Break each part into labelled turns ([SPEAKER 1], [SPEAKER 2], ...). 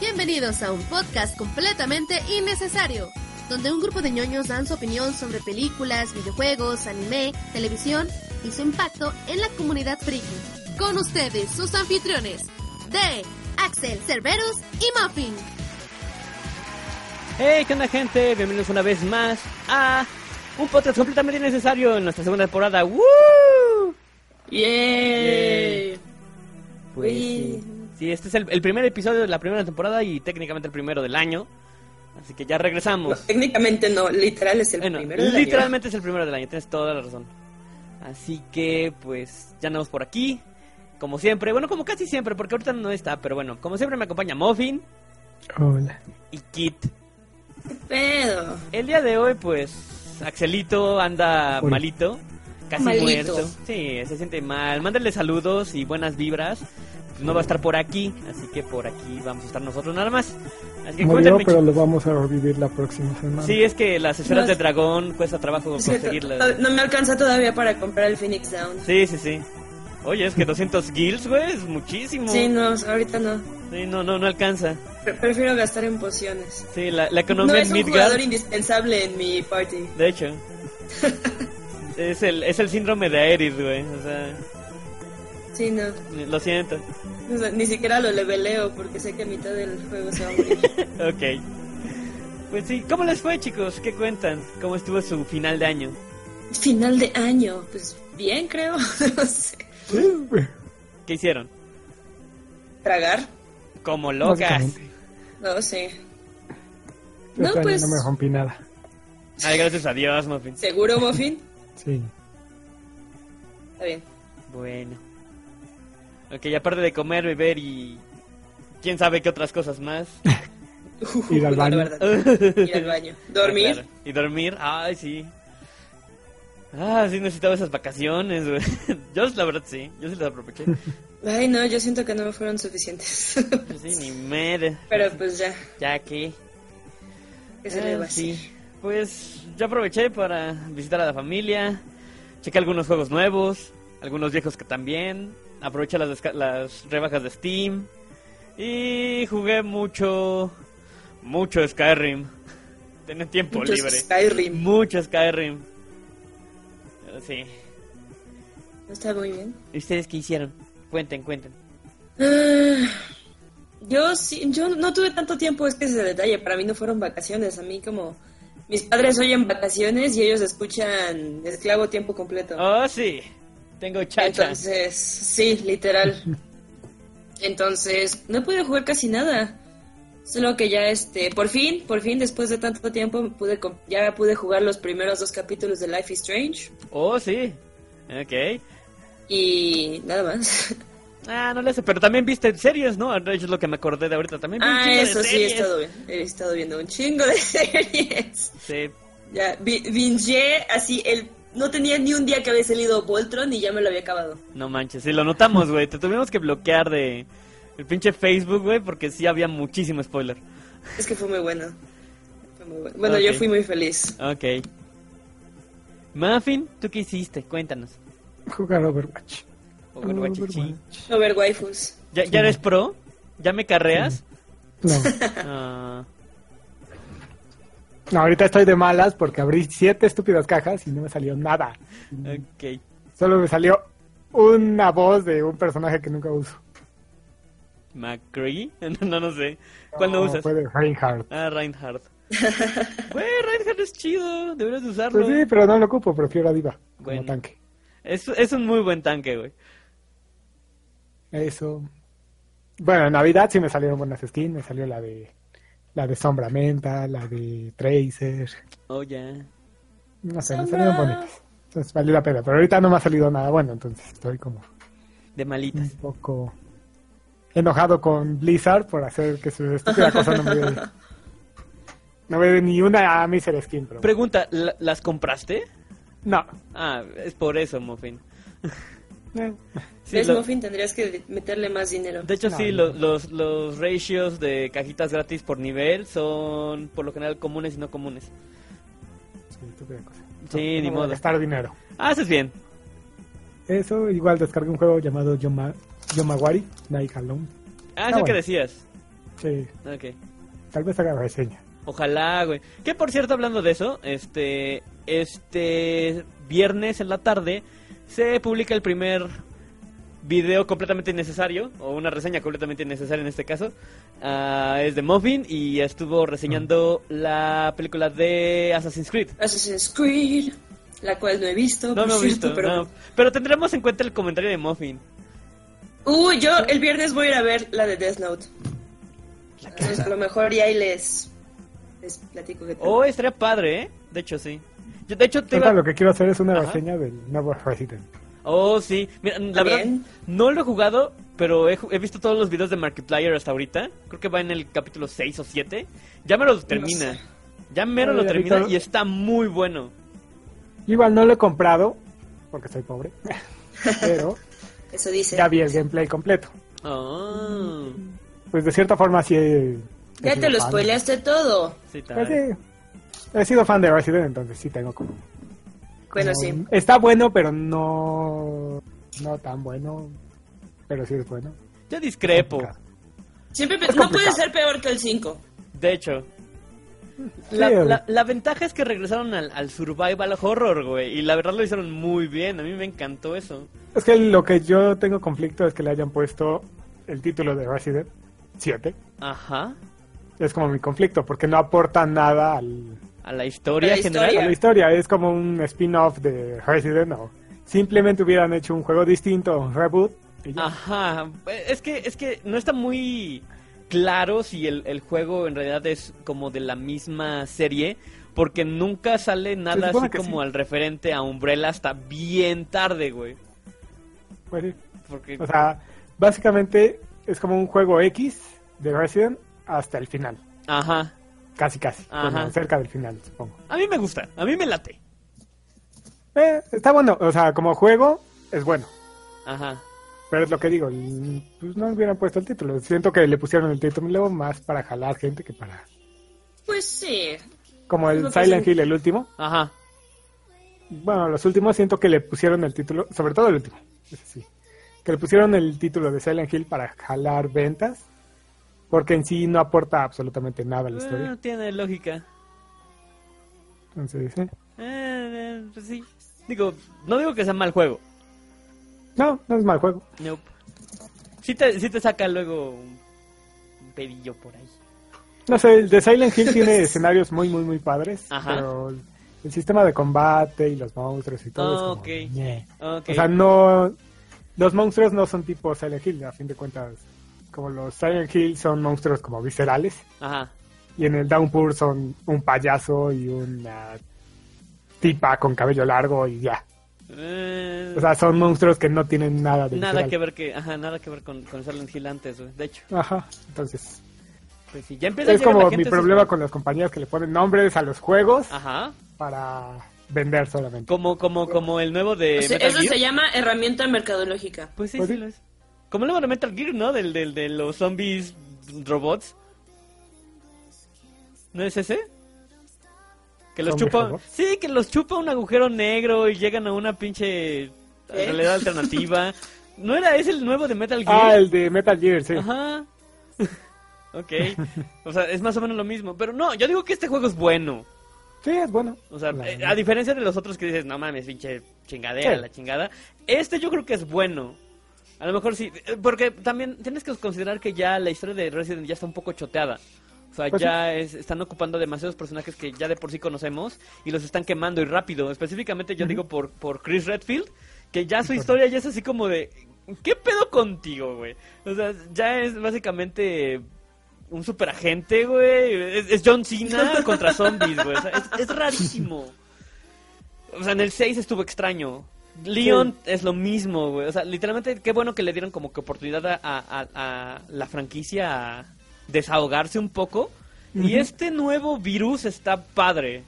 [SPEAKER 1] Bienvenidos a un podcast completamente innecesario, donde un grupo de ñoños dan su opinión sobre películas, videojuegos, anime, televisión y su impacto en la comunidad friki. Con ustedes, sus anfitriones, de Axel, Cerberus y Muffin.
[SPEAKER 2] Hey, ¿qué onda, gente? Bienvenidos una vez más a un podcast completamente innecesario en nuestra segunda temporada. ¡Woo!
[SPEAKER 3] ¡Yay!
[SPEAKER 2] Pues sí. Sí, este es el, el primer episodio de la primera temporada y técnicamente el primero del año. Así que ya
[SPEAKER 3] No,
[SPEAKER 2] regresamos.
[SPEAKER 3] técnicamente no, literal es el
[SPEAKER 2] Bueno,
[SPEAKER 3] primero. del año.
[SPEAKER 2] literalmente es el primero del año, tienes toda la razón. Así que, pues, ya andamos por aquí. Como siempre, bueno, como casi siempre, porque ahorita no está, pero bueno, como siempre me acompaña Muffin
[SPEAKER 4] Hola.
[SPEAKER 2] y Kit.
[SPEAKER 3] Pedo.
[SPEAKER 2] El día de hoy, pues, Axelito anda
[SPEAKER 4] Uy.
[SPEAKER 2] malito, casi
[SPEAKER 3] Malito.
[SPEAKER 2] muerto. Sí, se siente mal. Mándale saludos y buenas vibras. No va a estar por aquí, así que por aquí vamos a estar nosotros nada más. Así que
[SPEAKER 4] Murió,
[SPEAKER 2] cuéntenme.
[SPEAKER 4] pero
[SPEAKER 2] chi-
[SPEAKER 4] lo vamos a revivir la próxima semana.
[SPEAKER 2] Sí, es que las esferas
[SPEAKER 3] No,
[SPEAKER 2] de
[SPEAKER 3] es-
[SPEAKER 2] dragón cuesta trabajo
[SPEAKER 3] Es que to-
[SPEAKER 2] conseguirlas.
[SPEAKER 3] to- no me alcanza todavía para comprar el Phoenix Down.
[SPEAKER 2] Sí, sí, sí. Oye, es que 200 guilds, güey, es muchísimo.
[SPEAKER 3] Sí, no, ahorita no.
[SPEAKER 2] Sí, no, no, no alcanza.
[SPEAKER 3] Pre- prefiero gastar en pociones.
[SPEAKER 2] Sí, la, la
[SPEAKER 3] No,
[SPEAKER 2] economía
[SPEAKER 3] es
[SPEAKER 2] en
[SPEAKER 3] un
[SPEAKER 2] Midgard.
[SPEAKER 3] jugador indispensable en mi party.
[SPEAKER 2] De hecho. es, el, es el síndrome de Aerith, güey. O sea,
[SPEAKER 3] Sí, no.
[SPEAKER 2] lo siento.
[SPEAKER 3] O sea, ni siquiera lo leveleo porque sé que a mitad del juego se va a morir.
[SPEAKER 2] Ok. Pues sí, ¿cómo les fue, chicos? ¿Qué cuentan? ¿Cómo estuvo su final de año?
[SPEAKER 3] Final de año, pues bien creo. No sé.
[SPEAKER 4] Sí, güey,
[SPEAKER 2] ¿Qué hicieron?
[SPEAKER 3] Tragar.
[SPEAKER 2] Como locas.
[SPEAKER 4] básicamente.
[SPEAKER 3] No sé.
[SPEAKER 4] Yo
[SPEAKER 3] No,
[SPEAKER 4] este año
[SPEAKER 3] pues-
[SPEAKER 4] no me rompí nada.
[SPEAKER 2] Ay, gracias a Dios, Muffin.
[SPEAKER 3] ¿Seguro, Muffin?
[SPEAKER 4] Sí.
[SPEAKER 3] Está bien.
[SPEAKER 2] Bueno. Ok, aparte de comer, beber y... ¿Quién sabe qué otras cosas más?
[SPEAKER 4] Ir al
[SPEAKER 3] No, la
[SPEAKER 4] baño.
[SPEAKER 3] verdad. Ir al baño.
[SPEAKER 2] Ah,
[SPEAKER 3] Dormir.
[SPEAKER 2] claro. ¿Y dormir? Ay, sí. Ah, sí necesitaba esas vacaciones, güey. Yo, la verdad, sí. Yo sí las aproveché.
[SPEAKER 3] Ay, no, yo siento que no me fueron suficientes.
[SPEAKER 2] Yo sí, ni mere.
[SPEAKER 3] Pero pues ya,
[SPEAKER 2] Ya que...
[SPEAKER 3] ¿qué se le va
[SPEAKER 2] Ah,
[SPEAKER 3] a hacer?
[SPEAKER 2] sí. Pues yo aproveché para visitar a la familia, chequé algunos juegos nuevos, algunos viejos que también, aproveché las, desca- las rebajas de Steam y jugué mucho, mucho Skyrim. Tenía tiempo
[SPEAKER 3] Mucho
[SPEAKER 2] libre.
[SPEAKER 3] Skyrim.
[SPEAKER 2] Mucho Skyrim. Pero sí.
[SPEAKER 3] No está muy bien.
[SPEAKER 2] ¿Y ustedes qué hicieron? Cuenten, cuenten.
[SPEAKER 3] Ah, Yo sí, yo no tuve tanto tiempo, es que ese detalle, para mí no fueron vacaciones, a mí como mis padres oyen vacaciones y ellos escuchan esclavo tiempo completo.
[SPEAKER 2] Oh, sí. Tengo chacha.
[SPEAKER 3] Entonces, sí, literal. Entonces, no pude jugar casi nada. Solo que ya este, por fin, por fin después de tanto tiempo pude com- ya pude jugar los primeros dos capítulos de Life is Strange
[SPEAKER 2] Oh, sí. Ok.
[SPEAKER 3] y nada más.
[SPEAKER 2] Ah, no le sé, pero también viste series, ¿no? De hecho, es lo que me acordé de ahorita. También vi un
[SPEAKER 3] Ah,
[SPEAKER 2] chingo de
[SPEAKER 3] eso sí, he
[SPEAKER 2] series.
[SPEAKER 3] estado, vi- he estado viendo un chingo de series.
[SPEAKER 2] Sí.
[SPEAKER 3] Ya, vi- bingé así, el, no tenía ni un día que había salido Voltron y ya me lo había acabado.
[SPEAKER 2] No manches, sí, lo notamos, güey. Te tuvimos que bloquear de el pinche Facebook, güey, porque sí había muchísimo spoiler.
[SPEAKER 3] Es que fue muy bueno. Fue muy bueno, Bueno,
[SPEAKER 2] Ok.
[SPEAKER 3] yo fui muy feliz.
[SPEAKER 2] Ok. Muffin, ¿tú qué hiciste? Cuéntanos.
[SPEAKER 4] Jugar Overwatch. Oh,
[SPEAKER 2] Overwatch, sí.
[SPEAKER 3] Over waifus.
[SPEAKER 2] ¿Ya, ¿Ya eres pro? ¿Ya me carreas?
[SPEAKER 4] No.
[SPEAKER 2] Ah,
[SPEAKER 4] no, ahorita estoy de malas porque abrí siete estúpidas cajas y no me salió nada.
[SPEAKER 2] ok.
[SPEAKER 4] Solo me salió una voz de un personaje que nunca uso.
[SPEAKER 2] ¿McCree? No, no sé. ¿Cuál no,
[SPEAKER 4] No,
[SPEAKER 2] usas?
[SPEAKER 4] Fue de Reinhardt.
[SPEAKER 2] Ah, Reinhardt. Güey, Reinhardt es chido. Deberías de usarlo.
[SPEAKER 4] Pues sí, pero no lo ocupo, prefiero a Diva como
[SPEAKER 2] Bueno.
[SPEAKER 4] tanque.
[SPEAKER 2] es, es un muy buen tanque, güey.
[SPEAKER 4] Eso. Bueno, en Navidad sí me salieron buenas skins, me salió la de la de Sombra Menta, la de Tracer,
[SPEAKER 2] Oh, ya.
[SPEAKER 4] no sé, me salieron bonitas. Entonces valió la pena, pero ahorita no me ha salido nada bueno, entonces estoy como
[SPEAKER 2] de
[SPEAKER 4] un
[SPEAKER 2] malitas.
[SPEAKER 4] poco enojado con Blizzard por hacer que su estúpida cosa no me dé, no me dé ni una a Miser Skin. Pero
[SPEAKER 2] Pregunta, ¿la- ¿las compraste?
[SPEAKER 4] no,
[SPEAKER 2] Ah, es por eso, Muffin.
[SPEAKER 4] eh,
[SPEAKER 2] Sí,
[SPEAKER 3] ¿Ves,
[SPEAKER 2] lo-
[SPEAKER 3] Muffin? Tendrías que meterle más dinero.
[SPEAKER 2] de hecho,
[SPEAKER 4] No,
[SPEAKER 2] sí,
[SPEAKER 4] no.
[SPEAKER 2] lo- los, los ratios de cajitas gratis por nivel son por lo general comunes y no comunes.
[SPEAKER 4] sí, estúpida cosa.
[SPEAKER 2] Sí,
[SPEAKER 4] No
[SPEAKER 2] ni
[SPEAKER 4] voy a
[SPEAKER 2] modo.
[SPEAKER 4] Gastar dinero.
[SPEAKER 2] Haces Ah, bien.
[SPEAKER 4] Eso, igual descargué un juego llamado Yoma, Yomawari, Night Alone.
[SPEAKER 2] Ah,
[SPEAKER 4] Ah,
[SPEAKER 2] es lo que
[SPEAKER 4] bueno.
[SPEAKER 2] decías.
[SPEAKER 4] Sí,
[SPEAKER 2] Ok.
[SPEAKER 4] tal vez haga reseña.
[SPEAKER 2] Ojalá, güey. Que por cierto, hablando de eso, este. Este. Viernes en la tarde se publica el primer video completamente innecesario, o una reseña completamente innecesaria en este caso. Ah, es de Muffin y estuvo reseñando la película de Assassin's Creed.
[SPEAKER 3] Assassin's Creed, la cual no he visto,
[SPEAKER 2] No,
[SPEAKER 3] por
[SPEAKER 2] no he
[SPEAKER 3] cierto,
[SPEAKER 2] visto,
[SPEAKER 3] pero...
[SPEAKER 2] no. Pero tendremos en cuenta el comentario de Muffin.
[SPEAKER 3] Uy, yo el viernes voy a ir a ver la de Death Note. Entonces, a lo mejor ya ahí les, les platico que
[SPEAKER 2] Oh, estaría padre, ¿eh? De hecho, sí. Yo, de hecho, te
[SPEAKER 4] Ahorita
[SPEAKER 2] iba...
[SPEAKER 4] lo que quiero hacer es una
[SPEAKER 2] Ajá.
[SPEAKER 4] reseña del nuevo Resident.
[SPEAKER 2] Oh, sí. Mira, la verdad,
[SPEAKER 3] Bien.
[SPEAKER 2] no lo he jugado, pero he, ju- he visto todos los videos de Markiplier hasta ahorita. Creo que va en el capítulo 6 o 7. Ya me lo termina.
[SPEAKER 3] sé.
[SPEAKER 2] Ya mero
[SPEAKER 4] Ay,
[SPEAKER 2] lo
[SPEAKER 4] ahorita
[SPEAKER 2] termina
[SPEAKER 4] no-
[SPEAKER 2] y está muy bueno.
[SPEAKER 4] Yo igual no lo he comprado, porque soy pobre, pero
[SPEAKER 3] Eso dice.
[SPEAKER 4] ya vi el gameplay completo.
[SPEAKER 2] Oh,
[SPEAKER 3] Mm.
[SPEAKER 4] Pues de cierta forma sí he- he
[SPEAKER 3] Ya
[SPEAKER 4] sido
[SPEAKER 3] te lo
[SPEAKER 4] fan.
[SPEAKER 3] spoileaste todo.
[SPEAKER 2] sí, tal.
[SPEAKER 4] Pues sí, he sido fan de Resident, entonces sí tengo como...
[SPEAKER 3] Bueno,
[SPEAKER 4] como-
[SPEAKER 3] sí.
[SPEAKER 4] Está bueno, pero no... No tan bueno, pero sí es bueno.
[SPEAKER 2] Yo discrepo,
[SPEAKER 3] Siempre pe-
[SPEAKER 4] Es
[SPEAKER 3] no puede
[SPEAKER 4] complicado.
[SPEAKER 3] ser peor que el 5.
[SPEAKER 2] de hecho.
[SPEAKER 4] Sí,
[SPEAKER 2] La,
[SPEAKER 4] o-
[SPEAKER 2] la- la ventaja es que regresaron al, al survival horror, güey. Y la verdad lo hicieron muy bien. A mí me encantó eso.
[SPEAKER 4] Es que lo que yo tengo conflicto es que le hayan puesto el título de Resident 7.
[SPEAKER 2] Ajá.
[SPEAKER 4] Es como mi conflicto, porque no aporta nada al-
[SPEAKER 2] A la historia
[SPEAKER 3] A la
[SPEAKER 2] general.
[SPEAKER 4] a la
[SPEAKER 3] historia.
[SPEAKER 4] historia. Es como un spin-off de Resident o simplemente hubieran hecho un juego distinto, un reboot. y ya.
[SPEAKER 3] Ah.
[SPEAKER 2] Ajá, Eh, es que, es que no está muy claro si el, el juego en realidad es como de la misma serie, porque nunca sale nada
[SPEAKER 4] supone
[SPEAKER 2] así
[SPEAKER 4] que
[SPEAKER 2] como
[SPEAKER 4] sí.
[SPEAKER 2] al referente a Umbrella hasta bien tarde, güey.
[SPEAKER 4] Pues sí.
[SPEAKER 2] Porque,
[SPEAKER 4] O sea, básicamente es como un juego X de Resident hasta el final.
[SPEAKER 2] ajá,
[SPEAKER 4] Casi, casi.
[SPEAKER 2] Ajá.
[SPEAKER 4] Bueno, cerca del final, supongo.
[SPEAKER 2] a mí me gusta, a mí me late.
[SPEAKER 4] Eh, está bueno. O sea, como juego es bueno.
[SPEAKER 2] Ajá,
[SPEAKER 4] Pero es lo que digo, y, pues no hubieran puesto el título. Siento que le pusieron el título más para jalar gente que para...
[SPEAKER 3] Pues
[SPEAKER 2] Eh,
[SPEAKER 3] sí.
[SPEAKER 4] Como
[SPEAKER 3] Lo
[SPEAKER 4] el
[SPEAKER 3] que
[SPEAKER 4] Silent
[SPEAKER 3] sí.
[SPEAKER 4] Hill, el último.
[SPEAKER 2] ajá,
[SPEAKER 4] Bueno, los últimos siento que le pusieron el título, sobre todo el último, ese sí. Que le pusieron el título de Silent Hill para jalar ventas. Porque en sí no aporta absolutamente nada a la
[SPEAKER 2] Bueno,
[SPEAKER 4] historia.
[SPEAKER 2] tiene lógica.
[SPEAKER 4] Entonces, eh,
[SPEAKER 2] Eh, eh, pues sí, digo, no digo que sea mal juego,
[SPEAKER 4] no, no es mal juego.
[SPEAKER 2] nope. Sí te, sí te saca luego un un pedillo por ahí.
[SPEAKER 4] No sé, el de Silent Hill tiene escenarios muy, muy, muy padres.
[SPEAKER 2] Ajá.
[SPEAKER 4] Pero el- el sistema de combate y los monstruos y todo. es como,
[SPEAKER 2] Ah, ok.
[SPEAKER 4] ñe.
[SPEAKER 2] Ok.
[SPEAKER 4] O sea, no. Los monstruos no son tipo Silent Hill, a fin de cuentas. Como los Silent Hill son monstruos como viscerales.
[SPEAKER 2] Ajá.
[SPEAKER 4] Y en el Downpour son un payaso y una tipa con cabello largo y ya.
[SPEAKER 2] Eh,
[SPEAKER 4] O sea, son monstruos que no tienen nada de
[SPEAKER 2] Nada
[SPEAKER 4] visceral.
[SPEAKER 2] que ver que, ajá, nada que ver con, con Silent Hill antes, güey. De hecho,
[SPEAKER 4] Ajá, entonces.
[SPEAKER 2] pues sí, ya empieza a
[SPEAKER 4] Es
[SPEAKER 2] llegar
[SPEAKER 4] como
[SPEAKER 2] la
[SPEAKER 4] mi
[SPEAKER 2] gente a sus-
[SPEAKER 4] problema con las compañías que le ponen nombres a los juegos
[SPEAKER 2] Ajá.
[SPEAKER 4] para vender solamente.
[SPEAKER 2] Como, como, como el nuevo de
[SPEAKER 3] O sea,
[SPEAKER 2] Metal
[SPEAKER 3] Pues eso
[SPEAKER 2] Gear.
[SPEAKER 3] se llama herramienta mercadológica.
[SPEAKER 2] Pues sí,
[SPEAKER 4] Pues
[SPEAKER 2] sí
[SPEAKER 4] sí.
[SPEAKER 2] lo es. Como el nuevo de Metal Gear, ¿no? Del, del, de los zombies robots. ¿No es ese? Que los
[SPEAKER 4] ¿Zombies
[SPEAKER 2] chupa.
[SPEAKER 4] robots?
[SPEAKER 2] Sí, que los chupa un agujero negro y llegan a una
[SPEAKER 3] ¿Eh?
[SPEAKER 2] pinche realidad alternativa. ¿No era ese el nuevo de Metal Gear?
[SPEAKER 4] Ah, el de Metal Gear, sí.
[SPEAKER 2] Ajá. ok. O sea, es más o menos lo mismo. Pero no, yo digo que este juego es bueno.
[SPEAKER 4] Sí, es bueno.
[SPEAKER 2] O sea,
[SPEAKER 4] La
[SPEAKER 2] eh,
[SPEAKER 4] verdad.
[SPEAKER 2] a diferencia de los otros que dices, no mames, pinche chingadera,
[SPEAKER 4] Sí.
[SPEAKER 2] la chingada. Este yo creo que es bueno. A lo mejor sí. eh, Porque también tienes que considerar que ya la historia de Resident ya está un poco choteada. O sea,
[SPEAKER 4] Pues
[SPEAKER 2] ya es- están ocupando demasiados personajes que ya de por sí conocemos y los están quemando y rápido. Específicamente yo digo por, por Chris Redfield, que ya su historia ya es así como de... ¿Qué pedo contigo, güey? O sea, ya es básicamente un superagente, güey. Es, es John Cena contra zombies, güey. O sea, es, es rarísimo. O sea, en el 6 estuvo extraño. Leon es lo mismo, güey. O sea, literalmente, qué bueno que le dieron como que oportunidad a, a- a la franquicia a desahogarse un poco. Y
[SPEAKER 4] Ujú.
[SPEAKER 2] este nuevo virus está padre.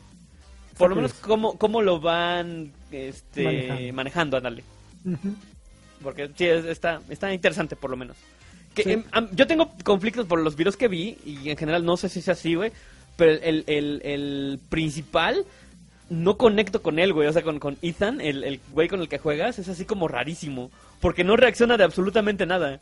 [SPEAKER 2] Por lo menos,
[SPEAKER 4] Fabulous.
[SPEAKER 2] cómo, cómo lo van este,
[SPEAKER 4] Manejando.
[SPEAKER 2] manejando, ándale.
[SPEAKER 4] Ujú.
[SPEAKER 2] Porque sí, es- está, está interesante, por lo menos. Que,
[SPEAKER 4] Sí.
[SPEAKER 2] em, am- yo tengo conflictos por los virus que vi, y en general no sé si es así, güey. Pero el, el- el principal, no conecto con él, güey. O sea, con, con Ethan, el, el güey con el que juegas, es así como rarísimo. Porque no reacciona de absolutamente nada.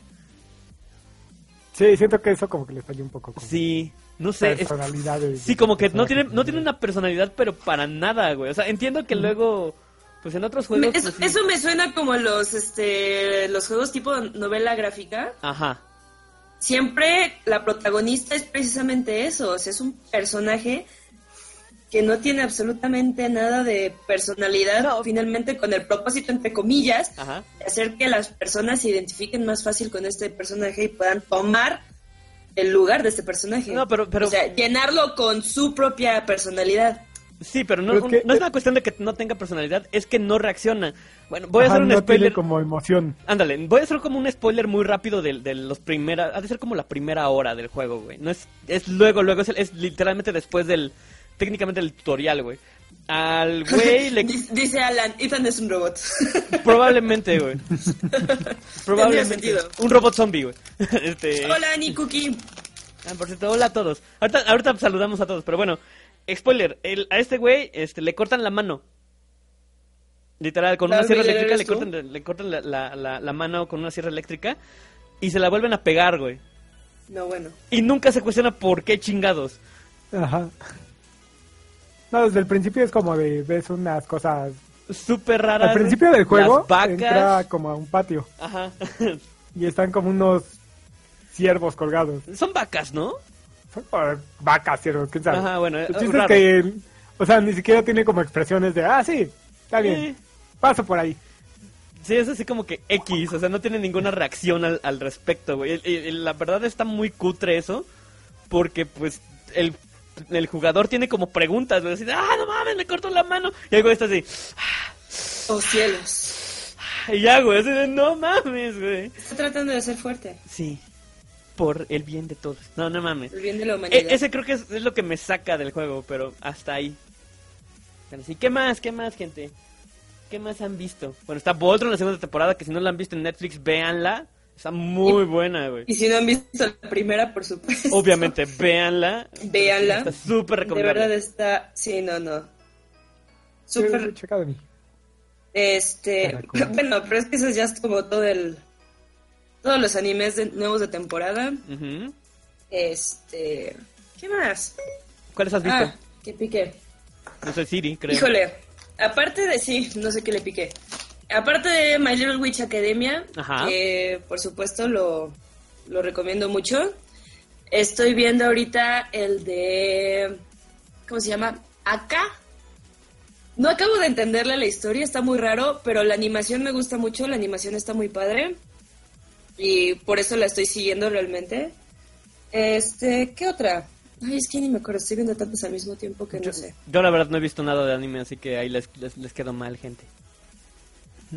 [SPEAKER 4] Sí, siento que eso como que le falló un poco. como
[SPEAKER 2] Sí, no sé. es-
[SPEAKER 4] personalidad de-
[SPEAKER 2] Sí, como que
[SPEAKER 4] de-
[SPEAKER 2] no tiene, no tiene una personalidad, pero para nada, güey. O sea, entiendo que luego, pues en otros
[SPEAKER 3] Me-
[SPEAKER 2] juegos...
[SPEAKER 3] eso,
[SPEAKER 2] pues, sí.
[SPEAKER 3] eso me suena como los, este, los juegos tipo novela gráfica.
[SPEAKER 2] Ajá.
[SPEAKER 3] Siempre la protagonista es precisamente eso. O sea, es un personaje que no tiene absolutamente nada de personalidad,
[SPEAKER 2] No.
[SPEAKER 3] finalmente con el propósito, entre comillas,
[SPEAKER 2] Ajá.
[SPEAKER 3] de hacer que las personas se identifiquen más fácil con este personaje y puedan tomar el lugar de este personaje.
[SPEAKER 2] No, pero- pero-
[SPEAKER 3] O sea, llenarlo con su propia personalidad.
[SPEAKER 2] Sí, pero no,
[SPEAKER 4] Pero es que-
[SPEAKER 2] no es una cuestión de que no tenga personalidad, es que no reacciona. Bueno, voy a
[SPEAKER 4] Ajá,
[SPEAKER 2] hacer un
[SPEAKER 4] no tiene
[SPEAKER 2] spoiler.
[SPEAKER 4] como emoción.
[SPEAKER 2] Ándale, voy a hacer como un spoiler muy rápido de, de los primeras. Ha de ser como la primera hora del juego, güey. No es, es luego, luego, es, el- es literalmente después del. Técnicamente del tutorial, güey. Al güey le.
[SPEAKER 3] Dice dice Alan, Ethan es un robot.
[SPEAKER 2] probablemente, güey. probablemente.
[SPEAKER 3] sentido.
[SPEAKER 2] Un robot zombie, güey. Este...
[SPEAKER 3] Hola, Annie Cookie.
[SPEAKER 2] Ah, por cierto, hola a todos. Ahorita, ahorita saludamos a todos, pero bueno, spoiler, el- a este güey este, le cortan la mano. Literal, con una
[SPEAKER 3] Darth
[SPEAKER 2] sierra
[SPEAKER 3] Vader,
[SPEAKER 2] eléctrica le
[SPEAKER 3] ¿eres tú?
[SPEAKER 2] cortan, le cortan la, la- la- la mano con una sierra eléctrica y se la vuelven a pegar, güey.
[SPEAKER 3] No, bueno.
[SPEAKER 2] Y nunca se cuestiona por qué chingados.
[SPEAKER 4] Ajá. No, desde el principio es como de ves unas cosas.
[SPEAKER 2] Súper raras.
[SPEAKER 4] Al
[SPEAKER 2] güey.
[SPEAKER 4] principio del juego
[SPEAKER 2] Las vacas.
[SPEAKER 4] entra como a un patio
[SPEAKER 2] Ajá.
[SPEAKER 4] y están como unos ciervos colgados.
[SPEAKER 2] Son vacas, ¿no?
[SPEAKER 4] Son como vacas, ciervos, quién sabe.
[SPEAKER 2] Ajá, bueno, eh,
[SPEAKER 4] El chiste
[SPEAKER 2] raro.
[SPEAKER 4] es que, o sea, ni siquiera tiene como expresiones de, ah, sí, está
[SPEAKER 2] Eh.
[SPEAKER 4] bien, paso por ahí.
[SPEAKER 2] Sí, es así como que X, o sea, no tiene ninguna reacción al, al respecto, güey. Y- y- y La verdad está muy cutre eso, porque pues el, el jugador tiene como preguntas, güey. Así, de, ah, no mames, me cortó la mano. Y el güey está así,
[SPEAKER 3] Oh, cielos.
[SPEAKER 2] y ya, güey, así de, no mames, güey.
[SPEAKER 3] Está tratando de ser fuerte.
[SPEAKER 2] Sí, por el bien de todos. No, no mames.
[SPEAKER 3] El bien de la humanidad.
[SPEAKER 2] E- ese creo que es, es lo que me saca del juego, pero hasta ahí. Pero sí, ¿qué más? ¿Qué más, gente? ¿Qué más han visto? Bueno, está Voltron la segunda temporada, que si no la han visto en Netflix, véanla. Está muy buena, güey.
[SPEAKER 3] Y si no han visto la primera, por supuesto.
[SPEAKER 2] Obviamente, véanla.
[SPEAKER 3] Véanla.
[SPEAKER 2] Está súper
[SPEAKER 3] ¿Ah? De verdad
[SPEAKER 2] recomendable.
[SPEAKER 3] está. Sí, no, no.
[SPEAKER 4] Sí,
[SPEAKER 3] Súper.
[SPEAKER 4] checa de mí.
[SPEAKER 3] Este.
[SPEAKER 4] Caracol.
[SPEAKER 3] Bueno, pero es que eso ya es como todo el. Todos los animes de- nuevos de temporada.
[SPEAKER 2] Ujú.
[SPEAKER 3] Este. ¿Qué más?
[SPEAKER 2] ¿Cuáles has visto?
[SPEAKER 3] Ah, que piqué.
[SPEAKER 2] No sé, Siri, creo.
[SPEAKER 3] Híjole. Aparte de. Sí, no sé qué le piqué. Aparte de My Little Witch Academia,
[SPEAKER 2] Ajá.
[SPEAKER 3] que por supuesto lo, lo recomiendo mucho. Estoy viendo ahorita el de. ¿Cómo se llama? Acá. No acabo de entenderle la historia, está muy raro, pero la animación me gusta mucho, la animación está muy padre. Y por eso la estoy siguiendo realmente. Este, ¿qué otra? Ay, es que ni me acuerdo, estoy viendo tantas al mismo tiempo que no sé.
[SPEAKER 2] Yo la verdad no he visto nada de anime, así que ahí les, les, les quedo mal, gente.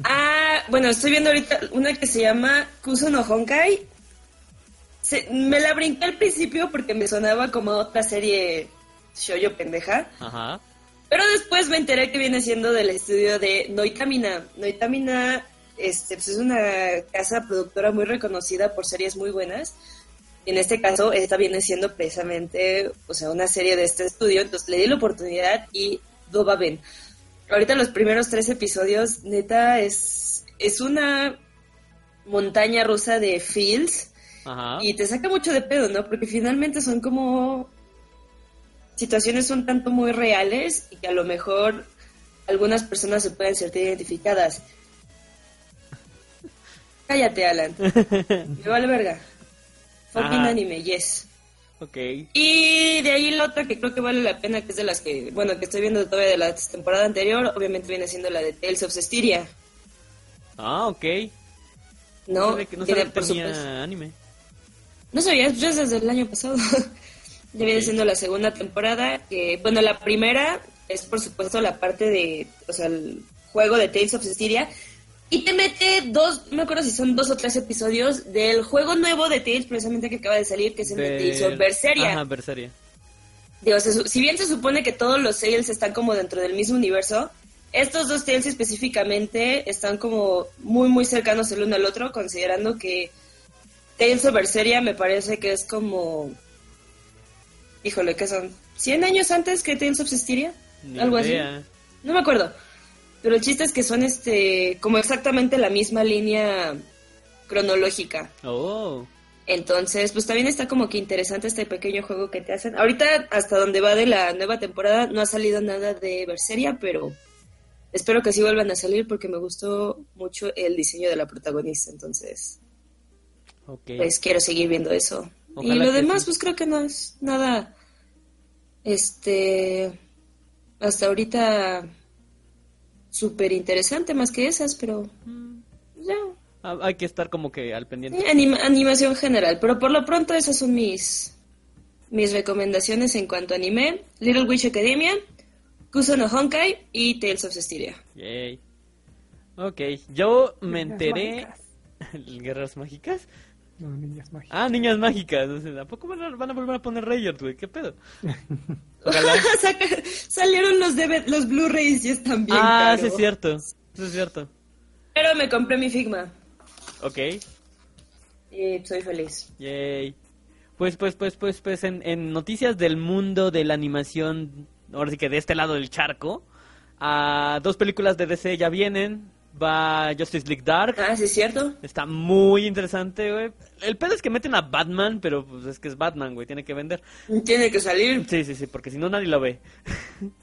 [SPEAKER 3] Ah, bueno, estoy viendo ahorita una que se llama Kuso no Honkai. Se- me la brinqué al principio porque me sonaba como otra serie shoujo pendeja.
[SPEAKER 2] Ajá.
[SPEAKER 3] Pero después me enteré que viene siendo del estudio de Noitamina. Noitamina este, pues es una casa productora muy reconocida por series muy buenas. En este caso, esta viene siendo precisamente, o sea, una serie de este estudio. Entonces le di la oportunidad y no va bien. Ahorita los primeros tres episodios, neta, es, es una montaña rusa de feels.
[SPEAKER 2] Ajá.
[SPEAKER 3] Y te saca mucho de pedo, ¿no? Porque finalmente son como situaciones un tanto muy reales y que a lo mejor algunas personas se pueden sentir identificadas. Cállate, Alan. Me vale verga. Fucking
[SPEAKER 2] Ajá.
[SPEAKER 3] anime, yes.
[SPEAKER 2] Ok.
[SPEAKER 3] Y de ahí la otra que creo que vale la pena, que es de las que, bueno, que estoy viendo todavía de la temporada anterior, obviamente viene siendo la de Tales of Cestiria,
[SPEAKER 2] Ah, ok.
[SPEAKER 3] ¿no?
[SPEAKER 2] sabía que, no
[SPEAKER 3] Viene,
[SPEAKER 2] sabía que
[SPEAKER 3] por supuesto.
[SPEAKER 2] tenía anime.
[SPEAKER 3] No sabía, yo desde el año pasado. Ya viene siendo la segunda temporada. Que, bueno, la primera es por supuesto la parte de, o sea, el- juego de Tales of Systeria. Y te mete dos, no me acuerdo si son dos o tres episodios del juego nuevo de Tales, precisamente que acaba de salir, que es el de, Tales of Berseria.
[SPEAKER 2] Ajá, Berseria.
[SPEAKER 3] Digo, se su- si bien se supone que todos los Tales están como dentro del mismo universo, estos dos Tales específicamente están como muy, muy cercanos el uno al otro, considerando que Tales of Berseria me parece que es como. Híjole, ¿qué son? ¿100 años antes que Tales of Systeria?
[SPEAKER 2] Ni
[SPEAKER 3] Algo así.
[SPEAKER 2] idea.
[SPEAKER 3] No me acuerdo. Pero el chiste es que son este como exactamente la misma línea cronológica.
[SPEAKER 2] Oh,
[SPEAKER 3] Entonces, pues también está como que interesante este pequeño juego que te hacen. Ahorita, hasta donde va de la nueva temporada, no ha salido nada de Berseria, pero espero que sí vuelvan a salir porque me gustó mucho el diseño de la protagonista. Entonces,
[SPEAKER 2] ok.
[SPEAKER 3] pues quiero seguir viendo eso.
[SPEAKER 2] Ojalá
[SPEAKER 3] y lo
[SPEAKER 2] que
[SPEAKER 3] demás,
[SPEAKER 2] sí.
[SPEAKER 3] pues creo que no es nada. Este. Hasta ahorita. Súper interesante, más que esas, pero.
[SPEAKER 2] Mm.
[SPEAKER 3] Ya.
[SPEAKER 2] Ah, Hay que estar como que al pendiente.
[SPEAKER 3] Sí, anima- animación general. Pero por lo pronto, esas son mis. Mis recomendaciones en cuanto a anime: Little Witch Academia, Kuso no Honkai y Tales of Systeria.
[SPEAKER 2] Yay. Ok, yo me
[SPEAKER 4] Niñas
[SPEAKER 2] enteré.
[SPEAKER 4] mágicas.
[SPEAKER 2] ¿Guerras mágicas?
[SPEAKER 4] No, niñas mágicas.
[SPEAKER 2] Ah, niñas mágicas. O sea, ¿A poco van a, van a volver a poner Rayard, güey? ¿Qué pedo? Ojalá.
[SPEAKER 3] Saca- Salieron los, DVD los Blu-rays y están bien.
[SPEAKER 2] ah,
[SPEAKER 3] caros.
[SPEAKER 2] sí, es cierto. Sí, es cierto.
[SPEAKER 3] Pero me compré mi Figma
[SPEAKER 2] Ok.
[SPEAKER 3] y soy feliz.
[SPEAKER 2] Yay. Pues, pues, pues, pues, pues, en, en noticias del mundo de la animación, ahora sí que de este lado del charco, ah, dos películas de DC ya vienen. Va Justice League Dark.
[SPEAKER 3] Ah, sí, es cierto.
[SPEAKER 2] Está muy interesante, güey. El pedo es que meten a Batman, pero pues, es que es Batman, güey. Tiene que vender.
[SPEAKER 3] Tiene que salir.
[SPEAKER 2] Sí, sí, sí, porque si no nadie lo ve.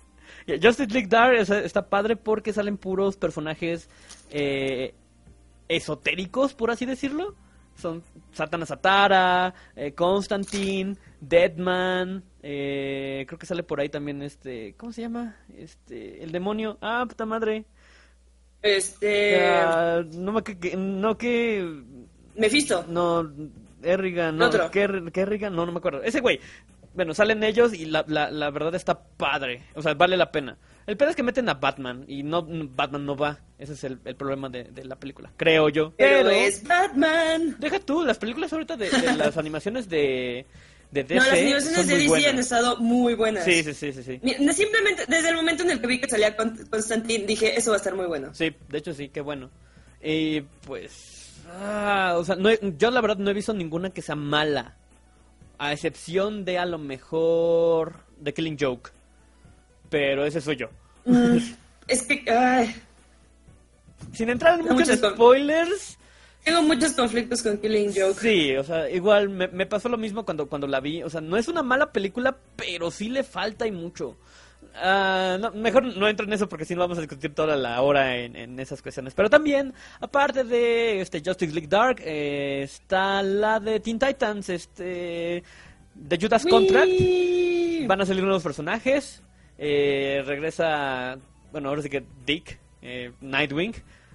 [SPEAKER 2] Ya, Justice League Dark o sea, está padre porque salen puros personajes eh, esotéricos, por así decirlo. Son Satana Satara, eh, Constantine, Deadman. eh, creo que sale por ahí también este. ¿Cómo se llama? Este, el demonio. Ah, puta madre.
[SPEAKER 3] Este.
[SPEAKER 2] Ah, no me. que- que- No que.
[SPEAKER 3] Mephisto.
[SPEAKER 2] No, Errigan, no,
[SPEAKER 3] Otro.
[SPEAKER 2] Kerr- Kerrigan, no, no me acuerdo. Ese güey. Bueno, salen ellos y la, la, la verdad está padre. O sea, vale la pena. El pedo es que meten a Batman y no Batman no va. Ese es el, el problema de, de la película, creo yo.
[SPEAKER 3] Pero, es Batman.
[SPEAKER 2] Deja tú, las películas ahorita de, de las animaciones de, de DC.
[SPEAKER 3] no, las
[SPEAKER 2] son
[SPEAKER 3] animaciones de
[SPEAKER 2] muy
[SPEAKER 3] DC
[SPEAKER 2] buenas.
[SPEAKER 3] han estado muy buenas.
[SPEAKER 2] Sí, sí, sí, sí, sí.
[SPEAKER 3] Mi- no, Simplemente desde el momento en el que vi que salía Con- Constantine, dije, eso va a estar muy bueno.
[SPEAKER 2] Sí, de hecho sí, qué bueno. Y pues, ah, o sea, no he- yo la verdad no he visto ninguna que sea mala, a excepción de a lo mejor de Killing Joke. Pero ese soy yo.
[SPEAKER 3] Mm, es que ay,
[SPEAKER 2] Sin entrar en
[SPEAKER 3] No,
[SPEAKER 2] muchos
[SPEAKER 3] muchas-
[SPEAKER 2] spoilers,
[SPEAKER 3] tengo muchos conflictos con Killing Joke.
[SPEAKER 2] sí, o sea, igual me, me pasó lo mismo cuando cuando la vi, o sea, no es una mala película, pero sí le falta y mucho. Ah, no, mejor no entro en eso porque si no vamos a discutir toda la hora en, en esas cuestiones. Pero también, aparte de este Justice League Dark, eh, está la de Teen Titans, este de Judas Contract.
[SPEAKER 3] Uy.
[SPEAKER 2] Van a salir nuevos personajes. eh, regresa, bueno, ahora sí que Dick, eh, Nightwing,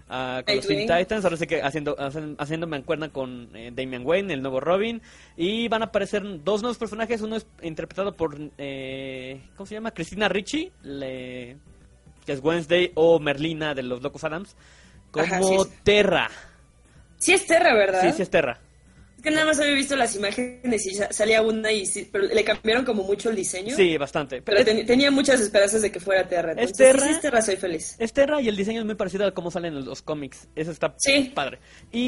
[SPEAKER 2] ah, con los Teen
[SPEAKER 3] Nightwing.
[SPEAKER 2] Titans. Ahora sí que haciendo, hacen- haciendo mancuerna con eh, Damian Wayne, el nuevo Robin. Y van a aparecer dos nuevos personajes. Uno es interpretado por, eh, ¿cómo se llama? Cristina Ricci, le- que es Wednesday, o Merlina de los Locos Adams, como
[SPEAKER 3] Ajá, sí es.
[SPEAKER 2] Terra.
[SPEAKER 3] Sí es Terra, ¿verdad?
[SPEAKER 2] Sí, sí es Terra.
[SPEAKER 3] Es que nada más había visto las imágenes y sa- salía una y sí, pero le cambiaron como mucho el diseño.
[SPEAKER 2] Sí, bastante.
[SPEAKER 3] Pero ten- tenía muchas esperanzas de que fuera Terra.
[SPEAKER 2] ¿Es
[SPEAKER 3] Entonces, sí,
[SPEAKER 2] Terra?
[SPEAKER 3] sí es Terra, soy feliz.
[SPEAKER 2] Es Terra y el diseño es muy parecido a cómo salen en los cómics. Eso está
[SPEAKER 3] Sí.
[SPEAKER 2] padre.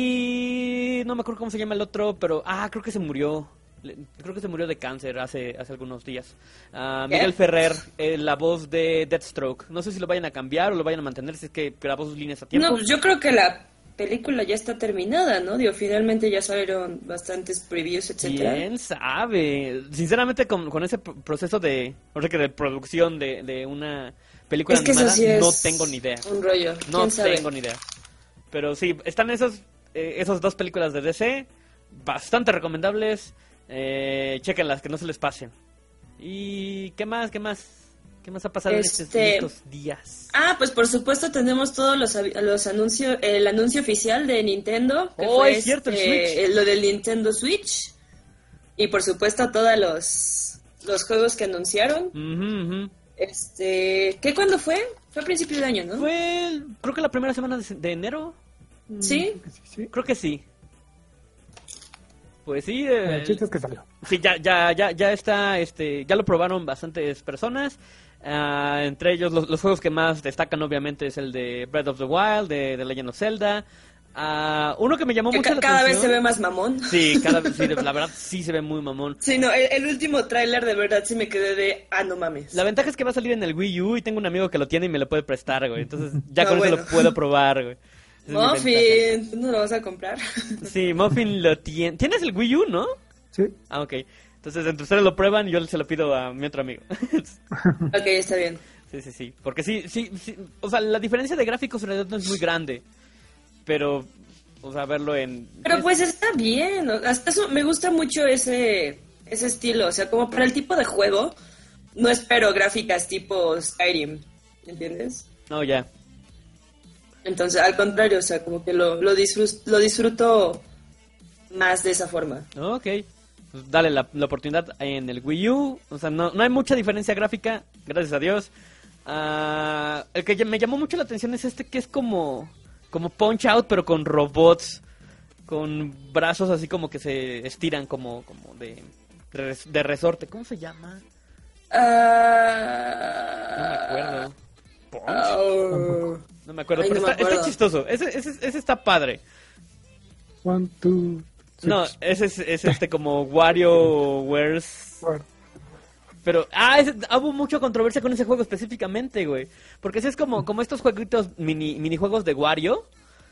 [SPEAKER 2] Y no me acuerdo cómo se llama el otro, pero ah, creo que se murió. Le- Creo que se murió de cáncer hace, hace algunos días. Ah,
[SPEAKER 3] ¿Qué?
[SPEAKER 2] Miguel Ferrer, eh, la voz de Deathstroke. No sé si lo vayan a cambiar o lo vayan a mantener, si es que grabó sus líneas a tiempo.
[SPEAKER 3] No, pues yo creo que la película ya está terminada, ¿no? Digo, finalmente ya salieron bastantes previews, etcétera.
[SPEAKER 2] ¿Quién sabe? Sinceramente, con, con ese pro- proceso de, o sea, que de producción de, de una película
[SPEAKER 3] Es que eso
[SPEAKER 2] animada,
[SPEAKER 3] sí es
[SPEAKER 2] no tengo ni idea.
[SPEAKER 3] un rollo.
[SPEAKER 2] No
[SPEAKER 3] ¿Quién sabe?
[SPEAKER 2] tengo ni idea. Pero sí, están esas eh, esas dos películas de DC, bastante recomendables. Eh, chéquenlas, que no se les pasen. ¿Y qué más? ¿Qué más? ¿Qué más ha pasado en, estos, en
[SPEAKER 3] Este-
[SPEAKER 2] estos días?
[SPEAKER 3] Ah, pues por supuesto tenemos todos los, avi- los anuncios, el anuncio oficial de Nintendo.
[SPEAKER 2] Oh, es cierto, el Switch.
[SPEAKER 3] eh, Lo del Nintendo Switch. Y por supuesto todos los, los juegos que anunciaron.
[SPEAKER 2] Ujú, ujú.
[SPEAKER 3] Este, ¿qué cuándo fue? Fue a principios de año, ¿no?
[SPEAKER 2] Fue, el- creo que la primera semana de, de enero. Ah.
[SPEAKER 3] Sí.
[SPEAKER 4] Sí, sí.
[SPEAKER 2] Creo que sí. Pues sí, eh,
[SPEAKER 4] El Ah, chiste es que salió.
[SPEAKER 2] sí, ya, ya, ya, ya está, este, ya lo probaron bastantes personas. Ah, entre ellos, los, los juegos que más destacan, obviamente, es el de Breath of the Wild, de, de Legend of Zelda. Ah, uno que me llamó
[SPEAKER 3] Que
[SPEAKER 2] mucho
[SPEAKER 3] ca-
[SPEAKER 2] la
[SPEAKER 3] cada vez se
[SPEAKER 2] atención.
[SPEAKER 3] ve más mamón.
[SPEAKER 2] Sí, cada vez, sí, la verdad sí se ve muy mamón.
[SPEAKER 3] Sí, no, el, el último tráiler de verdad sí me quedé de, ah, no mames.
[SPEAKER 2] La ventaja es que va a salir en el Wii U y tengo un amigo que lo tiene y me lo puede prestar, güey. Entonces ya
[SPEAKER 3] Ah,
[SPEAKER 2] con eso
[SPEAKER 3] bueno.
[SPEAKER 2] lo puedo probar, güey. Esa es mi ventaja.
[SPEAKER 3] Muffin, ¿tú no lo vas a comprar?
[SPEAKER 2] Sí, Muffin lo tiene. ¿Tienes el Wii U, no?
[SPEAKER 4] Sí.
[SPEAKER 2] Ah, ok. Entonces entre ustedes lo prueban y yo se lo pido a mi otro amigo.
[SPEAKER 3] ok, está bien.
[SPEAKER 2] sí, sí, sí. Porque sí, sí, sí. O sea, la diferencia de gráficos en realidad no es muy grande. Pero, o sea, verlo en...
[SPEAKER 3] Pero pues está bien, o- hasta eso me gusta mucho ese, ese estilo, o sea, como para el tipo de juego, no espero gráficas tipo Skyrim, ¿entiendes?
[SPEAKER 2] No, ya.
[SPEAKER 3] Entonces, al contrario, o sea, como que lo, lo, disfrus- lo disfruto más de esa forma.
[SPEAKER 2] Ok. Pues dale la, la oportunidad en el Wii U. O sea, no, no hay mucha diferencia gráfica, gracias a Dios. Ah, el que ya- me llamó mucho la atención es este que es como, como Punch Out, pero con robots. Con brazos así como que se estiran, como, como de, res- de resorte. ¿Cómo se llama? Ah, No me
[SPEAKER 3] Ah,
[SPEAKER 2] acuerdo. ¿Punch?
[SPEAKER 3] ah,
[SPEAKER 2] No me acuerdo,
[SPEAKER 3] Ay,
[SPEAKER 2] pero
[SPEAKER 3] no
[SPEAKER 2] está,
[SPEAKER 3] me
[SPEAKER 2] está
[SPEAKER 3] acuerdo.
[SPEAKER 2] chistoso. Ese, ese, ese está padre.
[SPEAKER 4] One, two, six,
[SPEAKER 2] No, ese es, es este como WarioWare's
[SPEAKER 4] four.
[SPEAKER 2] Pero, ah, ese- hubo mucha controversia con ese juego específicamente, güey. Porque ese es como, como estos jueguitos, mini, minijuegos de Wario.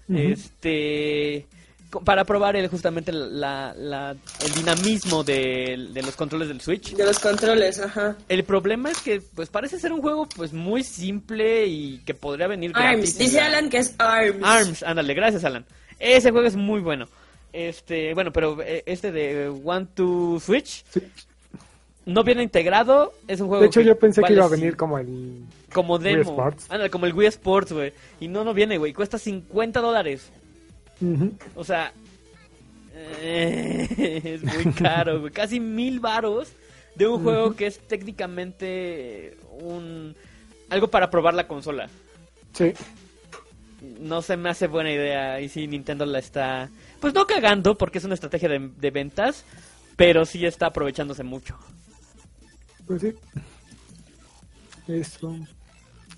[SPEAKER 4] Ujú.
[SPEAKER 2] Este. co- Para probar el, justamente la, la- el dinamismo de, de los controles del Switch.
[SPEAKER 3] de los controles, ajá.
[SPEAKER 2] El problema es que, pues, parece ser un juego, pues, muy simple y que podría venir gratis.
[SPEAKER 3] Arms, dice Alan que es Arms.
[SPEAKER 2] Arms, ándale, gracias, Alan. Ese juego es muy bueno. Este, bueno, pero eh, este de eh, One to Switch
[SPEAKER 4] Sí.
[SPEAKER 2] no viene integrado. Es un juego
[SPEAKER 4] De hecho, yo pensé que
[SPEAKER 2] vale
[SPEAKER 4] iba a
[SPEAKER 2] cin-
[SPEAKER 4] venir como el.
[SPEAKER 2] como
[SPEAKER 4] Wii
[SPEAKER 2] demo.
[SPEAKER 4] Sports.
[SPEAKER 2] Ándale, como el Wii Sports, güey. Y no, no viene, güey. Cuesta 50 dólares.
[SPEAKER 4] Ujú.
[SPEAKER 2] O sea, eh, es muy caro, güey. Casi mil varos de un juego que es técnicamente un algo para probar la consola.
[SPEAKER 4] Sí.
[SPEAKER 2] No se me hace buena idea. Y si Nintendo la está, pues no cagando, porque es una estrategia de, de ventas, pero sí está aprovechándose mucho.
[SPEAKER 4] Pues sí. Eso.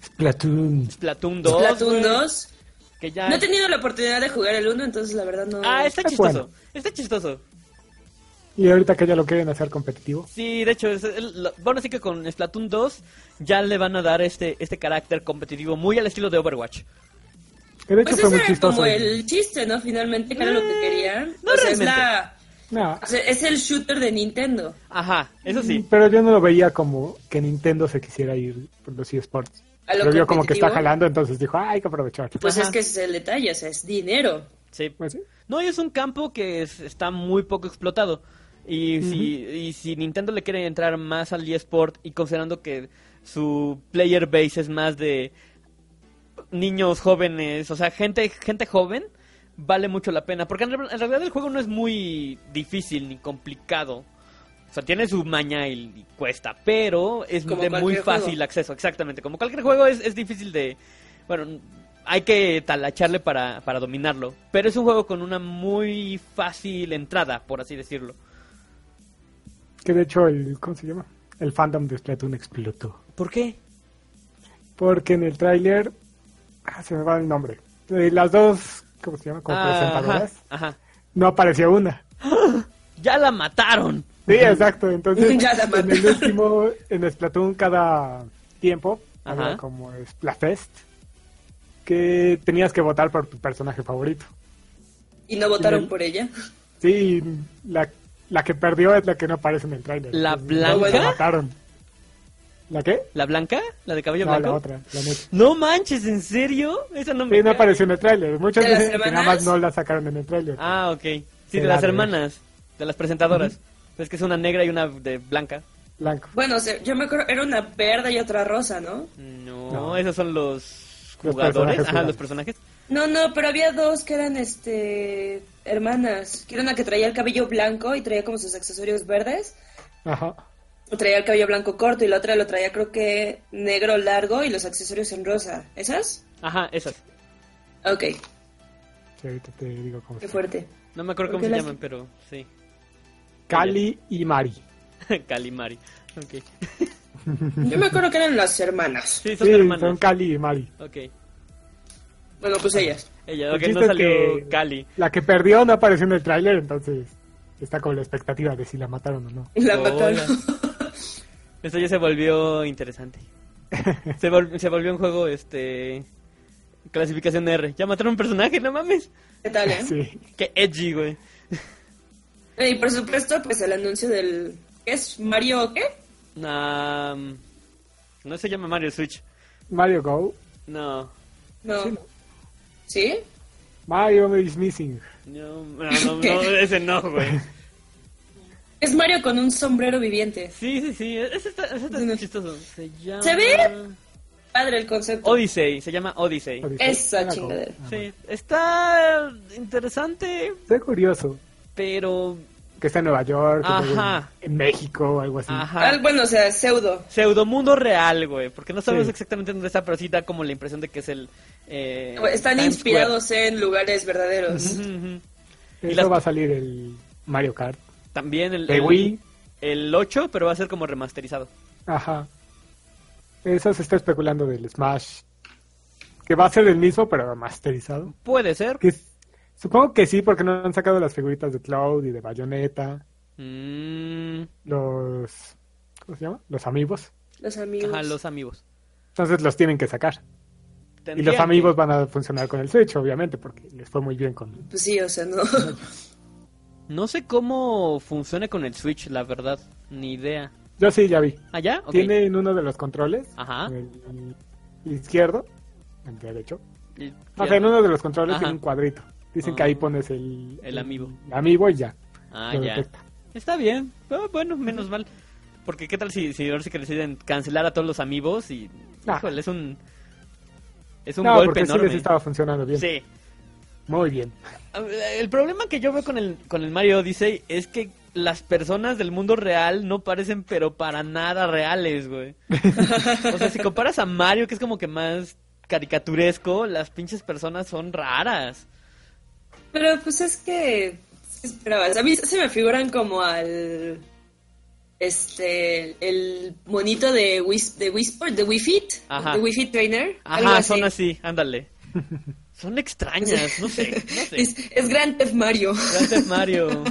[SPEAKER 4] Splatoon.
[SPEAKER 2] Splatoon 2.
[SPEAKER 3] Splatoon
[SPEAKER 2] güey,
[SPEAKER 3] 2.
[SPEAKER 2] Que ya...
[SPEAKER 3] No he tenido la oportunidad de jugar el 1, entonces la verdad no.
[SPEAKER 2] Ah, está
[SPEAKER 4] Es
[SPEAKER 2] chistoso.
[SPEAKER 4] bueno.
[SPEAKER 2] Está chistoso.
[SPEAKER 4] Y ahorita que ya lo quieren hacer competitivo.
[SPEAKER 2] Sí, de hecho, es el- lo- bueno, sí que con Splatoon 2 ya le van a dar este, este carácter competitivo muy al estilo de Overwatch.
[SPEAKER 4] Que de hecho
[SPEAKER 3] Pues
[SPEAKER 4] fue
[SPEAKER 3] ese
[SPEAKER 4] muy
[SPEAKER 3] era
[SPEAKER 4] chistoso.
[SPEAKER 3] como el chiste, ¿no? Finalmente, que era lo que querían.
[SPEAKER 2] Mm, no
[SPEAKER 3] o sea, es,
[SPEAKER 2] realmente.
[SPEAKER 3] la-
[SPEAKER 4] No,
[SPEAKER 3] o sea, es el shooter de Nintendo.
[SPEAKER 2] Ajá, eso
[SPEAKER 3] Mm.
[SPEAKER 2] sí.
[SPEAKER 4] pero yo no lo veía como que Nintendo se quisiera ir por los eSports.
[SPEAKER 3] A lo
[SPEAKER 4] Lo vio como que está
[SPEAKER 3] competitivo.
[SPEAKER 4] jalando, entonces dijo, "Ah, hay que aprovechar.
[SPEAKER 3] Pues
[SPEAKER 2] Ajá.
[SPEAKER 3] es que ese es el detalle, o sea, es dinero.
[SPEAKER 2] Sí.
[SPEAKER 4] Pues sí.
[SPEAKER 2] No, y es un campo que es- está muy poco explotado. Y, si, y si Nintendo le quiere entrar más al eSport y considerando que su player base es más de niños jóvenes, o sea, gente, gente joven, vale mucho la pena. Porque en, re- en realidad el juego no es muy difícil ni complicado. O sea, tiene su maña y, y cuesta, pero es
[SPEAKER 3] Como
[SPEAKER 2] de muy
[SPEAKER 3] cualquier
[SPEAKER 2] fácil
[SPEAKER 3] juego.
[SPEAKER 2] acceso, exactamente. Como cualquier juego es, es difícil de... Bueno, hay que talacharle para, para dominarlo. Pero es un juego con una muy fácil entrada, por así decirlo.
[SPEAKER 4] Que de hecho, el, ¿cómo se llama? El fandom de Splatoon explotó.
[SPEAKER 2] ¿Por qué?
[SPEAKER 4] Porque en el tráiler ah, se me va el nombre. Eh, las dos, ¿cómo se llama? Como
[SPEAKER 2] Ah, ajá,
[SPEAKER 4] presentadoras.
[SPEAKER 2] ajá.
[SPEAKER 4] No apareció una.
[SPEAKER 2] Ya la mataron.
[SPEAKER 4] Sí, exacto. Entonces,
[SPEAKER 3] Ya la
[SPEAKER 4] en el
[SPEAKER 3] mataron.
[SPEAKER 4] último, en Splatoon, cada tiempo,
[SPEAKER 2] Ajá.
[SPEAKER 4] había como Splatfest, que tenías que votar por tu personaje favorito.
[SPEAKER 3] Y no votaron
[SPEAKER 4] el-
[SPEAKER 3] por ella.
[SPEAKER 4] Sí, la, la que perdió es la que no aparece en el tráiler.
[SPEAKER 2] ¿La
[SPEAKER 4] Entonces, no, bueno,
[SPEAKER 2] blanca?
[SPEAKER 4] La mataron. ¿La qué?
[SPEAKER 2] ¿La blanca? ¿La de cabello
[SPEAKER 4] No,
[SPEAKER 2] blanco?
[SPEAKER 4] la otra, la neta.
[SPEAKER 2] No manches, ¿en serio? Esa no me...
[SPEAKER 4] Sí, no
[SPEAKER 2] cae.
[SPEAKER 4] apareció en el tráiler. Muchas
[SPEAKER 3] ¿De las
[SPEAKER 4] veces que nada más
[SPEAKER 3] hermanas?
[SPEAKER 4] no la sacaron en el tráiler.
[SPEAKER 2] Ah, ok. Sí,
[SPEAKER 4] Se
[SPEAKER 2] de
[SPEAKER 4] la
[SPEAKER 2] las
[SPEAKER 4] ve.
[SPEAKER 2] hermanas, de las presentadoras. Es que es una negra y una de blanca.
[SPEAKER 4] Blanco.
[SPEAKER 3] Bueno, o sea, yo me acuerdo, era una verde y otra rosa, ¿no?
[SPEAKER 2] No,
[SPEAKER 4] No.
[SPEAKER 2] esos son los
[SPEAKER 4] Los
[SPEAKER 2] jugadores.
[SPEAKER 4] personajes
[SPEAKER 2] Ajá,
[SPEAKER 4] jugables.
[SPEAKER 2] los personajes.
[SPEAKER 3] No, no, pero había dos que eran, este, hermanas. Que era una que traía el cabello blanco y traía como sus accesorios verdes.
[SPEAKER 4] Ajá.
[SPEAKER 3] traía el cabello blanco corto y la otra lo traía creo que negro largo y los accesorios en rosa. ¿Esas?
[SPEAKER 2] Ajá, esas.
[SPEAKER 3] Ok,
[SPEAKER 4] Sí, ahorita te digo cómo
[SPEAKER 3] qué
[SPEAKER 4] se
[SPEAKER 3] fuerte.
[SPEAKER 2] No me acuerdo
[SPEAKER 3] ¿Por
[SPEAKER 2] cómo se
[SPEAKER 3] qué las-
[SPEAKER 2] llaman, pero sí.
[SPEAKER 4] Cali y Mari.
[SPEAKER 2] Calimari. Ok.
[SPEAKER 3] Yo me acuerdo que eran las hermanas.
[SPEAKER 2] Sí, son
[SPEAKER 4] Sí,
[SPEAKER 2] hermanas.
[SPEAKER 4] son Cali y Mari.
[SPEAKER 2] Ok.
[SPEAKER 3] Bueno, pues ellas.
[SPEAKER 2] Ella,
[SPEAKER 4] El
[SPEAKER 2] ok,
[SPEAKER 4] chiste
[SPEAKER 2] no
[SPEAKER 4] es
[SPEAKER 2] salió
[SPEAKER 4] que
[SPEAKER 2] Cali.
[SPEAKER 4] La que perdió no apareció en el tráiler, entonces está con la expectativa de si la mataron o no.
[SPEAKER 3] La
[SPEAKER 2] Hola.
[SPEAKER 3] mataron.
[SPEAKER 2] Esto ya se volvió interesante. Se, vol- se volvió un juego, este... Clasificación R. Ya mataron a un personaje, no mames.
[SPEAKER 3] ¿Qué tal, eh?
[SPEAKER 4] Sí.
[SPEAKER 2] Qué edgy, güey.
[SPEAKER 3] Eh, Y por supuesto, pues el anuncio del... ¿Qué es? ¿Mario qué?
[SPEAKER 2] Ah, no se llama Mario Switch.
[SPEAKER 4] Mario Go.
[SPEAKER 2] No.
[SPEAKER 3] No. ¿Sí?
[SPEAKER 4] Mario is missing.
[SPEAKER 2] No, no, no, no, ese no, güey.
[SPEAKER 3] Es Mario con un sombrero viviente.
[SPEAKER 2] Sí, sí, sí. Ese está, ese está
[SPEAKER 3] No.
[SPEAKER 2] chistoso. Se llama...
[SPEAKER 3] ¿Se ve? Padre el concepto.
[SPEAKER 2] Odyssey. Se llama Odyssey.
[SPEAKER 3] Esa
[SPEAKER 4] Mario Go.
[SPEAKER 3] chingadera.
[SPEAKER 2] Sí. Está interesante,
[SPEAKER 4] Está curioso.
[SPEAKER 2] pero...
[SPEAKER 4] Que está en Nueva York, que
[SPEAKER 2] Ajá.
[SPEAKER 4] luego en, en México o algo así.
[SPEAKER 2] Ajá.
[SPEAKER 3] Ah, bueno, o sea, pseudo.
[SPEAKER 2] Pseudomundo real, güey, porque no sabemos
[SPEAKER 4] Sí.
[SPEAKER 2] exactamente dónde está, pero sí da como la impresión de que es el... eh,
[SPEAKER 3] Están
[SPEAKER 2] Times
[SPEAKER 3] inspirados en lugares verdaderos.
[SPEAKER 2] Square. Ujú, ujú.
[SPEAKER 4] Eso
[SPEAKER 2] Y las-
[SPEAKER 4] va a salir el Mario Kart.
[SPEAKER 2] También el,
[SPEAKER 4] De Wii.
[SPEAKER 2] el 8, pero va a ser como remasterizado.
[SPEAKER 4] Ajá. Eso se está especulando del Smash. Que va a ser el mismo, pero remasterizado.
[SPEAKER 2] Puede ser.
[SPEAKER 4] Que es- supongo que sí, porque no han sacado las figuritas de Cloud y de Bayonetta.
[SPEAKER 2] Mm,
[SPEAKER 4] Los. ¿Cómo se llama? Los amigos.
[SPEAKER 3] Los amigos.
[SPEAKER 2] ajá, los amigos.
[SPEAKER 4] Entonces los tienen que sacar. Y
[SPEAKER 2] Tendrían
[SPEAKER 4] los
[SPEAKER 2] que-
[SPEAKER 4] amigos van a funcionar con el Switch, obviamente, porque les fue muy bien con.
[SPEAKER 3] Pues sí, o sea, no.
[SPEAKER 2] No sé cómo funciona con el Switch, la verdad. Ni idea.
[SPEAKER 4] Yo sí, ya vi.
[SPEAKER 2] ¿Allá? Ok.
[SPEAKER 4] Tienen uno de los controles.
[SPEAKER 2] Ajá.
[SPEAKER 4] El izquierdo. El derecho.
[SPEAKER 2] Y-
[SPEAKER 4] O sea, en uno de los controles
[SPEAKER 2] Ajá.
[SPEAKER 4] tiene un cuadrito. Dicen que ahí
[SPEAKER 2] Ah.
[SPEAKER 4] pones el.
[SPEAKER 2] El amiibo.
[SPEAKER 4] el amiibo y ya.
[SPEAKER 2] Ah,
[SPEAKER 4] lo
[SPEAKER 2] ya.
[SPEAKER 4] detecta.
[SPEAKER 2] Está bien. Ah, bueno, menos mal. Porque qué tal si, si ahora sí que deciden cancelar a todos los amigos y...
[SPEAKER 4] Ah.
[SPEAKER 2] Híjole, es un... Es un
[SPEAKER 4] No,
[SPEAKER 2] golpe
[SPEAKER 4] porque
[SPEAKER 2] enorme.
[SPEAKER 4] sí les estaba funcionando bien.
[SPEAKER 2] Sí.
[SPEAKER 4] Muy bien.
[SPEAKER 2] El problema que yo veo con el, con el Mario Odyssey es que las personas del mundo real no parecen pero para nada reales, güey. o sea, si comparas a Mario, que es como que más caricaturesco, las pinches personas son raras.
[SPEAKER 3] Pero pues es que. ¿qué esperabas? A mí se me figuran como al. Este. El monito de Wii, de Wii Sport, de Wii Fit.
[SPEAKER 2] Ajá.
[SPEAKER 3] De Wii Fit Trainer. algo
[SPEAKER 2] Ajá, son así, ándale. Son extrañas, no sé, no
[SPEAKER 3] Es,
[SPEAKER 2] sé.
[SPEAKER 3] es Grand Theft Mario.
[SPEAKER 2] Gracias, Mario.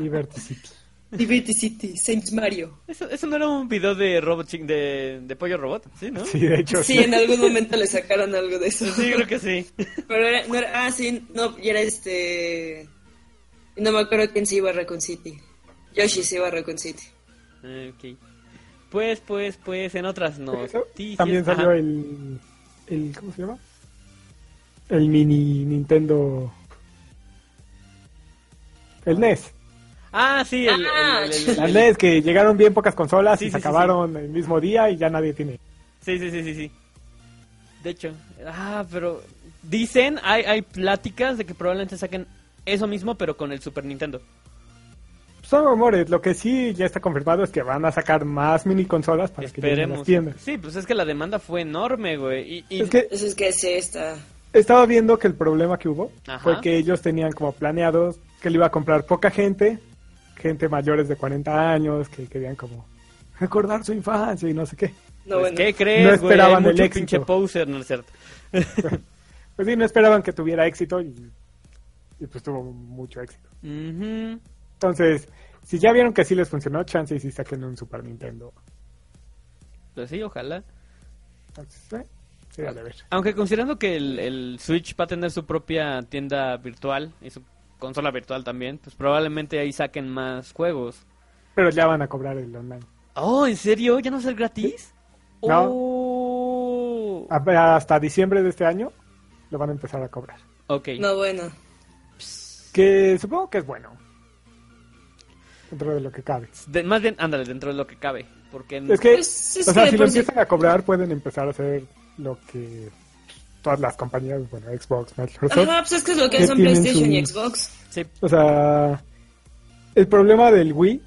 [SPEAKER 4] Liberty City.
[SPEAKER 3] Liberty City, Saint Mario.
[SPEAKER 2] Eso, eso no era un video de Robot Chick- de, de Pollo Robot, ¿sí, no?
[SPEAKER 4] Sí, de hecho.
[SPEAKER 3] Sí, en algún momento le sacaron algo de eso.
[SPEAKER 2] Sí, creo que sí.
[SPEAKER 3] Pero era, no era, ah, sí, no, y era este. No me acuerdo quién se iba a Raccoon City. Yoshi se iba a Raccoon City.
[SPEAKER 2] Ah, ok. Pues, pues, pues, en otras
[SPEAKER 4] Pero eso
[SPEAKER 2] noticias.
[SPEAKER 4] También salió
[SPEAKER 2] Ajá.
[SPEAKER 4] el, el. ¿Cómo se llama? El mini Nintendo. El E NES.
[SPEAKER 2] Ah, sí, el,
[SPEAKER 3] Ah,
[SPEAKER 2] el- el- el-
[SPEAKER 4] La E
[SPEAKER 2] el-
[SPEAKER 4] NES que llegaron bien pocas consolas
[SPEAKER 2] Sí,
[SPEAKER 4] y
[SPEAKER 2] sí,
[SPEAKER 4] se
[SPEAKER 2] sí,
[SPEAKER 4] acabaron el mismo día y ya nadie tiene.
[SPEAKER 2] Sí, sí, sí, sí, sí. De hecho, ah, pero dicen, hay, hay pláticas de que probablemente saquen eso mismo, pero con el Super Nintendo.
[SPEAKER 4] Pues, Son rumores. Lo que sí ya está confirmado es que van a sacar más mini consolas para que lleguen a las
[SPEAKER 2] Esperemos.
[SPEAKER 4] tiendas.
[SPEAKER 2] Sí, pues es que la demanda fue enorme, güey. Y, y-
[SPEAKER 4] Es que
[SPEAKER 3] Eso es que sí está.
[SPEAKER 4] estaba viendo que el problema que hubo
[SPEAKER 2] Ajá.
[SPEAKER 4] fue que ellos tenían como planeados que le iba a comprar poca gente, gente mayores de 40 años que querían como recordar su infancia y no sé qué.
[SPEAKER 2] pues,
[SPEAKER 3] No, bueno.
[SPEAKER 2] ¿Qué crees,
[SPEAKER 4] No
[SPEAKER 2] güey? Hay
[SPEAKER 4] esperaban el
[SPEAKER 2] mucho
[SPEAKER 4] éxito.
[SPEAKER 2] pinche poser, ¿no es cierto?
[SPEAKER 4] Pues sí, no esperaban que tuviera éxito y, y pues tuvo mucho éxito.
[SPEAKER 2] Ujú.
[SPEAKER 4] Entonces, si ya vieron que sí les funcionó, chance y sí saquen un Super Nintendo.
[SPEAKER 2] Pues sí, ojalá.
[SPEAKER 4] Entonces, eh, sería de ver.
[SPEAKER 2] Aunque considerando que el, el Switch va a tener su propia tienda virtual y su consola virtual también, pues probablemente ahí saquen más juegos.
[SPEAKER 4] Pero ya van a cobrar el online.
[SPEAKER 2] Oh, ¿en serio? ¿Ya no va a ser gratis?
[SPEAKER 4] No. Ah.
[SPEAKER 2] Oh.
[SPEAKER 4] A- Hasta diciembre de este año lo van a empezar a cobrar.
[SPEAKER 2] Ok.
[SPEAKER 3] No, bueno.
[SPEAKER 4] Que supongo que es bueno. Dentro de lo que cabe.
[SPEAKER 2] De- más bien, ándale, dentro de lo que cabe. Porque en-
[SPEAKER 4] Es que,
[SPEAKER 3] Pues, es
[SPEAKER 4] o sea,
[SPEAKER 3] que
[SPEAKER 4] si
[SPEAKER 3] por
[SPEAKER 4] lo
[SPEAKER 3] si-
[SPEAKER 4] empiezan a cobrar, pueden empezar a hacer lo que todas las compañías, bueno, Xbox, Microsoft.
[SPEAKER 3] Ajá, pues es que es lo que
[SPEAKER 4] ¿Qué
[SPEAKER 3] son
[SPEAKER 4] tienen
[SPEAKER 3] PlayStation y
[SPEAKER 4] sus-
[SPEAKER 3] Xbox.
[SPEAKER 2] sí,
[SPEAKER 4] O sea, el problema del Wii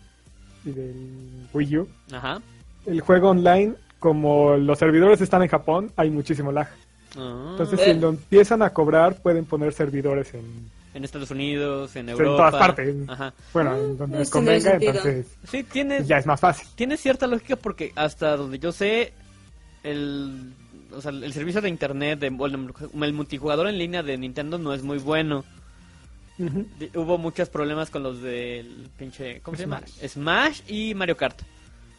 [SPEAKER 4] y del Wii U,
[SPEAKER 2] Ajá.
[SPEAKER 4] el juego online, como los servidores están en Japón, hay muchísimo lag.
[SPEAKER 2] Ah.
[SPEAKER 4] Entonces,
[SPEAKER 3] Eh.
[SPEAKER 4] si lo empiezan a cobrar, pueden poner servidores en.
[SPEAKER 2] en Estados Unidos, en
[SPEAKER 4] En
[SPEAKER 2] Europa.
[SPEAKER 4] todas partes.
[SPEAKER 2] Ajá.
[SPEAKER 4] Bueno, en donde les
[SPEAKER 3] pues, tiene
[SPEAKER 4] convenga,
[SPEAKER 3] sentido.
[SPEAKER 4] entonces
[SPEAKER 2] Sí, tiene,
[SPEAKER 4] ya es más fácil.
[SPEAKER 2] tiene cierta lógica porque hasta donde yo sé, el, o sea, el servicio de internet, de, o el, el multijugador en línea de Nintendo no es muy bueno.
[SPEAKER 4] Ujú.
[SPEAKER 2] De- hubo muchos problemas con los del pinche, ¿cómo se llama?
[SPEAKER 4] Smash.
[SPEAKER 2] Smash y Mario Kart.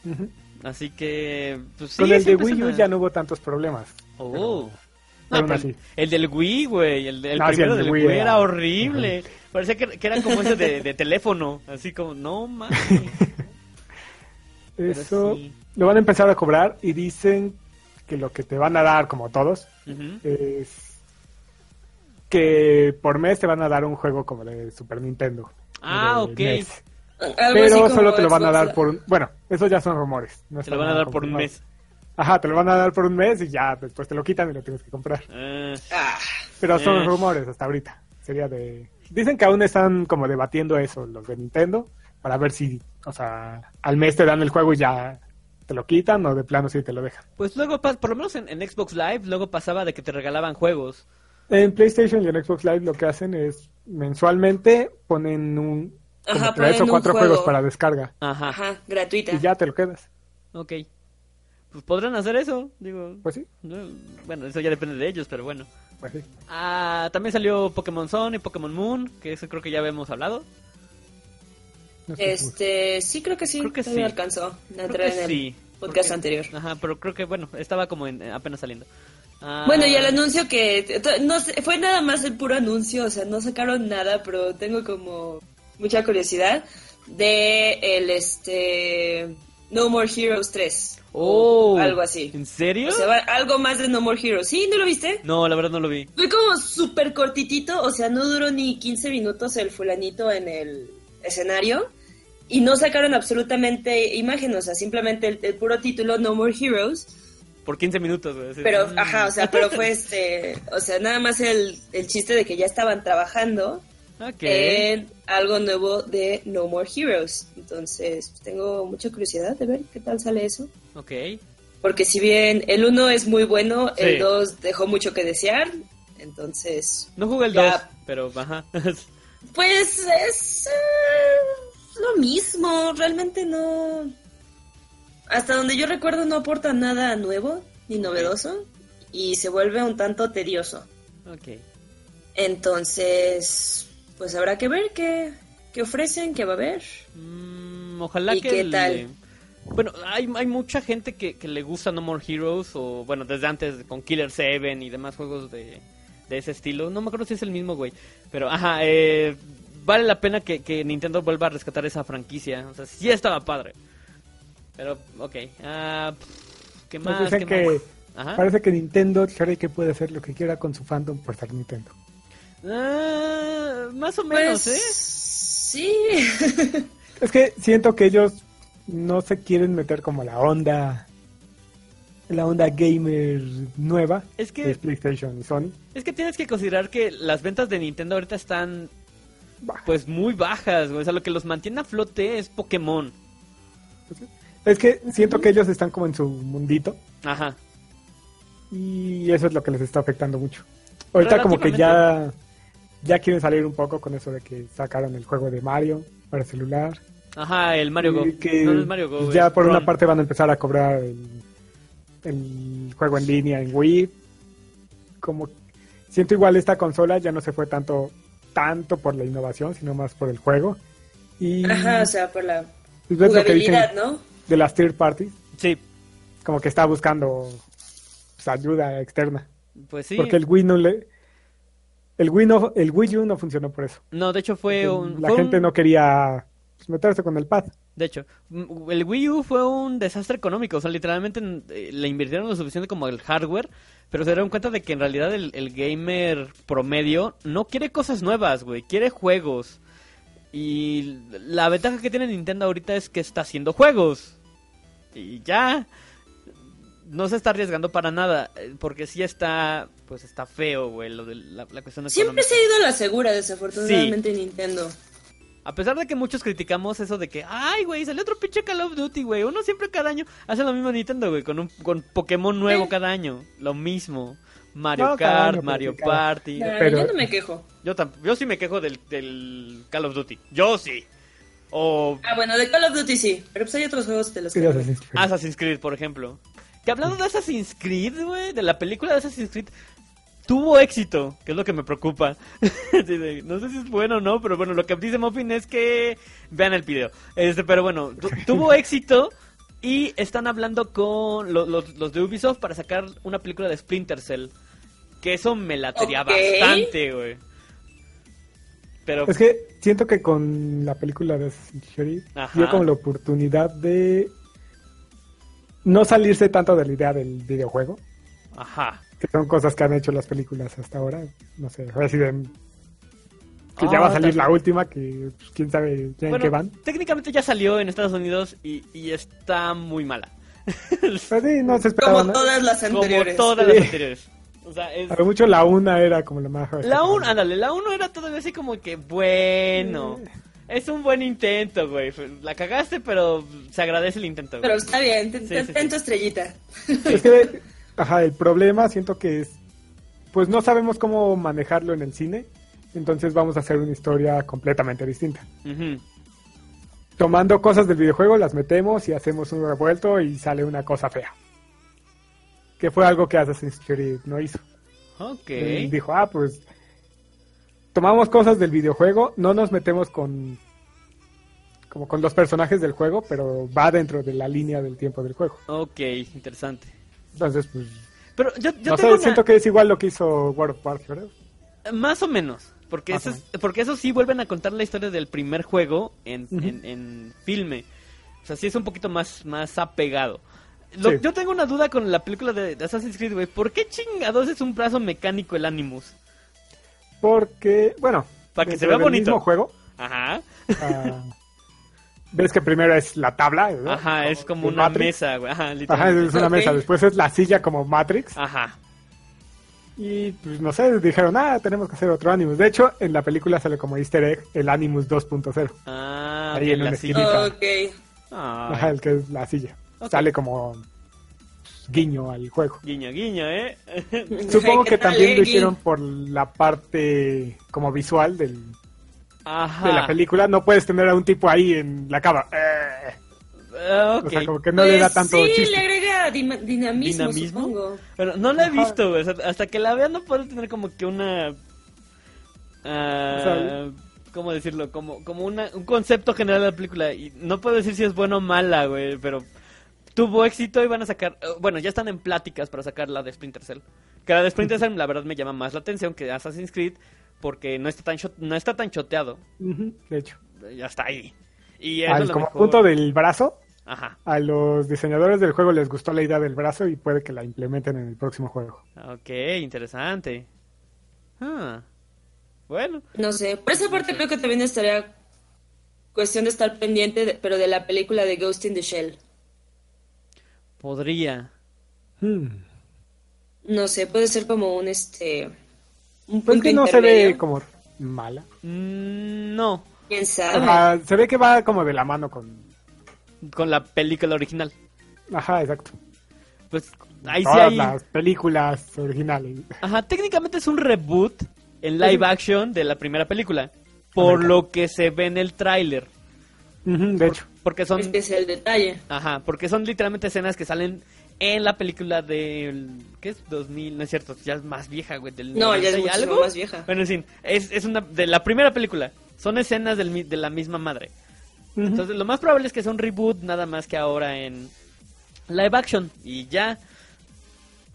[SPEAKER 4] Ujú.
[SPEAKER 2] Así que, pues sí.
[SPEAKER 4] Con el de
[SPEAKER 2] siempre es
[SPEAKER 4] Wii U
[SPEAKER 2] una-
[SPEAKER 4] ya no hubo tantos problemas.
[SPEAKER 2] Oh.
[SPEAKER 4] pero
[SPEAKER 2] No,
[SPEAKER 4] aún
[SPEAKER 2] pero
[SPEAKER 4] así.
[SPEAKER 2] el del Wii, güey, el, de- el
[SPEAKER 4] Ah, sí,
[SPEAKER 2] primero
[SPEAKER 4] el
[SPEAKER 2] del Wii, era, horrible.
[SPEAKER 4] Ujú.
[SPEAKER 2] Parecía que, que era como ese de, de teléfono, así como, no mames. Pero
[SPEAKER 4] Eso
[SPEAKER 2] sí.
[SPEAKER 4] lo van a empezar a cobrar y dicen que lo que te van a dar, como todos,
[SPEAKER 2] Ujú.
[SPEAKER 4] es que por mes te van a dar un juego como de Super Nintendo.
[SPEAKER 2] Ah,
[SPEAKER 4] de
[SPEAKER 2] ok.
[SPEAKER 4] NES.
[SPEAKER 3] Algo así
[SPEAKER 4] Pero
[SPEAKER 3] como
[SPEAKER 4] solo te lo van a
[SPEAKER 3] Xbox
[SPEAKER 4] dar
[SPEAKER 3] Live.
[SPEAKER 4] por... un- Bueno, esos ya son rumores. no
[SPEAKER 2] Te lo
[SPEAKER 4] están
[SPEAKER 2] van a dar por un
[SPEAKER 4] confirmados.
[SPEAKER 2] mes.
[SPEAKER 4] Ajá, te lo van a dar por un mes y ya después te lo quitan y lo tienes que comprar.
[SPEAKER 2] Ah,
[SPEAKER 3] Ah,
[SPEAKER 4] Pero son
[SPEAKER 2] Eh.
[SPEAKER 4] rumores hasta ahorita. Sería de... Dicen que aún están como debatiendo eso los de Nintendo para ver si, o sea, al mes te dan el juego y ya te lo quitan o de plano sí te lo dejan.
[SPEAKER 2] pues luego, pas- por lo menos en, en Xbox Live, luego pasaba de que te regalaban juegos.
[SPEAKER 4] En PlayStation y en Xbox Live lo que hacen es mensualmente ponen un como
[SPEAKER 3] Ajá,
[SPEAKER 4] tres
[SPEAKER 3] ponen
[SPEAKER 4] o
[SPEAKER 3] un
[SPEAKER 4] cuatro
[SPEAKER 3] juego.
[SPEAKER 4] juegos para descarga
[SPEAKER 2] Ajá,
[SPEAKER 3] Ajá, gratuita.
[SPEAKER 4] y ya te lo quedas.
[SPEAKER 2] ok. Pues podrán hacer eso, digo.
[SPEAKER 4] Pues sí,
[SPEAKER 2] no- Bueno, eso ya depende de ellos, pero bueno.
[SPEAKER 4] pues sí.
[SPEAKER 2] Ah, también salió Pokémon Sun y Pokémon Moon, que eso creo que ya habíamos hablado.
[SPEAKER 4] No estoy seguro.
[SPEAKER 3] Este, sí, creo que sí.
[SPEAKER 2] Creo que
[SPEAKER 3] todavía
[SPEAKER 2] sí.
[SPEAKER 3] alcanzó a
[SPEAKER 2] Creo
[SPEAKER 3] entrar
[SPEAKER 2] que
[SPEAKER 3] en el
[SPEAKER 2] sí,
[SPEAKER 3] podcast
[SPEAKER 2] porque-
[SPEAKER 3] anterior.
[SPEAKER 2] Ajá, pero creo que, bueno, estaba como en- eh, apenas saliendo. Ah,
[SPEAKER 3] Bueno, y el anuncio que to- no sé, fue nada más el puro anuncio, o sea, no sacaron nada, pero tengo como mucha curiosidad de el este No More Heroes 3
[SPEAKER 2] Oh,
[SPEAKER 3] o algo así.
[SPEAKER 2] ¿En serio?
[SPEAKER 3] O sea, va- algo más de No More Heroes. ¿Sí? ¿No lo viste?
[SPEAKER 2] No, la verdad no lo vi.
[SPEAKER 3] Fue como súper cortitito, o sea, no duró ni 15 minutos el fulanito en el escenario y no sacaron absolutamente imagen, o sea, simplemente el, el puro título No More Heroes,
[SPEAKER 2] Por 15 minutos, güey, así.
[SPEAKER 3] pero,
[SPEAKER 2] Mm.
[SPEAKER 3] ajá, o sea, pero fue este, o sea, nada más el, el chiste de que ya estaban trabajando
[SPEAKER 2] Ok.
[SPEAKER 3] en algo nuevo de No More Heroes, entonces pues, tengo mucha curiosidad de ver qué tal sale eso.
[SPEAKER 2] Ok.
[SPEAKER 3] Porque si bien el 1 es muy bueno,
[SPEAKER 2] Sí.
[SPEAKER 3] el 2 dejó mucho que desear, entonces
[SPEAKER 2] No jugué el 2,
[SPEAKER 3] Ya.
[SPEAKER 2] pero ajá.
[SPEAKER 3] Pues es eh, lo mismo, realmente no. Hasta donde yo recuerdo no aporta nada nuevo ni novedoso y se vuelve un tanto tedioso.
[SPEAKER 2] ok.
[SPEAKER 3] Entonces, pues habrá que ver qué, qué ofrecen, qué va a haber.
[SPEAKER 2] Mm, ojalá
[SPEAKER 3] ¿Y
[SPEAKER 2] que.
[SPEAKER 3] qué
[SPEAKER 2] el-
[SPEAKER 3] tal?
[SPEAKER 2] Bueno, hay, hay mucha gente que, que le gusta No More Heroes o, bueno, desde antes con Killer 7 y demás juegos de, de ese estilo. No me acuerdo si es el mismo, güey. Pero, ajá, eh, vale la pena que, que Nintendo vuelva a rescatar esa franquicia. O sea, sí estaba padre. Pero, ok. Ah, pff, ¿Qué
[SPEAKER 4] Nos
[SPEAKER 2] más?
[SPEAKER 4] Pues dicen
[SPEAKER 2] ¿Qué
[SPEAKER 4] que
[SPEAKER 2] más? Ajá.
[SPEAKER 4] parece que Nintendo cree que puede hacer lo que quiera con su fandom por ser Nintendo.
[SPEAKER 2] Ah, más o menos,
[SPEAKER 3] Pues
[SPEAKER 2] ¿eh?
[SPEAKER 3] sí.
[SPEAKER 4] Es que siento que ellos no se quieren meter como la onda, la onda gamer nueva
[SPEAKER 2] Es que-
[SPEAKER 4] de PlayStation y Sony.
[SPEAKER 2] Es que tienes que considerar que las ventas de Nintendo ahorita están
[SPEAKER 4] Bah,
[SPEAKER 2] pues muy bajas, güey. O sea, lo que los mantiene a flote es Pokémon.
[SPEAKER 4] Es que siento que ellos están como en su mundito
[SPEAKER 2] Ajá.
[SPEAKER 4] y eso es lo que les está afectando mucho. Ahorita como que ya,
[SPEAKER 2] Relativamente.
[SPEAKER 4] ya quieren salir un poco con eso de que sacaron el juego de Mario para celular.
[SPEAKER 2] Ajá, el Mario Go.
[SPEAKER 4] Y que
[SPEAKER 2] no no es Mario Go.
[SPEAKER 4] Ya
[SPEAKER 2] es
[SPEAKER 4] por una
[SPEAKER 2] Ron.
[SPEAKER 4] parte van a empezar a cobrar el, el juego en línea en Wii. Como siento igual esta consola ya no se fue tanto tanto por la innovación, sino más por el juego. Y
[SPEAKER 3] Ajá, o sea, por la
[SPEAKER 4] pues ves lo que dicen
[SPEAKER 3] jugabilidad, ¿no?
[SPEAKER 4] de las third parties,
[SPEAKER 2] Sí,
[SPEAKER 4] como que está buscando pues, ayuda externa,
[SPEAKER 2] pues sí.
[SPEAKER 4] porque el Wii no le el Wii no el Wii U no funcionó por eso.
[SPEAKER 2] No, de hecho fue un...
[SPEAKER 4] la
[SPEAKER 2] fue
[SPEAKER 4] gente
[SPEAKER 2] un-
[SPEAKER 4] no quería pues, meterse con el pad.
[SPEAKER 2] De hecho, mm, el Wii U fue un desastre económico. O sea, literalmente mm, eh, le invirtieron lo suficiente como el hardware, pero se dieron cuenta de que en realidad el, el gamer promedio no quiere cosas nuevas, güey. Quiere juegos. Y la ventaja que tiene Nintendo ahorita es que está haciendo juegos. Y ya. No se está arriesgando para nada. eh, Porque sí está. Pues está feo, güey. Lo de la, la cuestión económica.
[SPEAKER 3] Siempre se ha ido a la segura, desafortunadamente, Nintendo.
[SPEAKER 2] A pesar de que muchos criticamos eso de que, ay, güey, salió otro pinche Call of Duty, güey. Uno siempre cada año hace lo mismo en Nintendo, güey, con un con Pokémon nuevo
[SPEAKER 3] Sí.
[SPEAKER 2] cada año. Lo mismo. Mario
[SPEAKER 4] No, cada
[SPEAKER 2] Kart,
[SPEAKER 4] año, pero
[SPEAKER 2] Mario
[SPEAKER 4] sí, cada-
[SPEAKER 2] Party.
[SPEAKER 3] Nah,
[SPEAKER 4] Pero-
[SPEAKER 3] Yo no me quejo.
[SPEAKER 2] Yo, tam- yo sí me quejo del, del Call of Duty. Yo sí. O
[SPEAKER 3] Ah, bueno, de Call of Duty sí, pero pues hay otros juegos de los
[SPEAKER 4] Sí,
[SPEAKER 3] que...
[SPEAKER 4] de Assassin's Creed.
[SPEAKER 2] Assassin's Creed, por ejemplo. Que hablando de Assassin's Creed, güey, de la película de Assassin's Creed, tuvo éxito, que es lo que me preocupa. Así de, no sé si es bueno o no, pero bueno, lo que dice Muffin es que vean el video. Este, pero bueno, tu- tuvo éxito y están hablando con lo- los, los de Ubisoft para sacar una película de Splinter Cell. Que eso me latería
[SPEAKER 3] Ok.
[SPEAKER 2] bastante, güey. Pero
[SPEAKER 4] Es que siento que con la película de Assassin's Creed
[SPEAKER 2] Ajá.
[SPEAKER 4] dio como la oportunidad de no salirse tanto de la idea del videojuego,
[SPEAKER 2] ajá.
[SPEAKER 4] que son cosas que han hecho las películas hasta ahora. No sé, Resident que ya va a
[SPEAKER 2] Ah,
[SPEAKER 4] salir
[SPEAKER 2] también.
[SPEAKER 4] la última, que pues, quién sabe ya en
[SPEAKER 2] Bueno,
[SPEAKER 4] qué van.
[SPEAKER 2] técnicamente ya salió en Estados Unidos y, y está muy mala.
[SPEAKER 4] Pero Pues, sí, no se esperaba
[SPEAKER 3] Como
[SPEAKER 4] nada.
[SPEAKER 3] todas las
[SPEAKER 2] Como
[SPEAKER 3] anteriores.
[SPEAKER 2] todas
[SPEAKER 4] Sí.
[SPEAKER 2] las anteriores. O sea, es...
[SPEAKER 4] A lo mucho la una era como la más...
[SPEAKER 2] La 1, ándale, la 1 era todavía así como que, bueno,
[SPEAKER 4] Mm.
[SPEAKER 2] es un buen intento, güey. La cagaste, pero se agradece el intento. güey.
[SPEAKER 3] Pero está bien, ten-
[SPEAKER 2] Sí,
[SPEAKER 3] ten-
[SPEAKER 2] sí,
[SPEAKER 3] ten
[SPEAKER 2] sí.
[SPEAKER 3] tu estrellita.
[SPEAKER 4] Es que, ajá, el problema siento que es, pues no sabemos cómo manejarlo en el cine, entonces vamos a hacer una historia completamente distinta.
[SPEAKER 2] Ujú.
[SPEAKER 4] Tomando cosas del videojuego, las metemos y hacemos un revuelto y sale una cosa fea. Que fue algo que Assassin's Creed no hizo.
[SPEAKER 2] Ok.
[SPEAKER 4] Él Dijo, ah, pues tomamos cosas del videojuego, no nos metemos con como con los personajes del juego, pero va dentro de la línea del tiempo del juego.
[SPEAKER 2] Ok, interesante.
[SPEAKER 4] Entonces, pues,
[SPEAKER 2] Pero yo, yo
[SPEAKER 4] no sé,
[SPEAKER 2] tengo una-
[SPEAKER 4] siento que es igual lo que hizo World of Warcraft.
[SPEAKER 2] Más o menos. Porque
[SPEAKER 4] Más
[SPEAKER 2] eso,
[SPEAKER 4] o
[SPEAKER 2] es- porque eso sí vuelven a contar la historia del primer juego en,
[SPEAKER 4] Ujú.
[SPEAKER 2] en- en filme. O sea, sí es un poquito más, más apegado. Lo-
[SPEAKER 4] Sí.
[SPEAKER 2] Yo tengo una duda con la película de, de Assassin's Creed, güey. ¿Por qué chingados es un brazo mecánico el Animus?
[SPEAKER 4] Porque, bueno,
[SPEAKER 2] Para que se
[SPEAKER 4] dentro
[SPEAKER 2] vea
[SPEAKER 4] del
[SPEAKER 2] bonito.
[SPEAKER 4] mismo juego,
[SPEAKER 2] Ajá.
[SPEAKER 4] ah, ves que primero es la tabla, ¿verdad?
[SPEAKER 2] Ajá, es como
[SPEAKER 4] el
[SPEAKER 2] una
[SPEAKER 4] Matrix.
[SPEAKER 2] mesa, güey. Ajá,
[SPEAKER 4] Ajá,
[SPEAKER 2] literalmente.
[SPEAKER 4] es
[SPEAKER 3] Ok.
[SPEAKER 4] una
[SPEAKER 3] Ah.
[SPEAKER 4] mesa, después es la silla como Matrix
[SPEAKER 2] Ajá.
[SPEAKER 4] y pues no sé, dijeron, ah, tenemos que hacer otro Animus. De hecho, en la película sale como easter egg el Animus 2.0,
[SPEAKER 2] Ah,
[SPEAKER 4] Ahí
[SPEAKER 2] ok,
[SPEAKER 4] en una
[SPEAKER 2] la
[SPEAKER 4] esquinita.
[SPEAKER 2] silla.
[SPEAKER 3] Ok. Ah,
[SPEAKER 2] Ay,
[SPEAKER 4] ajá, el que es la silla.
[SPEAKER 2] Ok.
[SPEAKER 4] Sale como pues, guiño al juego.
[SPEAKER 2] Guiño, guiño, ¿eh?
[SPEAKER 3] Ay,
[SPEAKER 4] Supongo
[SPEAKER 3] ¿qué
[SPEAKER 4] que
[SPEAKER 3] tal,
[SPEAKER 4] también lo
[SPEAKER 3] Eggy?
[SPEAKER 4] hicieron por la parte como visual del,
[SPEAKER 2] Ajá.
[SPEAKER 4] de la película. No puedes tener a un tipo ahí en la cava. Eh,
[SPEAKER 2] Ah, ok.
[SPEAKER 4] O sea, como que no le da
[SPEAKER 3] Pues
[SPEAKER 4] tanto
[SPEAKER 3] sí,
[SPEAKER 4] chiste.
[SPEAKER 3] le agrega dima- dinamismo,
[SPEAKER 2] ¿Dinamismo?
[SPEAKER 3] supongo.
[SPEAKER 2] Pero no la he
[SPEAKER 4] Ajá.
[SPEAKER 2] visto, güey. O sea, hasta que la vea no puedo tener como que una... ah, ¿Cómo decirlo? Como, como una, un concepto general de la película. Y no puedo decir si es bueno o mala, güey. Pero tuvo éxito y van a sacar... eh, Bueno, ya están en pláticas para sacar la de Splinter Cell. Que la de Splinter Cell, la verdad, me llama más la atención que Assassin's Creed. Porque no está tan, cho- no está tan choteado.
[SPEAKER 4] Ujú, de hecho.
[SPEAKER 2] Eh, Ya está ahí. Y eso es
[SPEAKER 4] Al,
[SPEAKER 2] lo
[SPEAKER 4] Ah, como
[SPEAKER 2] mejor.
[SPEAKER 4] punto del brazo,
[SPEAKER 2] Ajá.
[SPEAKER 4] a los diseñadores del juego les gustó la idea del brazo y puede que la implementen en el próximo juego.
[SPEAKER 2] Ok, interesante. Ah. Bueno.
[SPEAKER 3] No sé. Por esa parte creo que también estaría cuestión de estar pendiente, de- pero de la película de Ghost in the Shell.
[SPEAKER 2] Podría. Hmm.
[SPEAKER 3] No sé, puede ser como un este... Un
[SPEAKER 4] Pues
[SPEAKER 3] punto
[SPEAKER 4] que no se ve
[SPEAKER 3] intermedio.
[SPEAKER 4] como mala.
[SPEAKER 2] Mm, No,
[SPEAKER 3] ¿Quién
[SPEAKER 4] O
[SPEAKER 3] sabe?
[SPEAKER 4] sea, se ve que va como de la mano con...
[SPEAKER 2] con la película original.
[SPEAKER 4] Ajá, exacto.
[SPEAKER 2] Pues ahí sí
[SPEAKER 4] Todas
[SPEAKER 2] hay-
[SPEAKER 4] las películas originales.
[SPEAKER 2] Ajá, técnicamente es un reboot en
[SPEAKER 4] Pues
[SPEAKER 2] live action de la primera película. Por
[SPEAKER 4] Ajá.
[SPEAKER 2] lo que se ve en el tráiler.
[SPEAKER 4] Ujú, de hecho.
[SPEAKER 2] Porque son.
[SPEAKER 3] Este es el detalle.
[SPEAKER 2] Ajá, porque son literalmente escenas que salen en la película del. ¿Qué es? 2000, no es cierto, ya es más vieja, güey. Del
[SPEAKER 3] No,
[SPEAKER 2] 90
[SPEAKER 3] ya es
[SPEAKER 2] y
[SPEAKER 3] muchísimo
[SPEAKER 2] algo.
[SPEAKER 3] más vieja.
[SPEAKER 2] Bueno, en fin, es, es una. De la primera película. Son escenas del mi- de la misma madre.
[SPEAKER 4] Ujú.
[SPEAKER 2] Entonces, lo más probable es que sea un reboot, nada más que ahora en live action. Y ya.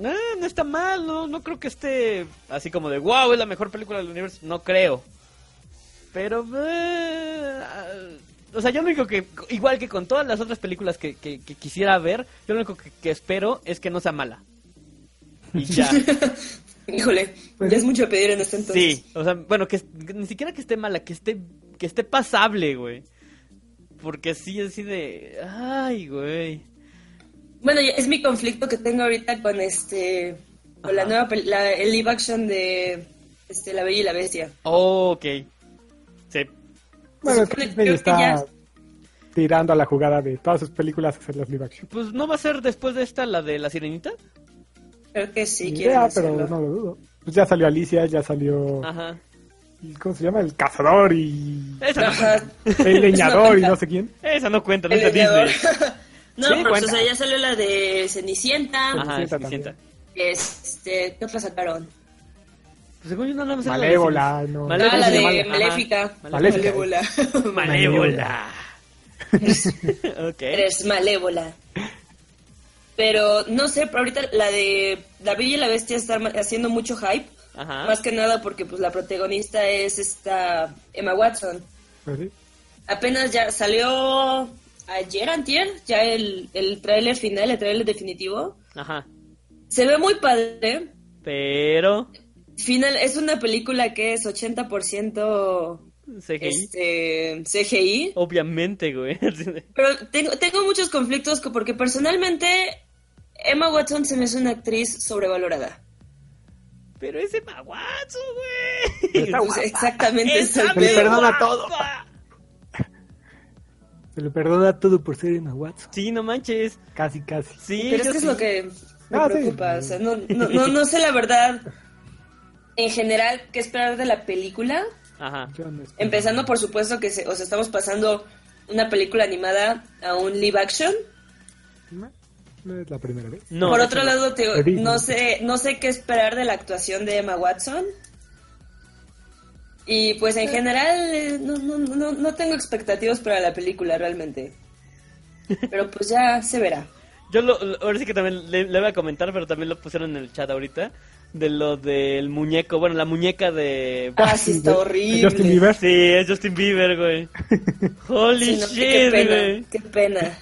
[SPEAKER 2] Ah, no está mal, no, no creo que esté así como de wow, es la mejor película del universo. No creo. Pero. eh, ah, o sea, yo lo único que. Igual que con todas las otras películas que, que- que quisiera ver, yo lo único que, que espero es que no sea mala. Y ya.
[SPEAKER 3] Híjole,
[SPEAKER 4] Pues
[SPEAKER 3] ya es mucho pedir en este entonces.
[SPEAKER 2] Sí, o sea, bueno, que que ni siquiera que esté mala, que esté que esté pasable, güey. Porque sí, así de, ay, güey.
[SPEAKER 3] Bueno, ya- es mi conflicto que tengo ahorita con este con la
[SPEAKER 2] Ajá.
[SPEAKER 3] nueva pel- la, el live action de este La Bella y la Bestia.
[SPEAKER 2] Oh, ok. Sí.
[SPEAKER 4] Bueno, es que
[SPEAKER 3] supone-
[SPEAKER 4] Disney
[SPEAKER 3] creo que ya-
[SPEAKER 4] está tirando a la jugada de todas sus películas hacerlas live action.
[SPEAKER 2] Pues no va a ser después de esta la de la sirenita.
[SPEAKER 3] Creo que sí,
[SPEAKER 4] Ni
[SPEAKER 3] quieren
[SPEAKER 4] idea, pero
[SPEAKER 3] hacerlo.
[SPEAKER 4] no lo dudo. Pues ya salió Alicia, ya salió.
[SPEAKER 2] Ajá.
[SPEAKER 4] ¿Cómo se llama? El cazador y.
[SPEAKER 2] Esa no,
[SPEAKER 3] Ajá.
[SPEAKER 4] El leñador y no sé quién.
[SPEAKER 2] esa no cuenta, no
[SPEAKER 3] El
[SPEAKER 2] es de
[SPEAKER 3] leñador.
[SPEAKER 2] Disney.
[SPEAKER 3] No,
[SPEAKER 2] Sí,
[SPEAKER 3] pero pues,
[SPEAKER 2] cuenta. Ah.
[SPEAKER 3] o sea, ya salió la de Cenicienta.
[SPEAKER 2] Ajá,
[SPEAKER 4] Cenicienta
[SPEAKER 2] Cenicienta.
[SPEAKER 3] Este, ¿Qué otra sacaron?
[SPEAKER 2] Pues según yo no nada más era
[SPEAKER 4] Malévola,
[SPEAKER 2] de-
[SPEAKER 4] no.
[SPEAKER 3] Ah, la de
[SPEAKER 2] Malévola. Ajá.
[SPEAKER 3] Maléfica.
[SPEAKER 4] Maléfica.
[SPEAKER 2] Malévola. ok.
[SPEAKER 3] Eres malévola. Pero no sé, pero ahorita la de La Bella y la Bestia está ma- haciendo mucho hype.
[SPEAKER 2] Ajá.
[SPEAKER 3] Más que nada porque pues la protagonista es esta Emma Watson.
[SPEAKER 4] Pues sí.
[SPEAKER 3] Apenas ya salió ayer, antier, ya el, el tráiler final, el tráiler definitivo.
[SPEAKER 2] Ajá.
[SPEAKER 3] Se ve muy padre.
[SPEAKER 2] Pero.
[SPEAKER 3] Final, es una película que es 80%
[SPEAKER 2] CGI.
[SPEAKER 3] este, CGI.
[SPEAKER 2] Obviamente, güey.
[SPEAKER 3] Pero tengo, tengo muchos conflictos co- porque personalmente Emma Watson se me hace una actriz sobrevalorada.
[SPEAKER 2] Pero ese Maguatsu, güey.
[SPEAKER 4] Está
[SPEAKER 3] Entonces,
[SPEAKER 4] guapa.
[SPEAKER 3] exactamente es el
[SPEAKER 4] me
[SPEAKER 3] pedo.
[SPEAKER 4] perdona todo. Se le perdona todo por ser Emma Watson.
[SPEAKER 2] Sí, no manches.
[SPEAKER 4] Casi, casi.
[SPEAKER 2] Sí,
[SPEAKER 3] Pero es
[SPEAKER 2] yo
[SPEAKER 3] que es
[SPEAKER 2] sí.
[SPEAKER 3] lo que me
[SPEAKER 4] Ah, sí.
[SPEAKER 3] preocupa. O sea, no, no, no, no sé la verdad en general qué esperar de la película.
[SPEAKER 2] Ajá.
[SPEAKER 4] Yo no espero.
[SPEAKER 3] Empezando, por supuesto, que se, o sea, estamos pasando una película animada a un live action.
[SPEAKER 4] No, no es la primera vez.
[SPEAKER 2] No,
[SPEAKER 3] por
[SPEAKER 2] de
[SPEAKER 3] otro
[SPEAKER 2] hecho,
[SPEAKER 3] lado, te-
[SPEAKER 4] De Disney.
[SPEAKER 3] no sé no sé qué esperar de la actuación de Emma Watson. Y pues en general eh, no, no, no, no tengo expectativas para la película realmente. Pero pues ya se verá.
[SPEAKER 2] Yo lo, lo- ahora sí que también le, le voy a comentar, pero también lo pusieron en el chat ahorita. De lo del muñeco. Bueno, la muñeca de.
[SPEAKER 3] Ah, sí, está
[SPEAKER 4] de-
[SPEAKER 3] horrible.
[SPEAKER 4] Justin Bieber.
[SPEAKER 2] Sí, es Justin Bieber, güey. Holy
[SPEAKER 3] Sí, no, qué
[SPEAKER 2] shit, güey.
[SPEAKER 3] pena, qué pena.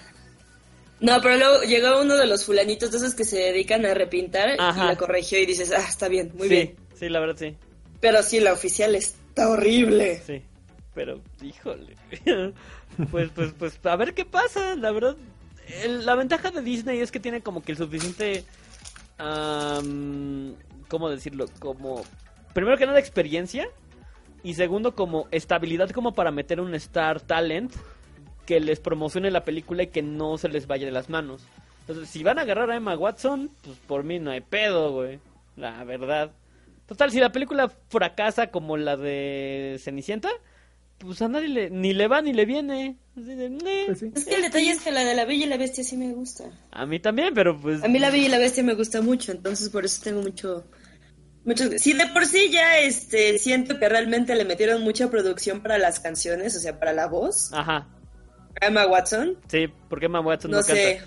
[SPEAKER 3] No, pero luego llegó uno de los fulanitos de esos que se dedican a repintar
[SPEAKER 2] Ajá.
[SPEAKER 3] y la corrigió y dices, ah, está bien, muy
[SPEAKER 2] sí,
[SPEAKER 3] bien.
[SPEAKER 2] sí, la verdad, sí.
[SPEAKER 3] Pero sí, la oficial está horrible.
[SPEAKER 2] Sí, pero híjole. Pues, pues, pues, a ver qué pasa. La verdad, el- la ventaja de Disney es que tiene como que el suficiente. am, ¿Cómo decirlo? Como. Primero que nada, experiencia. Y segundo, como estabilidad, como para meter un Star Talent que les promocione la película y que no se les vaya de las manos. Entonces, si van a agarrar a Emma Watson, pues por mí no hay pedo, güey. La verdad. Total, si la película fracasa como la de Cenicienta, pues a nadie le, ni le va ni le viene. Así de, "Meh".
[SPEAKER 4] Pues sí.
[SPEAKER 3] Es que el detalle es que la de la Bella y la Bestia sí me gusta.
[SPEAKER 2] A mí también, pero pues...
[SPEAKER 3] A mí la Bella y la Bestia me gusta mucho, entonces por eso tengo mucho... Muchos... Sí, de por sí ya este, siento que realmente le metieron mucha producción para las canciones, o sea, para la voz.
[SPEAKER 2] Ajá,
[SPEAKER 3] a Emma Watson,
[SPEAKER 2] sí, porque Emma Watson no,
[SPEAKER 3] no sé.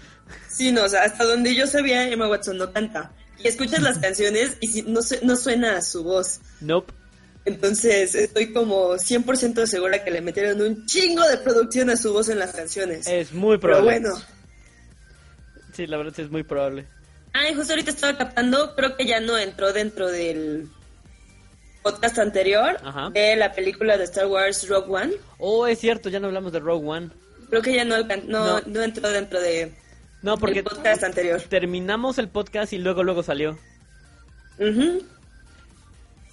[SPEAKER 3] Sí, no, o sea, hasta donde yo sabía, Emma Watson no canta. Y escuchas las canciones y si- no, su- no suena a su voz.
[SPEAKER 2] canta. Nope.
[SPEAKER 3] Entonces, estoy como 100% segura que le metieron un chingo de producción a su voz en las canciones.
[SPEAKER 2] Es muy
[SPEAKER 3] Pero
[SPEAKER 2] probable.
[SPEAKER 3] bueno.
[SPEAKER 2] Sí, la verdad sí es muy probable.
[SPEAKER 3] Ay, justo ahorita estaba captando, creo que ya no entró dentro del podcast anterior
[SPEAKER 2] Ajá.
[SPEAKER 3] de la película de Star Wars Rogue One.
[SPEAKER 2] Oh, es cierto, ya no hablamos de Rogue One.
[SPEAKER 3] Creo que ya no, alcan- no,
[SPEAKER 2] No.
[SPEAKER 3] no entró dentro de
[SPEAKER 2] No, porque
[SPEAKER 3] el podcast anterior.
[SPEAKER 2] terminamos el podcast y luego, luego salió.
[SPEAKER 3] Ujú.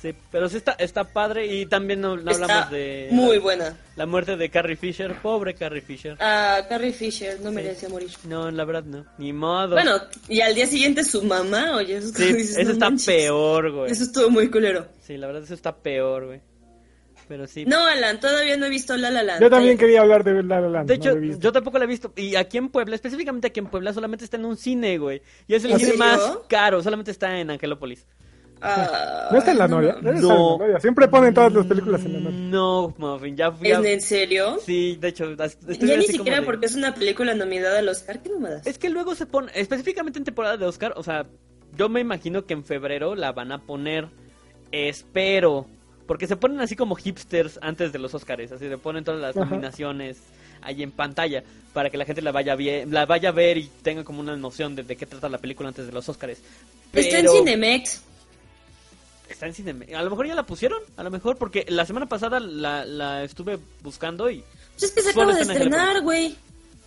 [SPEAKER 2] Sí, pero sí está, está padre y también no, no
[SPEAKER 3] Está
[SPEAKER 2] hablamos de
[SPEAKER 3] muy buena.
[SPEAKER 2] la muerte de Carrie Fisher. Pobre Carrie Fisher.
[SPEAKER 3] Ah, Carrie Fisher no merece morir.
[SPEAKER 2] No, la verdad no. Ni modo.
[SPEAKER 3] Bueno, y al día siguiente su mamá, oye, eso, es
[SPEAKER 2] sí,
[SPEAKER 3] como dices,
[SPEAKER 2] eso
[SPEAKER 3] no
[SPEAKER 2] está
[SPEAKER 3] manches.
[SPEAKER 2] peor, güey.
[SPEAKER 3] Eso estuvo muy culero.
[SPEAKER 2] Sí, la verdad eso está peor, güey. Pero sí.
[SPEAKER 3] No, Alan, todavía no he visto La La Land.
[SPEAKER 4] Yo también
[SPEAKER 3] Ay,
[SPEAKER 4] quería hablar de La La Land.
[SPEAKER 2] De
[SPEAKER 4] no
[SPEAKER 2] hecho,
[SPEAKER 4] lo he visto.
[SPEAKER 2] yo tampoco la he visto. Y aquí en Puebla, específicamente aquí en Puebla, solamente está en un cine, güey. Y es el
[SPEAKER 3] ¿En
[SPEAKER 2] cine
[SPEAKER 3] serio?
[SPEAKER 2] más caro, solamente está en Angelópolis.
[SPEAKER 3] ah,
[SPEAKER 4] ¿No está en la novia? No. está en
[SPEAKER 2] No.
[SPEAKER 4] la novia. Siempre ponen todas las películas en la novia.
[SPEAKER 2] No, Muffin, ya fui
[SPEAKER 3] ¿Es
[SPEAKER 2] a...
[SPEAKER 3] en serio?
[SPEAKER 2] Sí, de hecho, as- estoy
[SPEAKER 3] ya ni
[SPEAKER 2] así como
[SPEAKER 3] siquiera
[SPEAKER 2] de-
[SPEAKER 3] porque es una película nominada al Oscar, ¿qué mamadas?
[SPEAKER 2] Es que luego se pone, específicamente en temporada de Oscar, o sea, yo me imagino que en febrero la van a poner, espero, porque se ponen así como hipsters antes de los Oscars, así le ponen todas las
[SPEAKER 4] Ajá.
[SPEAKER 2] nominaciones ahí en pantalla para que la gente la vaya bien, la vaya a ver y tenga como una noción de, de qué trata la película antes de los Oscars.
[SPEAKER 3] Pues Está en Cinemex.
[SPEAKER 2] Está en cine. A lo mejor ya la pusieron, a lo mejor porque la semana pasada la, la estuve buscando y
[SPEAKER 3] Pues es que se
[SPEAKER 2] Solo
[SPEAKER 3] acaba de
[SPEAKER 2] está en
[SPEAKER 3] estrenar, güey.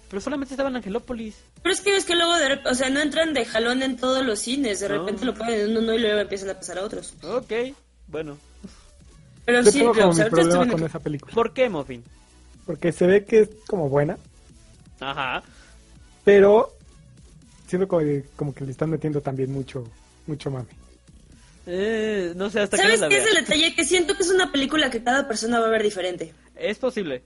[SPEAKER 2] pero solamente estaba en Angelópolis.
[SPEAKER 3] Pero es que ves que luego, de rep- o sea, no entran de jalón en todos los cines. De
[SPEAKER 2] No.
[SPEAKER 3] repente lo ponen en uno y luego empiezan a pasar a otros.
[SPEAKER 2] Ok, bueno.
[SPEAKER 3] Pero
[SPEAKER 4] Yo
[SPEAKER 3] sí,
[SPEAKER 4] tengo
[SPEAKER 3] pero,
[SPEAKER 4] como
[SPEAKER 3] o sea, ahorita
[SPEAKER 4] mi problema
[SPEAKER 3] estoy-
[SPEAKER 4] con esa película.
[SPEAKER 2] ¿Por qué, Muffin?
[SPEAKER 4] Porque se ve que es como buena,
[SPEAKER 2] Ajá.
[SPEAKER 4] pero siento como, de- como que le están metiendo también mucho, mucho mami.
[SPEAKER 2] Eh, no sé hasta qué
[SPEAKER 3] ¿Sabes
[SPEAKER 2] la
[SPEAKER 3] qué es
[SPEAKER 2] vea.
[SPEAKER 3] el detalle? Que siento que es una película que cada persona va a ver diferente.
[SPEAKER 2] Es posible.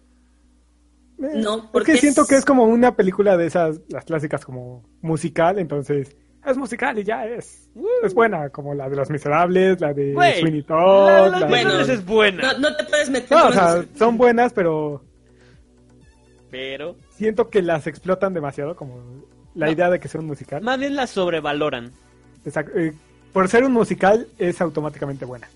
[SPEAKER 3] No,
[SPEAKER 4] porque
[SPEAKER 3] porque
[SPEAKER 4] siento
[SPEAKER 3] es-
[SPEAKER 4] que Eh, es como una película de esas, las clásicas como musical, entonces es musical y ya es.
[SPEAKER 3] Uh.
[SPEAKER 4] Es buena, como la de Los Miserables, la de
[SPEAKER 2] Güey,
[SPEAKER 4] Sweeney
[SPEAKER 2] la de
[SPEAKER 4] Todd.
[SPEAKER 2] Los
[SPEAKER 4] la de-
[SPEAKER 2] Miserables es buena.
[SPEAKER 3] No, no te puedes meter
[SPEAKER 4] No, o
[SPEAKER 3] con
[SPEAKER 4] sea,
[SPEAKER 3] eso.
[SPEAKER 4] son buenas, pero
[SPEAKER 2] Pero
[SPEAKER 4] siento que las explotan demasiado, como la
[SPEAKER 2] No.
[SPEAKER 4] idea de que sea un musical.
[SPEAKER 2] más bien la sobrevaloran.
[SPEAKER 4] Exacto, eh, por ser un musical es automáticamente buena.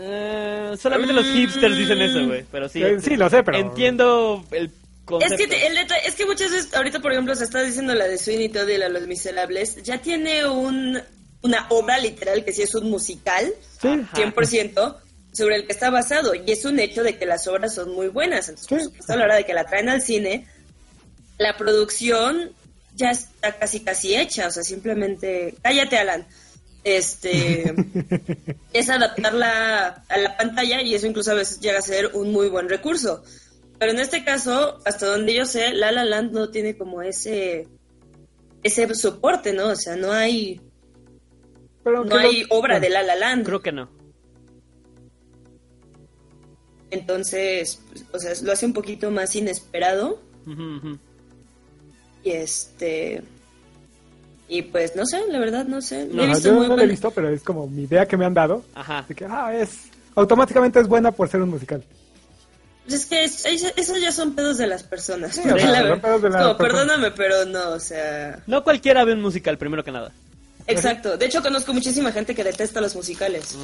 [SPEAKER 2] Eh, solamente
[SPEAKER 3] Mm.
[SPEAKER 2] los hipsters dicen eso, güey. Pero sí.
[SPEAKER 4] Eh, sí, lo sé, pero-
[SPEAKER 2] Entiendo el concepto.
[SPEAKER 3] Es que, te- el detalle- es que muchas veces, ahorita por ejemplo, se está diciendo la de Sweeney Todd y la de Los Miserables, ya tiene un, una obra literal que sí es un musical,
[SPEAKER 4] Sí,
[SPEAKER 2] Ajá.
[SPEAKER 3] 100%, sobre el que está basado. Y es un hecho de que las obras son muy buenas. Entonces, por
[SPEAKER 4] Sí.
[SPEAKER 3] supuesto, a la hora de que la traen al cine, la producción ya está casi casi hecha. O sea, simplemente... Cállate, Alan. Este... es adaptarla a la pantalla y eso incluso a veces llega a ser un muy buen recurso. Pero en este caso, hasta donde yo sé, La La Land no tiene como ese ese soporte, ¿no? O sea, no hay
[SPEAKER 4] pero
[SPEAKER 3] no
[SPEAKER 4] creo-
[SPEAKER 3] hay obra de La La Land.
[SPEAKER 2] Creo que no.
[SPEAKER 3] Entonces, pues, o sea, lo hace un poquito más inesperado
[SPEAKER 2] Ujú, ujú.
[SPEAKER 3] y este y pues no sé, la verdad no sé. No,
[SPEAKER 4] Ajá,
[SPEAKER 3] he visto
[SPEAKER 4] yo
[SPEAKER 3] muy
[SPEAKER 4] no la he
[SPEAKER 3] buena-
[SPEAKER 4] visto, pero es como mi idea que me han dado.
[SPEAKER 2] Ajá.
[SPEAKER 4] Así que, ah, es. Automáticamente es buena por ser un musical.
[SPEAKER 3] Pues Es que es- es- esos ya son pedos de las personas.
[SPEAKER 4] Sí,
[SPEAKER 3] porque
[SPEAKER 4] o sea,
[SPEAKER 3] la
[SPEAKER 4] son
[SPEAKER 3] verdad-
[SPEAKER 4] pedos de
[SPEAKER 3] es
[SPEAKER 4] las
[SPEAKER 3] como,
[SPEAKER 4] personas.
[SPEAKER 3] perdóname, pero no, o sea,
[SPEAKER 2] No cualquiera ve un musical, primero que nada.
[SPEAKER 3] exacto. De hecho, conozco muchísima gente que detesta los musicales.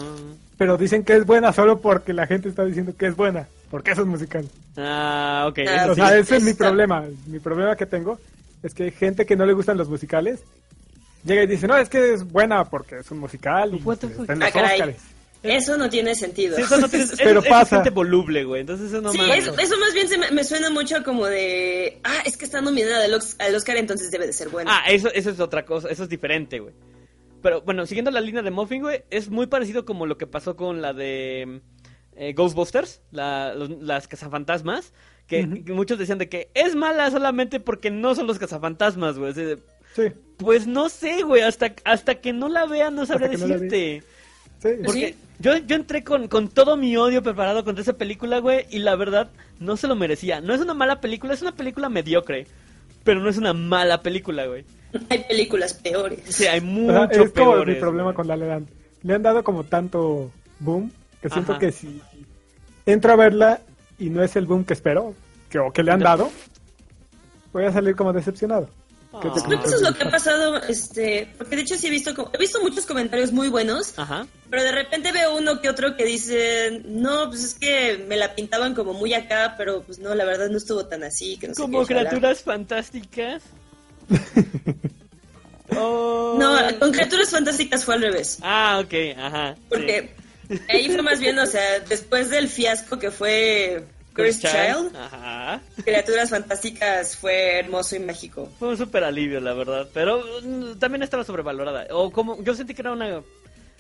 [SPEAKER 4] Pero dicen que es buena solo porque la gente está diciendo que es buena. Porque eso es musical.
[SPEAKER 2] Ah, ok.
[SPEAKER 3] Ah,
[SPEAKER 4] o
[SPEAKER 2] eso sí.
[SPEAKER 4] sea, ese es mi
[SPEAKER 3] está-
[SPEAKER 4] problema. Mi problema que tengo es que hay gente que no le gustan los musicales llega y dice, no, es que es buena porque es un musical. Y
[SPEAKER 2] What the
[SPEAKER 4] pues,
[SPEAKER 2] fuck?
[SPEAKER 4] está en
[SPEAKER 3] Ah,
[SPEAKER 4] los
[SPEAKER 3] caray.
[SPEAKER 4] Óscares.
[SPEAKER 3] Eso no tiene sentido.
[SPEAKER 2] Sí, eso no tiene-
[SPEAKER 4] Pero
[SPEAKER 2] es- es
[SPEAKER 4] pasa.
[SPEAKER 2] gente voluble, güey. Entonces eso no
[SPEAKER 3] Sí,
[SPEAKER 2] mames.
[SPEAKER 3] eso, eso más bien se me, me suena mucho como de. Ah, es que está nominada al, Ox- al Oscar, entonces debe de ser buena.
[SPEAKER 2] Ah, eso, eso es otra cosa, eso es diferente, güey. Pero bueno, siguiendo la línea de Muffin, güey, es muy parecido como lo que pasó con la de eh, Ghostbusters, la- los- las cazafantasmas, que, que muchos decían de que es mala solamente porque no son los cazafantasmas, güey. Así de,
[SPEAKER 4] Sí,
[SPEAKER 2] Pues no sé, güey, hasta, hasta que no la vea no sabré
[SPEAKER 4] que no la
[SPEAKER 2] decirte.
[SPEAKER 4] sí.
[SPEAKER 2] Porque
[SPEAKER 3] Sí.
[SPEAKER 2] yo, yo entré con, con todo mi odio preparado contra esa película, güey, y la verdad no se lo merecía. No es una mala película, es una película mediocre, pero no es una mala película, güey.
[SPEAKER 3] Hay películas peores.
[SPEAKER 2] Sí, hay
[SPEAKER 4] O sea,
[SPEAKER 2] mucho ¿eh?
[SPEAKER 4] es como
[SPEAKER 2] peores,
[SPEAKER 4] mi problema
[SPEAKER 2] güey.
[SPEAKER 4] con la Land. Le han dado como tanto boom que siento
[SPEAKER 2] Ajá.
[SPEAKER 4] que si entro a verla y no es el boom que espero, que, o que le han
[SPEAKER 2] No.
[SPEAKER 4] dado, voy a salir como decepcionado. ¿Qué te
[SPEAKER 2] Ah.
[SPEAKER 3] Creo que eso es pues, lo que ha pasado, este, porque de hecho sí he visto, co- he visto muchos comentarios muy buenos,
[SPEAKER 2] Ajá.
[SPEAKER 3] pero de repente veo uno que otro que dice, no, pues es que me la pintaban como muy acá, pero pues no, la verdad no estuvo tan así, que no sé
[SPEAKER 2] Como
[SPEAKER 3] qué, ojalá".
[SPEAKER 2] criaturas fantásticas. Oh.
[SPEAKER 3] No, con criaturas fantásticas fue al revés.
[SPEAKER 2] Ah, ok, ajá. sí.
[SPEAKER 3] Porque ahí fue más bien, o sea, después del fiasco que fue Chris Child,
[SPEAKER 2] Ajá.
[SPEAKER 3] Criaturas Fantásticas fue hermoso y mágico.
[SPEAKER 2] Fue un súper alivio, la verdad. Pero mm, también estaba sobrevalorada. O como, yo sentí que era una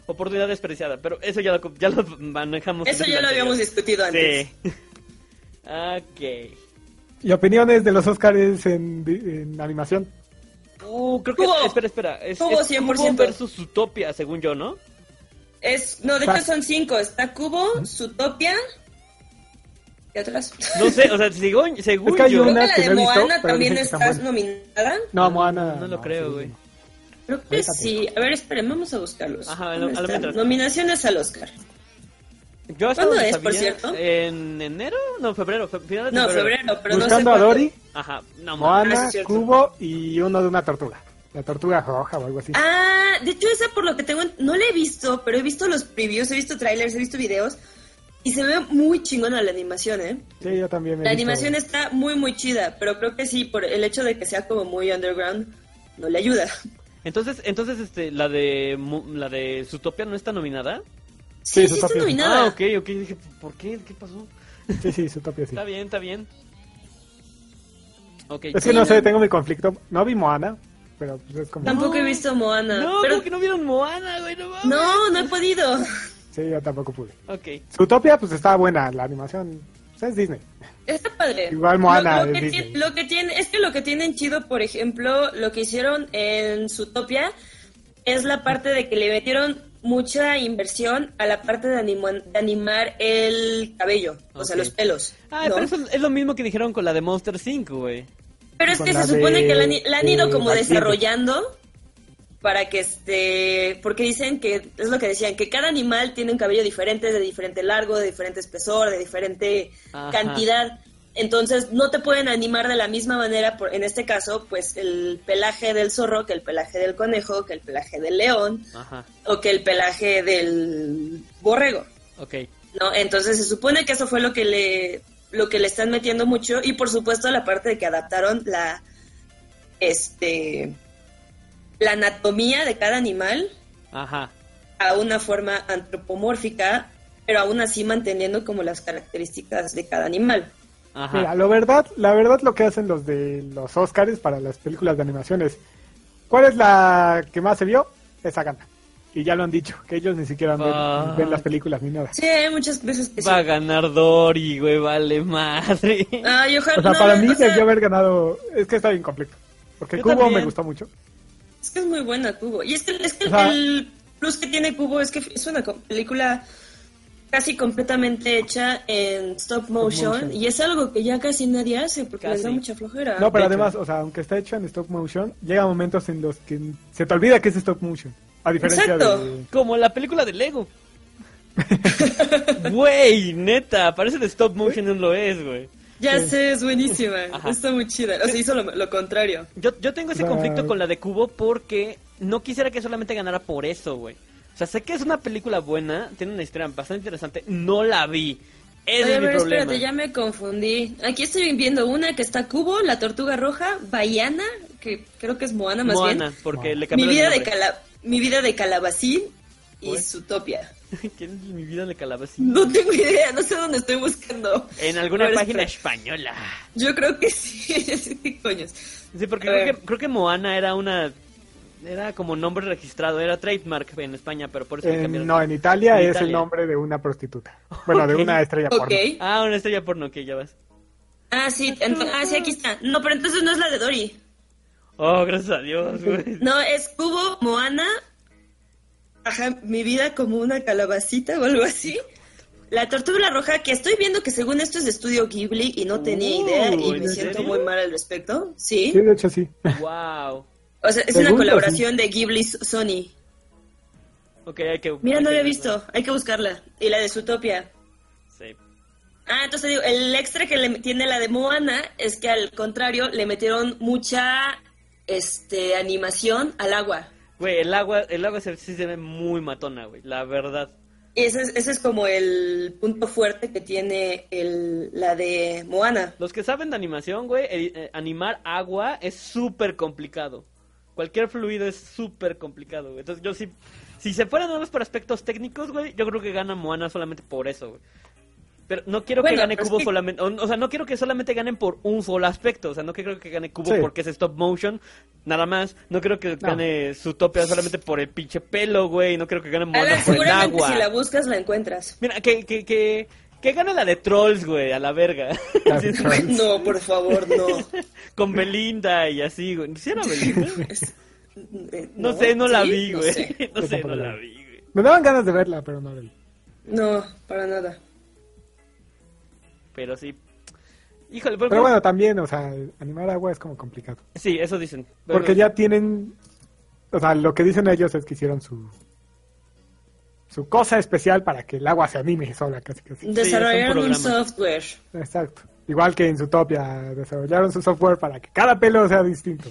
[SPEAKER 2] oportunidad desperdiciada. Pero eso ya lo, ya lo manejamos.
[SPEAKER 3] Eso
[SPEAKER 2] en el
[SPEAKER 3] ya lo habíamos
[SPEAKER 2] anterior.
[SPEAKER 3] discutido antes.
[SPEAKER 2] Sí. ok.
[SPEAKER 4] Y opiniones de los Oscars en, en animación.
[SPEAKER 2] Uh, creo que.
[SPEAKER 3] Cubo.
[SPEAKER 2] Espera, espera. Es,
[SPEAKER 3] Cubo
[SPEAKER 2] es
[SPEAKER 3] 100%.
[SPEAKER 2] versus Utopia, según yo, ¿no?
[SPEAKER 3] Es, no, de hecho son cinco. Está Cubo, Zootopia y otras.
[SPEAKER 2] No sé, o sea, según, según
[SPEAKER 4] Es que hay
[SPEAKER 2] yo.
[SPEAKER 3] Creo
[SPEAKER 4] una-
[SPEAKER 3] que la
[SPEAKER 4] Unas que
[SPEAKER 3] de
[SPEAKER 4] no he visto,
[SPEAKER 3] Moana
[SPEAKER 4] pero
[SPEAKER 3] también
[SPEAKER 4] dicen que están
[SPEAKER 3] está
[SPEAKER 4] buenas.
[SPEAKER 3] nominada.
[SPEAKER 4] Ah, No, Moana.
[SPEAKER 2] no lo creo, güey.
[SPEAKER 3] Creo que sí. A ver, esperen, vamos a buscarlos.
[SPEAKER 2] Ajá, a lo-
[SPEAKER 3] ¿Dónde
[SPEAKER 2] a lo
[SPEAKER 3] están?
[SPEAKER 2] mientras.
[SPEAKER 3] Nominaciones al Oscar.
[SPEAKER 2] Yo hasta
[SPEAKER 3] ¿Cuándo
[SPEAKER 2] donde
[SPEAKER 3] es, por
[SPEAKER 2] sabía,
[SPEAKER 3] cierto?
[SPEAKER 2] ¿En enero? No, febrero. fe- finales de
[SPEAKER 3] No,
[SPEAKER 2] febrero.
[SPEAKER 3] febrero, pero no sé
[SPEAKER 4] Buscando a
[SPEAKER 3] cuándo.
[SPEAKER 4] Dory,
[SPEAKER 2] Ajá. No, mames.
[SPEAKER 3] Ah, sí,
[SPEAKER 4] Moana,
[SPEAKER 3] es cierto.
[SPEAKER 4] Cubo y uno de una tortuga. La tortuga roja o algo así.
[SPEAKER 3] Ah, de hecho esa por lo que tengo, no la he visto, pero he visto los previews, he visto trailers, he visto videos y se ve muy chingona la animación, ¿eh?
[SPEAKER 4] sí, yo también. he
[SPEAKER 3] La
[SPEAKER 4] visto-
[SPEAKER 3] animación está muy muy chida, pero creo que sí, por el hecho de que sea como muy underground, no le ayuda.
[SPEAKER 2] Entonces, entonces este, la de Mu- la de Zootopia no está nominada.
[SPEAKER 3] Sí,
[SPEAKER 4] Sí,
[SPEAKER 3] sí,
[SPEAKER 4] eso
[SPEAKER 3] está
[SPEAKER 4] está bien.
[SPEAKER 3] nominada.
[SPEAKER 2] Ah, ok, ok. Dije, ¿por qué? ¿Qué pasó?
[SPEAKER 4] Sí, sí, su topia sí.
[SPEAKER 2] Está bien, está bien. Ok.
[SPEAKER 4] Es que
[SPEAKER 3] Sí,
[SPEAKER 4] no sé,
[SPEAKER 3] no.
[SPEAKER 4] tengo mi conflicto. No vi Moana, pero pues es como...
[SPEAKER 3] Tampoco he visto Moana,
[SPEAKER 2] No,
[SPEAKER 3] pero
[SPEAKER 2] creo que no vieron Moana, güey, no mames.
[SPEAKER 3] no, no he podido.
[SPEAKER 4] Sí, yo tampoco pude.
[SPEAKER 2] Ok.
[SPEAKER 4] Zootopia, pues está buena la animación. O sea, es Disney.
[SPEAKER 3] Está padre.
[SPEAKER 4] Igual Moana
[SPEAKER 3] Lo, lo
[SPEAKER 4] de
[SPEAKER 3] que
[SPEAKER 4] Disney.
[SPEAKER 3] tiene, lo que tiene- es que lo que tienen chido, por ejemplo, lo que hicieron en Zootopia es la parte de que le metieron mucha inversión a la parte de, animo- de animar el cabello, o sea,
[SPEAKER 2] Ok.
[SPEAKER 3] los pelos.
[SPEAKER 2] Ah,
[SPEAKER 3] ¿no?
[SPEAKER 2] pero eso es lo mismo que dijeron con la de Monster 5, güey.
[SPEAKER 3] Pero es
[SPEAKER 4] Con
[SPEAKER 3] que
[SPEAKER 4] la
[SPEAKER 3] se supone
[SPEAKER 4] de-
[SPEAKER 3] que la, ni- la han ido
[SPEAKER 4] de
[SPEAKER 3] como
[SPEAKER 4] Matilda.
[SPEAKER 3] desarrollando para que este, porque dicen que es lo que decían, que cada animal tiene un cabello diferente, de diferente largo, de diferente espesor, de diferente
[SPEAKER 2] Ajá.
[SPEAKER 3] cantidad. Entonces no te pueden animar de la misma manera, por, en este caso, pues el pelaje del zorro, que el pelaje del conejo, que el pelaje del león
[SPEAKER 2] Ajá,
[SPEAKER 3] o que el pelaje del borrego.
[SPEAKER 2] ok.
[SPEAKER 3] ¿no? Entonces se supone que eso fue lo que le lo que le están metiendo mucho y por supuesto la parte de que adaptaron la este la anatomía de cada animal
[SPEAKER 2] Ajá.
[SPEAKER 3] a una forma antropomórfica, pero aún así manteniendo como las características de cada animal.
[SPEAKER 2] Ajá.
[SPEAKER 4] Mira, la verdad, la verdad lo que hacen los de los Oscars para las películas de animaciones. ¿Cuál es la que más se vio? Esa gana. Y ya lo han dicho, que ellos ni siquiera ven,
[SPEAKER 2] Fuck.
[SPEAKER 4] ven las películas ni nada.
[SPEAKER 3] Sí, hay muchas veces que sí.
[SPEAKER 2] Va a ganar Dory, güey, vale madre.
[SPEAKER 3] Ay, ojalá-
[SPEAKER 4] O sea,
[SPEAKER 3] no,
[SPEAKER 4] para mí
[SPEAKER 3] o sea,
[SPEAKER 4] debió haber ganado. Es que está bien completo. Porque
[SPEAKER 3] Yo
[SPEAKER 4] Cubo me
[SPEAKER 3] también.
[SPEAKER 4] gustó mucho.
[SPEAKER 3] es que es muy buena Cubo. Y es que, es que
[SPEAKER 4] O sea-
[SPEAKER 3] el plus que tiene Cubo es que es una co- película casi completamente hecha en stop motion,
[SPEAKER 4] motion.
[SPEAKER 3] y es algo que ya casi nadie hace porque les da
[SPEAKER 2] Casi.
[SPEAKER 3] mucha flojera.
[SPEAKER 4] No, pero
[SPEAKER 2] de hecho.
[SPEAKER 4] además, o sea, aunque está hecho en stop motion, llega momentos en los que se te olvida que es stop motion. A diferencia
[SPEAKER 3] Exacto.
[SPEAKER 4] de.
[SPEAKER 2] Como la película de Lego. Güey, neta, parece de stop motion, no lo es, güey.
[SPEAKER 3] Ya sé, es buenísima.
[SPEAKER 2] Ajá.
[SPEAKER 3] Está muy chida. O sea, hizo lo, lo contrario.
[SPEAKER 2] Yo, yo tengo ese
[SPEAKER 4] Claro.
[SPEAKER 2] conflicto con la de Cubo porque no quisiera que solamente ganara por eso, güey. O sea, sé que es una película buena, tiene una historia bastante interesante, no la vi. Ese
[SPEAKER 3] Oye,
[SPEAKER 2] es
[SPEAKER 3] a
[SPEAKER 2] mi
[SPEAKER 3] ver,
[SPEAKER 2] problema.
[SPEAKER 3] espérate, ya me confundí. Aquí estoy viendo una que está Cubo, la tortuga roja, Baiana, que creo que es Moana más
[SPEAKER 2] Moana,
[SPEAKER 3] bien.
[SPEAKER 2] porque
[SPEAKER 4] Moana.
[SPEAKER 2] le
[SPEAKER 3] Mi
[SPEAKER 2] cambiaron
[SPEAKER 3] vida,
[SPEAKER 2] el
[SPEAKER 3] de
[SPEAKER 2] nombre.
[SPEAKER 3] cala- mi vida de calabacín y
[SPEAKER 2] Uy.
[SPEAKER 3] Zootopia.
[SPEAKER 2] ¿Quién es mi vida de calabacín?
[SPEAKER 3] No tengo idea, no sé dónde estoy buscando.
[SPEAKER 2] En alguna
[SPEAKER 3] Pero
[SPEAKER 2] página
[SPEAKER 3] espera,
[SPEAKER 2] española.
[SPEAKER 3] Yo creo que sí, ya sé qué coños.
[SPEAKER 2] Sí, porque
[SPEAKER 3] A
[SPEAKER 2] creo
[SPEAKER 3] ver.
[SPEAKER 2] que, creo que Moana era una. Era como nombre registrado, era trademark en España, pero por eso le
[SPEAKER 4] en-
[SPEAKER 2] cambiaron.
[SPEAKER 4] Eh, no, en Italia
[SPEAKER 2] En
[SPEAKER 4] es el
[SPEAKER 2] Italia.
[SPEAKER 4] nombre de una prostituta. Bueno,
[SPEAKER 2] Ok.
[SPEAKER 4] de una estrella
[SPEAKER 3] Ok.
[SPEAKER 4] porno.
[SPEAKER 2] Ah, una estrella porno, que ya vas.
[SPEAKER 3] Ah, sí, ento- ah, sí, aquí está. No, pero entonces no es la de Dory.
[SPEAKER 2] Oh, gracias a Dios, güey.
[SPEAKER 3] No, es Cubo, Moana, ajá, mi vida como una calabacita o algo así. La tortuga roja, que estoy viendo que según esto es de estudio Ghibli y no tenía
[SPEAKER 2] Uh,
[SPEAKER 3] idea y
[SPEAKER 2] ¿en
[SPEAKER 3] me siento
[SPEAKER 2] serio?
[SPEAKER 3] muy mal al respecto. Sí.
[SPEAKER 4] Sí, de hecho sí.
[SPEAKER 2] wow.
[SPEAKER 3] O sea, es
[SPEAKER 4] Según yo,
[SPEAKER 3] una colaboración de Ghibli S- Sony.
[SPEAKER 2] Ok, hay que.
[SPEAKER 3] Mira,
[SPEAKER 2] hay
[SPEAKER 3] no
[SPEAKER 2] que
[SPEAKER 3] la
[SPEAKER 2] verla.
[SPEAKER 3] he visto. Hay que buscarla. Y la de Zootopia.
[SPEAKER 2] Sí.
[SPEAKER 3] Ah, entonces digo, el extra que le tiene la de Moana es que al contrario le metieron mucha este animación al agua.
[SPEAKER 2] Güey, el agua, el agua se, sí se ve muy matona, güey. La verdad.
[SPEAKER 3] Ese es, ese es como el punto fuerte que tiene el, la de Moana.
[SPEAKER 2] Los que saben de animación, güey, eh, eh, animar agua es súper complicado. Cualquier fluido es súper complicado, güey. Entonces yo sí, si se fueran nada más por aspectos técnicos, güey, yo creo que gana Moana solamente por eso, güey. Pero no quiero que
[SPEAKER 3] Bueno,
[SPEAKER 2] gane
[SPEAKER 3] pero es
[SPEAKER 2] Cubo
[SPEAKER 3] que-
[SPEAKER 2] solamente, o, o sea, no quiero que solamente ganen por un solo aspecto, o sea, no que creo que gane Cubo
[SPEAKER 4] Sí.
[SPEAKER 2] porque es stop motion, nada más, no creo que gane Zootopia solamente por el pinche pelo, güey, no creo que gane Moana
[SPEAKER 3] Alan,
[SPEAKER 2] por el
[SPEAKER 3] seguramente
[SPEAKER 2] agua.
[SPEAKER 3] si la buscas la encuentras.
[SPEAKER 2] Mira, que, que, que, que gane la de Trolls, güey, a la verga.
[SPEAKER 4] La
[SPEAKER 2] Sí,
[SPEAKER 4] de
[SPEAKER 2] sí.
[SPEAKER 4] Trolls.
[SPEAKER 3] No, por favor, no.
[SPEAKER 2] Con Belinda y así, güey. ¿Sí era Belinda?
[SPEAKER 3] Eh,
[SPEAKER 2] No, sé, no la
[SPEAKER 3] ¿sí?
[SPEAKER 2] vi,
[SPEAKER 3] No
[SPEAKER 2] güey.
[SPEAKER 3] sé.
[SPEAKER 2] No
[SPEAKER 4] Yo
[SPEAKER 2] sé,
[SPEAKER 4] tampoco
[SPEAKER 2] no
[SPEAKER 4] la
[SPEAKER 2] la
[SPEAKER 4] vi.
[SPEAKER 2] vi, güey.
[SPEAKER 4] Me daban ganas de verla, pero no la vi.
[SPEAKER 3] No, para nada.
[SPEAKER 2] Pero sí. Híjole, pero,
[SPEAKER 4] Pero bueno, también, o sea, animar agua es como complicado.
[SPEAKER 2] Sí, eso dicen. Pero-
[SPEAKER 4] Porque ya tienen, o sea, lo que dicen ellos es que hicieron su su cosa especial para que el agua se anime sola, casi casi.
[SPEAKER 3] Desarrollaron un
[SPEAKER 2] programa.
[SPEAKER 3] software.
[SPEAKER 4] Exacto. Igual que en Zootopia desarrollaron su software para que cada pelo sea distinto.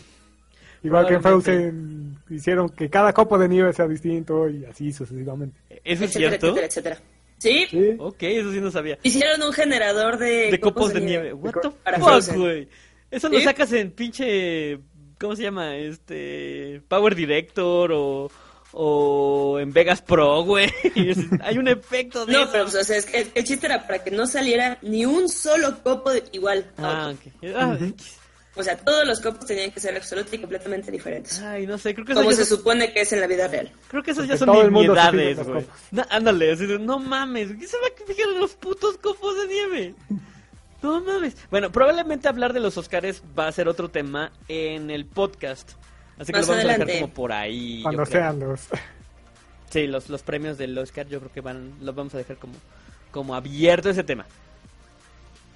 [SPEAKER 4] Igual que en
[SPEAKER 2] Probablemente.
[SPEAKER 4] Frozen hicieron que cada copo de nieve sea distinto y así sucesivamente.
[SPEAKER 2] ¿Eso es
[SPEAKER 3] etcétera,
[SPEAKER 2] cierto?
[SPEAKER 3] etcétera, etcétera. ¿Sí?
[SPEAKER 4] Sí.
[SPEAKER 2] Ok, eso sí no sabía.
[SPEAKER 3] Hicieron un generador de,
[SPEAKER 2] De copos de nieve. What the
[SPEAKER 3] Para
[SPEAKER 2] fuck,
[SPEAKER 3] Frozen.
[SPEAKER 2] güey. Eso lo
[SPEAKER 3] ¿Sí?
[SPEAKER 2] sacas en pinche... ¿Cómo se llama? Este... Power Director o... O en Vegas Pro, güey. Hay un efecto de
[SPEAKER 3] No,
[SPEAKER 2] eso.
[SPEAKER 3] pero pues, o sea, es que el chiste era para que no saliera ni un solo copo de- igual. a
[SPEAKER 2] Ah,
[SPEAKER 3] otro.
[SPEAKER 2] ok. Ah,
[SPEAKER 3] O sea, todos los copos tenían que ser absolutamente y completamente diferentes.
[SPEAKER 2] Ay, no sé, creo que eso
[SPEAKER 3] Como
[SPEAKER 2] ya
[SPEAKER 3] se
[SPEAKER 2] es-
[SPEAKER 3] supone que es en la vida real.
[SPEAKER 2] Creo que esas ya
[SPEAKER 4] Porque
[SPEAKER 2] son
[SPEAKER 4] todo el mundo se fija en
[SPEAKER 2] nimiedades,
[SPEAKER 4] las
[SPEAKER 2] güey.
[SPEAKER 4] copas.
[SPEAKER 2] No, ándale, así de, no mames, ¿qué se va a fijar en los putos copos de nieve? No mames. Bueno, probablemente hablar de los Oscars va a ser otro tema en el podcast. Así que
[SPEAKER 3] Más
[SPEAKER 2] lo vamos a
[SPEAKER 3] adelante.
[SPEAKER 2] dejar como por ahí. yo
[SPEAKER 4] Cuando
[SPEAKER 2] creo.
[SPEAKER 4] sean los.
[SPEAKER 2] Sí, los, los premios del Oscar yo creo que van, los vamos a dejar como, como abierto ese tema.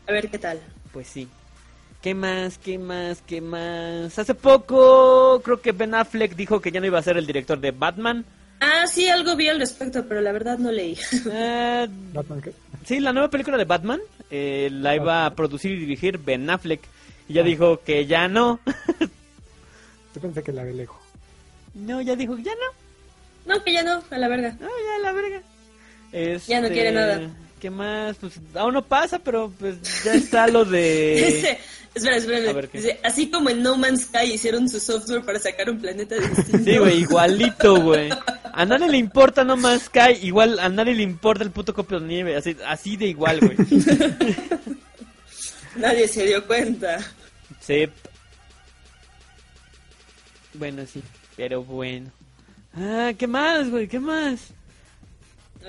[SPEAKER 3] A ver qué tal.
[SPEAKER 2] Pues sí. ¿Qué más? ¿Qué más? ¿Qué más? Hace poco creo que Ben Affleck dijo que ya no iba a ser el director de Batman.
[SPEAKER 3] Ah, sí, algo vi al respecto, pero la verdad no leí.
[SPEAKER 2] Eh,
[SPEAKER 4] Batman, ¿qué?
[SPEAKER 2] sí, la nueva película de Batman eh, la iba a producir y dirigir Ben Affleck. Y ya dijo que ya no.
[SPEAKER 4] Yo pensé que la de lejos.
[SPEAKER 2] No, ya dijo que ya no.
[SPEAKER 3] No, que ya no, a la verga.
[SPEAKER 2] No, ya la verga.
[SPEAKER 3] Ya no
[SPEAKER 2] Este,
[SPEAKER 3] quiere nada.
[SPEAKER 2] ¿Qué más? Pues aún no pasa, pero pues ya está lo de...
[SPEAKER 3] Dice, espera,
[SPEAKER 2] Eh, A
[SPEAKER 3] espera.
[SPEAKER 2] ver, ¿qué?
[SPEAKER 3] Dice, así como en No Man's Sky hicieron su software para sacar un planeta distinto.
[SPEAKER 2] Sí, güey, igualito, güey. A nadie le importa No Man's Sky, igual a nadie le importa el puto copio de nieve, así, así de igual, güey.
[SPEAKER 3] Nadie se dio cuenta.
[SPEAKER 2] Sí. Bueno, sí, pero bueno. Ah, ¿qué más, güey? ¿Qué más?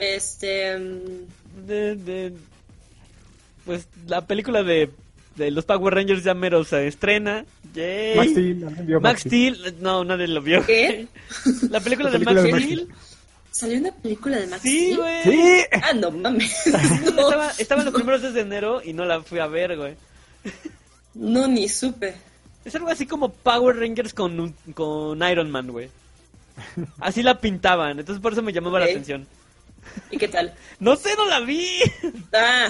[SPEAKER 3] Este. mm,
[SPEAKER 2] De, de- Pues la película de, de los Power Rangers ya mero se estrena. Yay.
[SPEAKER 4] Max Steel, la vio
[SPEAKER 2] Max Steel, no, nadie lo vio.
[SPEAKER 3] ¿Qué?
[SPEAKER 2] La película,
[SPEAKER 4] La película
[SPEAKER 2] de Max
[SPEAKER 4] de Max
[SPEAKER 2] Steel.
[SPEAKER 3] ¿Salió una película de Max
[SPEAKER 2] Sí,
[SPEAKER 3] Steel?
[SPEAKER 2] güey.
[SPEAKER 4] Sí,
[SPEAKER 3] Ah, no mames. No,
[SPEAKER 2] Estaba, estaba en los primeros días de enero y no la fui a ver, güey.
[SPEAKER 3] no, ni supe.
[SPEAKER 2] Es algo así como Power Rangers con, un- con Iron Man, güey. Así la pintaban, entonces por eso me llamaba
[SPEAKER 3] Ok.
[SPEAKER 2] la atención.
[SPEAKER 3] ¿Y qué tal?
[SPEAKER 2] No sé, no la vi.
[SPEAKER 3] Ah,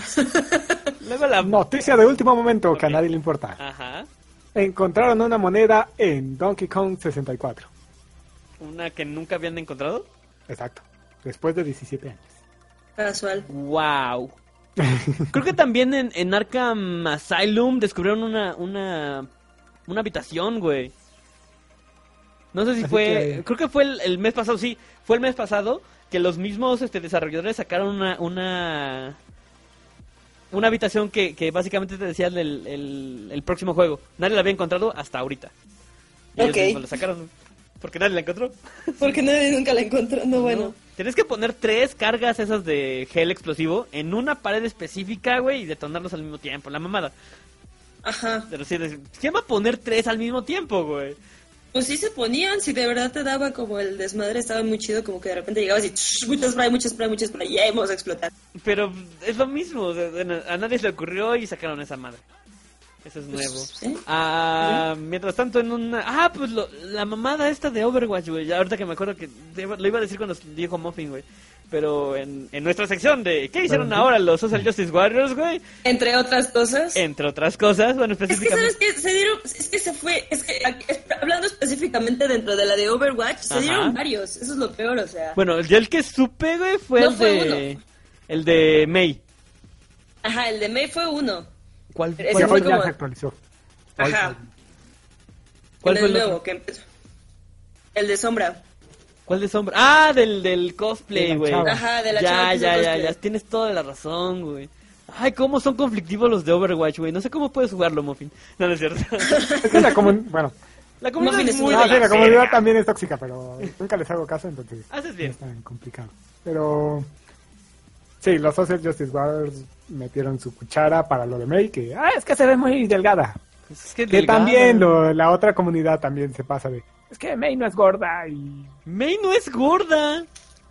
[SPEAKER 2] Luego la...
[SPEAKER 4] noticia de último momento que a
[SPEAKER 2] Ok. Ah,
[SPEAKER 4] nadie le importa.
[SPEAKER 2] Ajá.
[SPEAKER 4] Encontraron una moneda en Donkey Kong 64.
[SPEAKER 2] Una que nunca habían encontrado.
[SPEAKER 4] Exacto. Después de 17 años.
[SPEAKER 3] casual.
[SPEAKER 2] Wow. Creo que también en, en Arkham Asylum descubrieron una, una, una habitación, güey. No sé si
[SPEAKER 4] Así
[SPEAKER 2] fue,
[SPEAKER 4] que-
[SPEAKER 2] creo que fue el, el mes pasado, sí, fue el mes pasado que los mismos este, desarrolladores sacaron una, una, una habitación que, que básicamente te decía el, el, el próximo juego. Nadie la había encontrado hasta ahorita. Y ellos
[SPEAKER 3] Ok.
[SPEAKER 2] mismos la sacaron, porque nadie la encontró.
[SPEAKER 3] Porque nadie nunca la encontró. No, bueno.
[SPEAKER 2] Tienes que poner tres cargas esas de gel explosivo en una pared específica, güey, y detonarlos al mismo tiempo. La mamada.
[SPEAKER 3] Ajá.
[SPEAKER 2] Pero sí, de- ¿quién va a poner tres al mismo tiempo, güey?
[SPEAKER 3] Pues sí se ponían, si de verdad te daba como el desmadre, estaba muy chido, como que de repente llegabas y "Shh, muchas spray, muchas spray, muchas spray, ya hemos explotado.
[SPEAKER 2] Pero es lo mismo. o sea, bueno, a nadie se le ocurrió y sacaron esa madre. Eso es nuevo.
[SPEAKER 3] sí.
[SPEAKER 2] Ah, mientras tanto, en una. Ah, pues lo- la mamada esta de Overwatch, güey. Ahorita que me acuerdo que te iba- lo iba a decir cuando dijo Muffin, güey. Pero en, en nuestra sección de ¿Qué hicieron ahora los Social Justice Warriors, güey?
[SPEAKER 3] Entre otras cosas.
[SPEAKER 2] Entre otras cosas, bueno,
[SPEAKER 3] Es que
[SPEAKER 2] específicamente.
[SPEAKER 3] sabes que se dieron, es que se fue, es que aquí- es- hablando específicamente dentro de la de Overwatch,
[SPEAKER 2] Ajá. Pues-
[SPEAKER 3] se dieron varios, eso es lo peor, o sea.
[SPEAKER 2] Bueno, yo el que supe, güey, fue
[SPEAKER 3] No
[SPEAKER 2] el
[SPEAKER 3] fue
[SPEAKER 2] de. El de May.
[SPEAKER 3] Ajá, el de May fue uno.
[SPEAKER 2] ¿Cuál,
[SPEAKER 3] Ese
[SPEAKER 4] Que
[SPEAKER 2] cuál,
[SPEAKER 3] fue
[SPEAKER 4] hoy
[SPEAKER 2] cuál,
[SPEAKER 3] como-
[SPEAKER 4] ya se actualizó. Hoy-
[SPEAKER 3] Ajá.
[SPEAKER 2] ¿Cuál
[SPEAKER 3] el
[SPEAKER 2] fue el
[SPEAKER 3] nuevo
[SPEAKER 2] otro?
[SPEAKER 3] que empezó. El de sombra.
[SPEAKER 2] cuál de sombra? Ah, del, del
[SPEAKER 4] De
[SPEAKER 2] cosplay,
[SPEAKER 4] la
[SPEAKER 2] güey.
[SPEAKER 4] chava.
[SPEAKER 3] Ajá, de la chava
[SPEAKER 2] Ya,
[SPEAKER 3] que hizo
[SPEAKER 2] ya, ya,
[SPEAKER 3] cosplay.
[SPEAKER 2] ya. Tienes toda la razón, güey. Ay, cómo son conflictivos los de Overwatch, güey. No sé cómo puedes jugarlo, Muffin. No, no es cierto.
[SPEAKER 4] Es que la comun- Bueno,
[SPEAKER 2] la comunidad
[SPEAKER 3] Muffin
[SPEAKER 2] es
[SPEAKER 3] es
[SPEAKER 2] muy
[SPEAKER 3] un
[SPEAKER 4] no,
[SPEAKER 2] de
[SPEAKER 4] sí,
[SPEAKER 2] la
[SPEAKER 4] la comunidad
[SPEAKER 2] verga.
[SPEAKER 4] también es tóxica, pero nunca les hago caso, entonces
[SPEAKER 2] Haces
[SPEAKER 4] no
[SPEAKER 2] Ah, bien.
[SPEAKER 4] es tan complicado. Pero sí, los Social Justice Warriors metieron su cuchara para lo de May, que ah, es que se ve muy delgada.
[SPEAKER 2] Es que,
[SPEAKER 4] Que
[SPEAKER 2] delgada.
[SPEAKER 4] también lo- la otra comunidad también se pasa de, es que May no es gorda y
[SPEAKER 2] May no es gorda.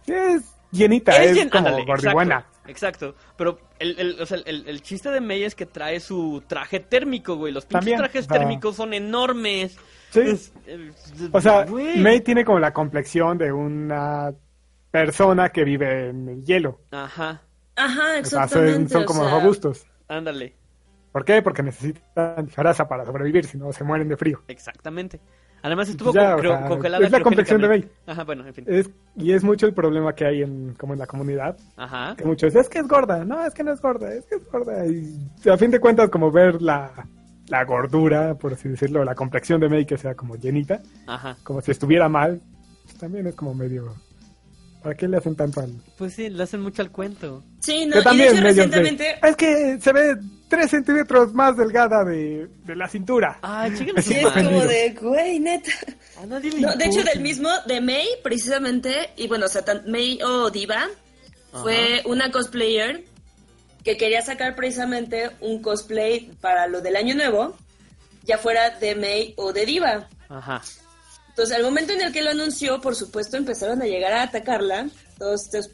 [SPEAKER 4] sí, es llenita,
[SPEAKER 2] Es
[SPEAKER 4] es,
[SPEAKER 2] bien-
[SPEAKER 4] como
[SPEAKER 2] ándale,
[SPEAKER 4] gordibuena.
[SPEAKER 2] Exacto, exacto. Pero el, el- o sea, el- el chiste de May es que trae su traje térmico, güey. Los pinches
[SPEAKER 4] También, Ah.
[SPEAKER 2] trajes
[SPEAKER 4] o sea-
[SPEAKER 2] térmicos son enormes.
[SPEAKER 4] Sí.
[SPEAKER 2] Es- eh,
[SPEAKER 4] O sea,
[SPEAKER 2] güey.
[SPEAKER 4] May tiene como la complexión de una persona que vive en el hielo.
[SPEAKER 2] Ajá,
[SPEAKER 3] Ajá,
[SPEAKER 4] O sea, son,
[SPEAKER 3] exactamente.
[SPEAKER 4] son
[SPEAKER 3] o
[SPEAKER 4] como
[SPEAKER 3] sea,
[SPEAKER 4] robustos.
[SPEAKER 2] ándale.
[SPEAKER 4] ¿Por qué? Porque necesitan disfraza para sobrevivir, si no se mueren de frío.
[SPEAKER 2] Exactamente. Además estuvo con,
[SPEAKER 4] Ya, o
[SPEAKER 2] creo-
[SPEAKER 4] sea,
[SPEAKER 2] con calabra
[SPEAKER 4] es la
[SPEAKER 2] criogénica,
[SPEAKER 4] complexión de Eh,
[SPEAKER 2] ¿no?
[SPEAKER 4] May.
[SPEAKER 2] Ajá, bueno, en fin.
[SPEAKER 4] Es, y es mucho el problema que hay en, como en la comunidad,
[SPEAKER 2] Ajá.
[SPEAKER 4] que muchos es que es gorda, no, es que no es gorda, es que es gorda. Y a fin de cuentas, como ver la, la gordura, por así decirlo, la complexión de May que sea como llenita,
[SPEAKER 2] Ajá.
[SPEAKER 4] como si estuviera mal, pues también es como medio... ¿Para qué le hacen tanto al...?
[SPEAKER 2] Pues sí, le hacen mucho al cuento.
[SPEAKER 3] Sí,
[SPEAKER 4] Que
[SPEAKER 3] no, y de
[SPEAKER 4] también
[SPEAKER 3] hecho
[SPEAKER 4] medio-
[SPEAKER 3] recientemente.
[SPEAKER 4] Es que se ve 3 centímetros más delgada de, de la cintura.
[SPEAKER 2] Ah, chíquenlo.
[SPEAKER 4] Es
[SPEAKER 3] Sí, es como de, güey, neta.
[SPEAKER 2] A nadie le
[SPEAKER 3] Ah, No, de hecho,
[SPEAKER 2] importa.
[SPEAKER 3] del mismo, de May, precisamente, y bueno, o sea, tan- May o Diva,
[SPEAKER 2] Ajá.
[SPEAKER 3] fue una cosplayer que quería sacar precisamente un cosplay para lo del año nuevo, ya fuera de May o de Diva.
[SPEAKER 2] Ajá.
[SPEAKER 3] Entonces, al momento en el que lo anunció, por supuesto, empezaron a llegar a atacarla, todos estos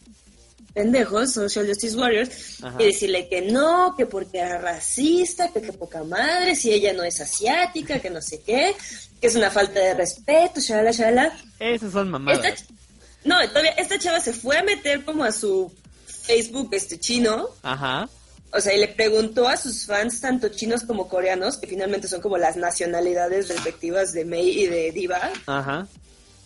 [SPEAKER 3] pendejos, Social Justice Warriors,
[SPEAKER 2] Ajá.
[SPEAKER 3] y decirle que no, que porque era racista, que qué poca madre, si ella no es asiática, que no sé qué, que es una falta de respeto, shalala, shalala.
[SPEAKER 2] Esas son mamadas.
[SPEAKER 3] Esta, ch- no, todavía esta chava se fue a meter como a su Facebook este chino,
[SPEAKER 2] Ajá.
[SPEAKER 3] o sea, y le preguntó a sus fans, tanto chinos como coreanos, que finalmente son como las nacionalidades respectivas de May y de Diva,
[SPEAKER 2] Ajá.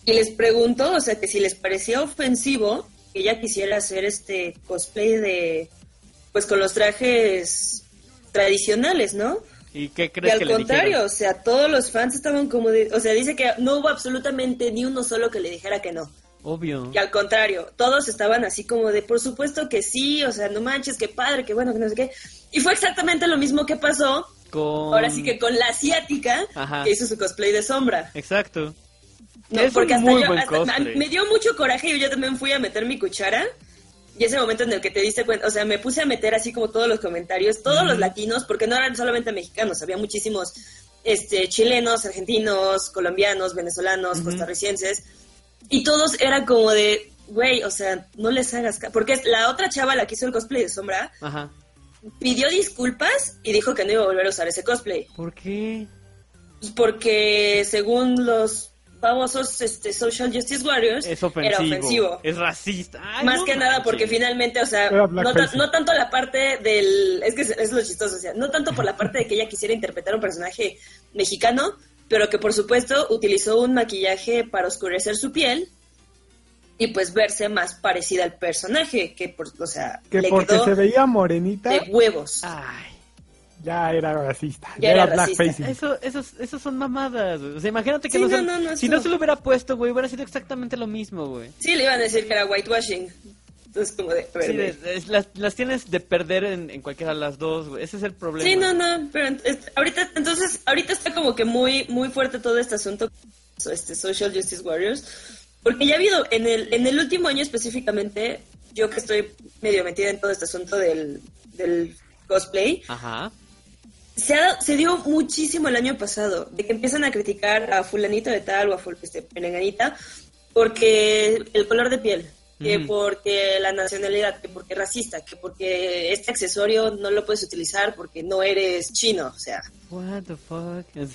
[SPEAKER 3] y les preguntó, o sea, que si les parecía ofensivo que ella quisiera hacer este cosplay de, pues con los trajes tradicionales, ¿no?
[SPEAKER 2] ¿Y qué
[SPEAKER 3] Y
[SPEAKER 2] crees que
[SPEAKER 3] al
[SPEAKER 2] le
[SPEAKER 3] contrario,
[SPEAKER 2] dijeron?
[SPEAKER 3] o sea, todos los fans estaban como, de- o sea, dice que no hubo absolutamente ni uno solo que le dijera que no.
[SPEAKER 2] Obvio.
[SPEAKER 3] Y al contrario, todos estaban así como de, por supuesto que sí, o sea, no manches, qué padre, qué bueno, que no sé qué. Y fue exactamente lo mismo que pasó,
[SPEAKER 2] Con...
[SPEAKER 3] ahora sí que con la asiática,
[SPEAKER 2] Ajá.
[SPEAKER 3] que hizo su cosplay de sombra.
[SPEAKER 2] Exacto.
[SPEAKER 3] No,
[SPEAKER 2] Es un
[SPEAKER 3] porque hasta
[SPEAKER 2] muy
[SPEAKER 3] yo-
[SPEAKER 2] buen
[SPEAKER 3] hasta-
[SPEAKER 2] cosplay.
[SPEAKER 3] me dio mucho coraje y yo también fui a meter mi cuchara. Y ese momento en el que te diste cuenta, o sea, me puse a meter así como todos los comentarios, todos los latinos, porque no eran solamente mexicanos, había muchísimos este, chilenos, argentinos, colombianos, venezolanos, costarricenses, y todos era como de, güey, o sea, no les hagas caso. Porque la otra chava, la que hizo el cosplay de sombra,
[SPEAKER 2] Ajá.
[SPEAKER 3] pidió disculpas y dijo que no iba a volver a usar ese cosplay.
[SPEAKER 2] ¿Por qué?
[SPEAKER 3] Pues porque según los famosos este, Social Justice Warriors,
[SPEAKER 2] Es ofensivo.
[SPEAKER 3] era ofensivo.
[SPEAKER 2] Es racista. Ay,
[SPEAKER 3] Más
[SPEAKER 2] no
[SPEAKER 3] que nada porque
[SPEAKER 2] manches.
[SPEAKER 3] finalmente, o sea,
[SPEAKER 4] Era
[SPEAKER 3] no,
[SPEAKER 4] blackface.
[SPEAKER 3] ta- no tanto la parte del... Es que es, es lo chistoso, o sea, no tanto por la parte de que ella quisiera interpretar un personaje mexicano, pero que por supuesto utilizó un maquillaje para oscurecer su piel y pues verse más parecida al personaje, que por, o sea,
[SPEAKER 4] Que
[SPEAKER 3] le
[SPEAKER 4] porque
[SPEAKER 3] quedó
[SPEAKER 4] se veía morenita,
[SPEAKER 3] de huevos.
[SPEAKER 2] Ay.
[SPEAKER 4] ya era racista.
[SPEAKER 3] Ya
[SPEAKER 4] Ya era
[SPEAKER 3] era racista.
[SPEAKER 4] blackfacing.
[SPEAKER 2] Eso, esos, esos son mamadas. güey. O sea, imagínate que
[SPEAKER 3] Sí,
[SPEAKER 2] no, se-
[SPEAKER 3] no, no, no,
[SPEAKER 2] si
[SPEAKER 3] esto-
[SPEAKER 2] no se lo hubiera puesto, güey, hubiera sido exactamente lo mismo, güey.
[SPEAKER 3] Sí, le iban a decir que era whitewashing. Entonces como de... a ver,
[SPEAKER 2] Sí,
[SPEAKER 3] güey.
[SPEAKER 2] de- de- las, las tienes de perder en, en cualquiera de las dos, güey. Ese es el problema.
[SPEAKER 3] Sí, no, no, pero ent- es- ahorita, entonces, ahorita está como que muy, muy fuerte todo este asunto, so- este Social Justice Warriors, porque ya ha habido, en el, en el último año específicamente, yo que estoy medio metida en todo este asunto del, del cosplay,
[SPEAKER 2] Ajá.
[SPEAKER 3] se, ha dado- se dio muchísimo el año pasado, de que empiezan a criticar a fulanito de tal o a ful- este, perenganita, porque el color de piel, que
[SPEAKER 2] Ujú.
[SPEAKER 3] porque la nacionalidad, que porque racista, que porque este accesorio no lo puedes utilizar porque no eres chino, o sea...
[SPEAKER 2] What the fuck? Es-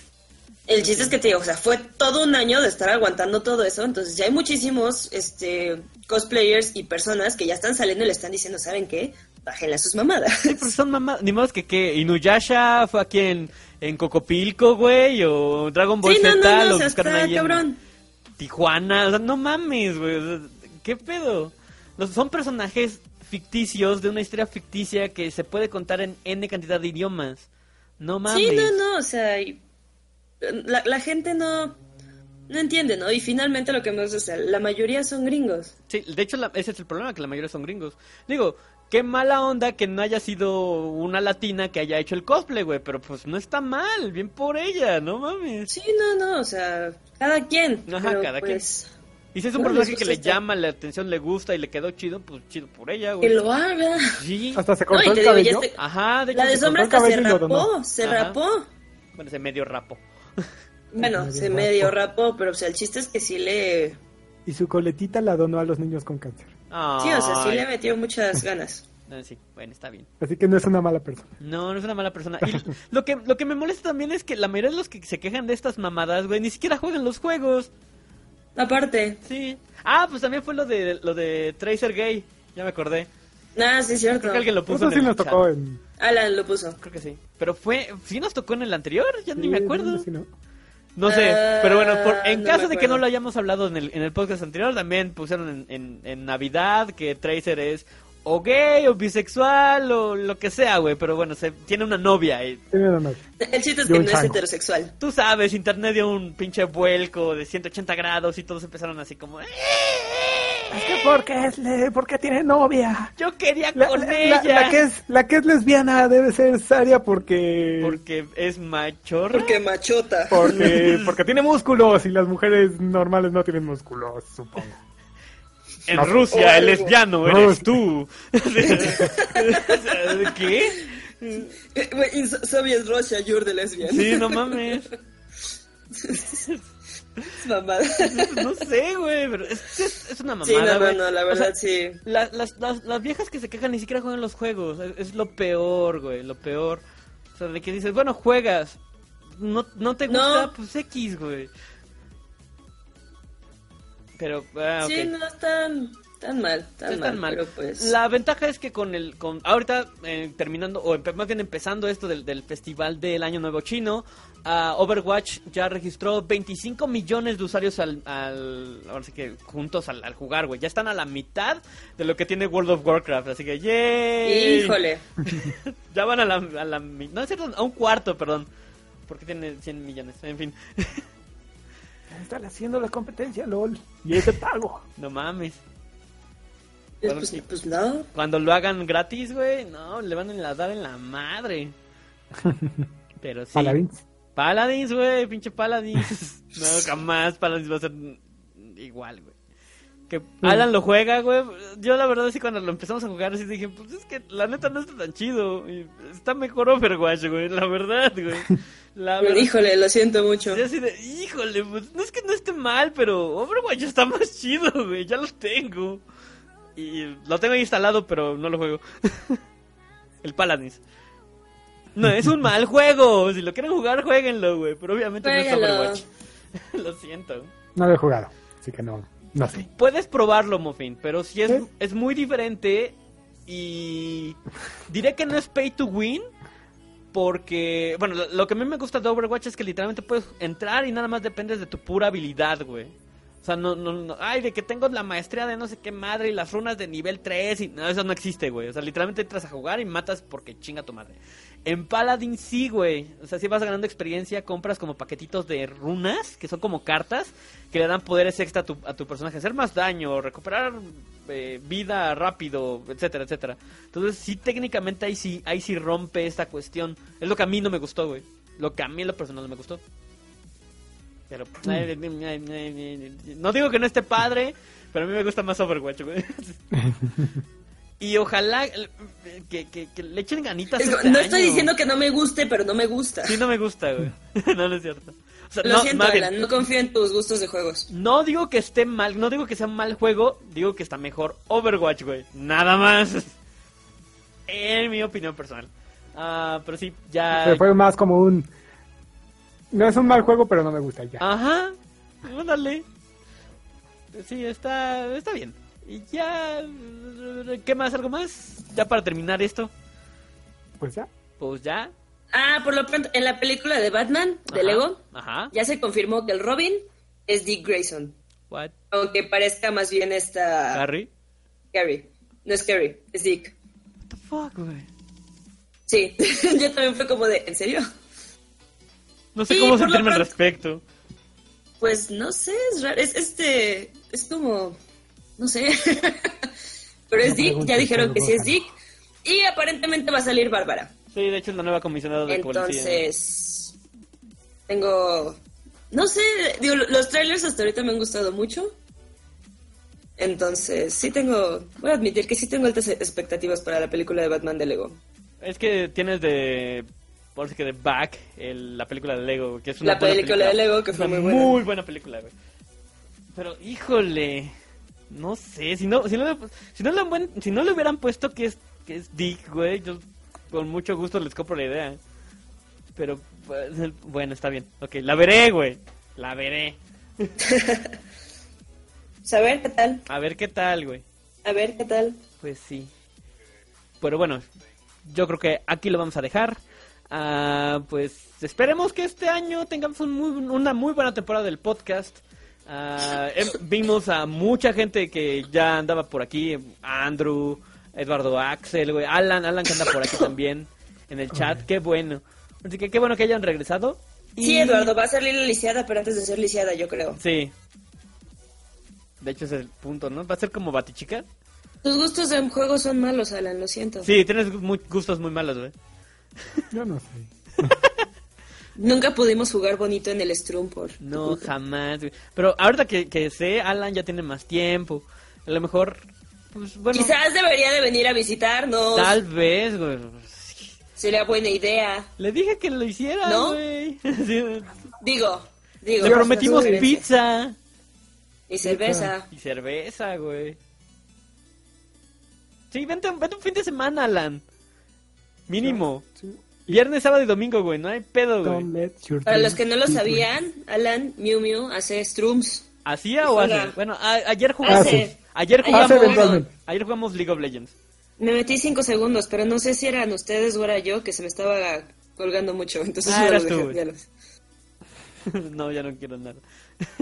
[SPEAKER 3] El chiste es que te digo, o sea, fue todo un año de estar aguantando todo eso, entonces ya hay muchísimos este cosplayers y personas que ya están saliendo y le están diciendo, ¿saben qué? Bájenle a sus mamadas.
[SPEAKER 2] Sí, porque son mamadas. Ni más que que Inuyasha fue aquí en, en Cocopilco, güey, o Dragon Ball
[SPEAKER 3] Sí, no,
[SPEAKER 2] Z,
[SPEAKER 3] no, no,
[SPEAKER 2] lo
[SPEAKER 3] o sea, está
[SPEAKER 2] buscaron ahí en
[SPEAKER 3] cabrón.
[SPEAKER 2] Tijuana. O sea, no mames, güey. o sea, ¿Qué pedo? Los- son personajes ficticios de una historia ficticia que se puede contar en N cantidad de idiomas. No mames.
[SPEAKER 3] Sí, no, no, o sea, y- la, la gente no, no entiende, ¿no? Y finalmente lo que me gusta, o sea, la mayoría son gringos.
[SPEAKER 2] Sí, de hecho, la- ese es el problema, que la mayoría son gringos. Digo, qué mala onda que no haya sido una latina que haya hecho el cosplay, güey, pero pues no está mal, bien por ella, no mames.
[SPEAKER 3] Sí, no, no, o sea, cada quien.
[SPEAKER 2] Ajá,
[SPEAKER 3] pero,
[SPEAKER 2] cada
[SPEAKER 3] pues,
[SPEAKER 2] Y si es un
[SPEAKER 3] No,
[SPEAKER 2] personaje
[SPEAKER 3] les
[SPEAKER 2] que
[SPEAKER 3] gusta
[SPEAKER 2] le
[SPEAKER 3] esta.
[SPEAKER 2] llama la atención, le gusta y le quedó chido, pues chido por ella,
[SPEAKER 3] Que
[SPEAKER 2] güey.
[SPEAKER 3] lo haga.
[SPEAKER 2] Sí.
[SPEAKER 4] Hasta se
[SPEAKER 3] No,
[SPEAKER 4] cortó
[SPEAKER 3] y te
[SPEAKER 4] el
[SPEAKER 3] digo, ya
[SPEAKER 4] cabello.
[SPEAKER 3] este-
[SPEAKER 2] Ajá, de hecho,
[SPEAKER 3] La de
[SPEAKER 2] se-
[SPEAKER 3] sombra
[SPEAKER 4] cortó
[SPEAKER 3] hasta
[SPEAKER 4] el
[SPEAKER 3] se
[SPEAKER 4] cabello y lo
[SPEAKER 3] rapó,
[SPEAKER 4] donó.
[SPEAKER 3] se
[SPEAKER 2] Ajá.
[SPEAKER 3] rapó.
[SPEAKER 2] bueno, se medio rapo.
[SPEAKER 3] Bueno,
[SPEAKER 4] Medio
[SPEAKER 3] se
[SPEAKER 4] rapo.
[SPEAKER 3] medio rapó, pero o sea, el chiste es que sí le...
[SPEAKER 4] Y su coletita la donó a los niños con cáncer.
[SPEAKER 3] Sí, o sea, sí
[SPEAKER 2] Ay.
[SPEAKER 3] le metió muchas ganas.
[SPEAKER 2] Ah, sí, bueno, está bien.
[SPEAKER 4] Así que no es una mala persona.
[SPEAKER 2] No, no es una mala persona. Y lo que, lo que me molesta también es que la mayoría de los que se quejan de estas mamadas, güey, ni siquiera juegan los juegos.
[SPEAKER 3] Aparte,
[SPEAKER 2] Sí. Ah, pues también fue lo de lo de Tracer Gay. Ya me acordé.
[SPEAKER 3] nada, sí es cierto.
[SPEAKER 2] Creo que alguien lo puso
[SPEAKER 4] Eso
[SPEAKER 2] en
[SPEAKER 4] sí
[SPEAKER 2] el
[SPEAKER 4] nos
[SPEAKER 2] chat.
[SPEAKER 4] tocó en...
[SPEAKER 3] Alan lo puso.
[SPEAKER 2] Creo que sí. Pero fue sí nos tocó en el anterior, ya ni
[SPEAKER 4] sí,
[SPEAKER 2] me acuerdo.
[SPEAKER 4] sí, no.
[SPEAKER 2] No sé,
[SPEAKER 3] Ah,
[SPEAKER 2] pero bueno, por- en
[SPEAKER 3] no
[SPEAKER 2] caso
[SPEAKER 3] me
[SPEAKER 2] de que no
[SPEAKER 3] acuerdo.
[SPEAKER 2] lo hayamos hablado en el, en el podcast anterior, también pusieron en, en, en Navidad que Tracer es o gay o bisexual o lo que sea, güey, pero bueno, se tiene una novia y
[SPEAKER 4] Sí, no, no, no.
[SPEAKER 3] El chiste es
[SPEAKER 4] Yo
[SPEAKER 3] que
[SPEAKER 4] un
[SPEAKER 3] no es
[SPEAKER 4] chango.
[SPEAKER 3] heterosexual.
[SPEAKER 2] tú sabes, internet dio un pinche vuelco de 180 grados y todos empezaron así como, "Eh,
[SPEAKER 4] Es que porque es le- porque tiene novia.
[SPEAKER 2] yo quería
[SPEAKER 4] La,
[SPEAKER 2] con
[SPEAKER 4] la-
[SPEAKER 2] ella.
[SPEAKER 4] la- la que es, la que es lesbiana debe ser Saria porque...
[SPEAKER 2] Porque es machorra.
[SPEAKER 3] Porque machota.
[SPEAKER 4] Oh. Porque, porque tiene músculos y las mujeres normales no tienen músculos, supongo.
[SPEAKER 2] En
[SPEAKER 4] No.
[SPEAKER 2] Rusia,
[SPEAKER 3] Oh,
[SPEAKER 2] él es
[SPEAKER 3] algo.
[SPEAKER 2] llano,
[SPEAKER 4] No,
[SPEAKER 2] eres
[SPEAKER 4] sí.
[SPEAKER 2] tú. ¿Qué?
[SPEAKER 3] Eh, güey, y so- Soviet Russia, you're the lesbian.
[SPEAKER 2] Sí, no mames.
[SPEAKER 3] Es mamada.
[SPEAKER 2] No sé, güey, pero es, es- es una
[SPEAKER 3] Sí,
[SPEAKER 2] mamada,
[SPEAKER 3] no, no,
[SPEAKER 2] güey.
[SPEAKER 3] no, la
[SPEAKER 2] O
[SPEAKER 3] verdad
[SPEAKER 2] sea,
[SPEAKER 3] sí.
[SPEAKER 2] la- las, las, las viejas que se quejan ni siquiera juegan los juegos. Es, es lo peor, güey, lo peor. O sea, de que dices, bueno, juegas. No, no te
[SPEAKER 3] No.
[SPEAKER 2] gusta, pues X, güey. Pero, ah, ok.
[SPEAKER 3] Sí, no es tan, tan mal, tan
[SPEAKER 2] No es
[SPEAKER 3] mal.
[SPEAKER 2] tan mal.
[SPEAKER 3] Pero pues.
[SPEAKER 2] La ventaja es que con el. Con, ahorita eh, terminando, o empe- más bien empezando esto del, del festival del Año Nuevo Chino, ah, Overwatch ya registró 25 millones de usuarios al. al ahora sí que juntos al, al jugar, güey. Ya están a la mitad de lo que tiene World of Warcraft, así que ¡yay!
[SPEAKER 3] Híjole.
[SPEAKER 2] Ya van a la, a la mi- No es cierto, a un cuarto, perdón. Porque tiene 100 millones, en fin.
[SPEAKER 4] Están haciendo la competencia, LOL. Y ese pago.
[SPEAKER 2] No mames.
[SPEAKER 3] Pues,
[SPEAKER 2] Bueno,
[SPEAKER 3] pues,
[SPEAKER 2] sí.
[SPEAKER 3] pues, no.
[SPEAKER 2] Cuando lo hagan gratis, güey, no, le van a dar en la madre. Pero sí.
[SPEAKER 4] Paladins.
[SPEAKER 2] Paladins, güey, pinche Paladins. no, jamás Paladins va a ser igual, güey. Que Alan lo juega, güey. Yo la verdad sí cuando lo empezamos a jugar sí dije, pues es que la neta no está tan chido. Y Está mejor Overwatch, güey, la verdad, güey. La
[SPEAKER 3] Pero,
[SPEAKER 2] verdad.
[SPEAKER 3] Híjole, lo siento mucho.
[SPEAKER 2] Sí, así de, híjole, pues no es que no esté mal, pero Overwatch está más chido, güey, ya lo tengo. Y lo tengo ahí instalado, pero no lo juego. El Paladins. No, es un mal juego. Si lo quieren jugar, jueguenlo, güey. Pero obviamente no es
[SPEAKER 3] Juéguenlo.
[SPEAKER 2] Overwatch. lo siento.
[SPEAKER 4] No lo he jugado. Así que no, no sé.
[SPEAKER 2] Puedes probarlo, Mofin, pero si es,
[SPEAKER 4] ¿Eh?
[SPEAKER 2] es muy diferente y diré que no es pay to win porque, bueno, lo, lo que a mí me gusta de Overwatch es que literalmente puedes entrar y nada más dependes de tu pura habilidad, güey. O sea, no, no, no, ay, de que tengo la maestría de no sé qué madre y las runas de nivel 3 y no, eso no existe, güey. O sea, literalmente entras a jugar y matas porque chinga tu madre. En Paladin sí, güey. O sea, si vas ganando experiencia, compras como paquetitos de runas, que son como cartas, que le dan poderes extra a tu, a tu personaje. Hacer más daño, recuperar eh, vida rápido, etcétera, etcétera. Entonces, sí, técnicamente ahí sí, ahí sí rompe esta cuestión. Es lo que a mí no me gustó, güey. Lo que a mí en lo personal no me gustó. Pero, pues, no digo que no esté padre, pero a mí me gusta más Overwatch, güey. Y ojalá eh, que, que- que le echen ganitas.
[SPEAKER 3] Es-
[SPEAKER 2] este
[SPEAKER 3] no estoy
[SPEAKER 2] año.
[SPEAKER 3] diciendo que no me guste, pero no me gusta.
[SPEAKER 2] Sí, no me gusta, güey. No, no es cierto. O sea,
[SPEAKER 3] Lo
[SPEAKER 2] no,
[SPEAKER 3] siento,
[SPEAKER 2] más bien,
[SPEAKER 3] Alan, no confío en tus gustos de juegos.
[SPEAKER 2] no digo que esté mal, no digo que sea un mal juego, digo que está mejor Overwatch, güey. Nada más. En mi opinión personal. Ah, pero sí, ya.
[SPEAKER 4] Pero fue más como un. No es un mal juego, pero no me gusta ya.
[SPEAKER 2] Ajá. Ándale. Sí, está, está bien. Y ya. ¿Qué más? ¿Algo más? Ya para terminar esto.
[SPEAKER 4] Pues ya.
[SPEAKER 2] Pues ya.
[SPEAKER 3] Ah, por lo pronto, en la película de Batman, de
[SPEAKER 2] Ajá,
[SPEAKER 3] Lego,
[SPEAKER 2] Ajá.
[SPEAKER 3] ya se confirmó que el Robin es Dick Grayson.
[SPEAKER 2] What?
[SPEAKER 3] Aunque parezca más bien esta.
[SPEAKER 2] Harry.
[SPEAKER 3] Carrie. No es Carrie, es Dick.
[SPEAKER 2] What the fuck, güey.
[SPEAKER 3] Sí, yo también fue como de, ¿en serio?
[SPEAKER 2] No sé
[SPEAKER 3] Sí,
[SPEAKER 2] cómo
[SPEAKER 3] por lo
[SPEAKER 2] sentirme al
[SPEAKER 3] pronto-
[SPEAKER 2] respecto.
[SPEAKER 3] Pues no sé, es raro. Es este. Es como. No sé. Pero es
[SPEAKER 4] No
[SPEAKER 3] Dick, ya
[SPEAKER 4] preguntes,
[SPEAKER 3] dijeron
[SPEAKER 4] no
[SPEAKER 3] que sí es
[SPEAKER 4] preguntes.
[SPEAKER 3] Dick. Y aparentemente va a salir Bárbara.
[SPEAKER 2] Sí, de hecho es la nueva comisionada de policía.
[SPEAKER 3] Entonces, tengo, no sé, digo, los trailers hasta ahorita me han gustado mucho. Entonces, sí tengo, voy a admitir que sí tengo altas expectativas para la película de Batman de Lego.
[SPEAKER 2] Es que tienes de. Por si que de Back, el- la película de Lego, que es una
[SPEAKER 3] La
[SPEAKER 2] buena
[SPEAKER 3] película de Lego, que
[SPEAKER 2] Es
[SPEAKER 3] fue
[SPEAKER 2] una
[SPEAKER 3] muy buena.
[SPEAKER 2] Muy buena película, güey. Pero, híjole. No sé, si no, si no, le- si no, le, han buen- si no le hubieran puesto que es, que es Dick, güey, yo con mucho gusto les compro la idea. Pero, pues, bueno, está bien. Ok, la veré, güey. La veré.
[SPEAKER 3] Pues, a ver qué tal,
[SPEAKER 2] A ver qué tal, güey.
[SPEAKER 3] a ver qué tal.
[SPEAKER 2] Pues sí. Pero bueno, yo creo que aquí lo vamos a dejar. Ah, pues esperemos que este año tengamos un muy- una muy buena temporada del podcast. Ah, em- vimos a mucha gente que ya andaba por aquí. A Andrew, Eduardo Axel, güey, Alan, Alan que anda por aquí también en el chat. Qué bueno. Así que qué bueno que hayan regresado. Y-
[SPEAKER 3] Sí, Eduardo, va a salir la lisiada, pero antes de ser lisiada, yo creo.
[SPEAKER 2] Sí. De hecho ese es el punto, ¿no? Va a ser como Batichica.
[SPEAKER 3] Tus gustos en juego son malos, Alan, lo siento.
[SPEAKER 2] Sí, tienes muy- gustos muy malos, güey.
[SPEAKER 4] Yo no sé.
[SPEAKER 3] Nunca pudimos jugar bonito en el Strum por...
[SPEAKER 2] No, jamás. güey. Pero ahorita que, que sé, Alan ya tiene más tiempo. A lo mejor, pues bueno,
[SPEAKER 3] Quizás debería de venir a visitarnos.
[SPEAKER 2] tal vez, güey.
[SPEAKER 3] Sería buena idea.
[SPEAKER 2] Le dije que lo hiciera,
[SPEAKER 3] ¿No?
[SPEAKER 2] güey. Sí.
[SPEAKER 3] digo, digo.
[SPEAKER 2] Le prometimos
[SPEAKER 3] sugerencia.
[SPEAKER 2] pizza
[SPEAKER 3] Y cerveza.
[SPEAKER 2] y cerveza, güey. Sí, vente, vente un fin de semana, Alan. Mínimo.
[SPEAKER 4] Sí.
[SPEAKER 2] Viernes, sábado y domingo, güey. No hay pedo, güey.
[SPEAKER 4] Don't let your
[SPEAKER 3] Para
[SPEAKER 4] dreams
[SPEAKER 3] los que no lo
[SPEAKER 4] be
[SPEAKER 3] sabían, Alan Miu Miu hace strums.
[SPEAKER 2] ¿Hacía o hace?
[SPEAKER 3] Hola.
[SPEAKER 2] Bueno, a- ayer jugamos.
[SPEAKER 3] Hace.
[SPEAKER 2] Ayer
[SPEAKER 3] Hace
[SPEAKER 2] jugamos,
[SPEAKER 4] eventualmente.
[SPEAKER 2] ayer jugamos League of Legends.
[SPEAKER 3] Me metí cinco segundos, pero no sé si eran ustedes o era yo que se me estaba colgando mucho. Entonces
[SPEAKER 2] Ah,
[SPEAKER 3] yo
[SPEAKER 2] eras
[SPEAKER 3] lo
[SPEAKER 2] tú,
[SPEAKER 3] dejé,
[SPEAKER 2] güey.
[SPEAKER 3] ya lo-
[SPEAKER 2] no, ya no quiero nada.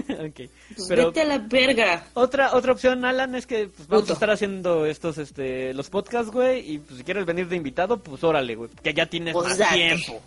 [SPEAKER 2] ok.
[SPEAKER 3] Pues
[SPEAKER 2] Pero
[SPEAKER 3] vete a la verga.
[SPEAKER 2] otra otra opción, Alan, es que pues, vamos a
[SPEAKER 3] Puto.
[SPEAKER 2] estar haciendo estos este los podcasts, güey, y pues, si quieres venir de invitado, pues órale, güey, que ya tienes
[SPEAKER 3] Pues
[SPEAKER 2] más
[SPEAKER 3] date.
[SPEAKER 2] tiempo.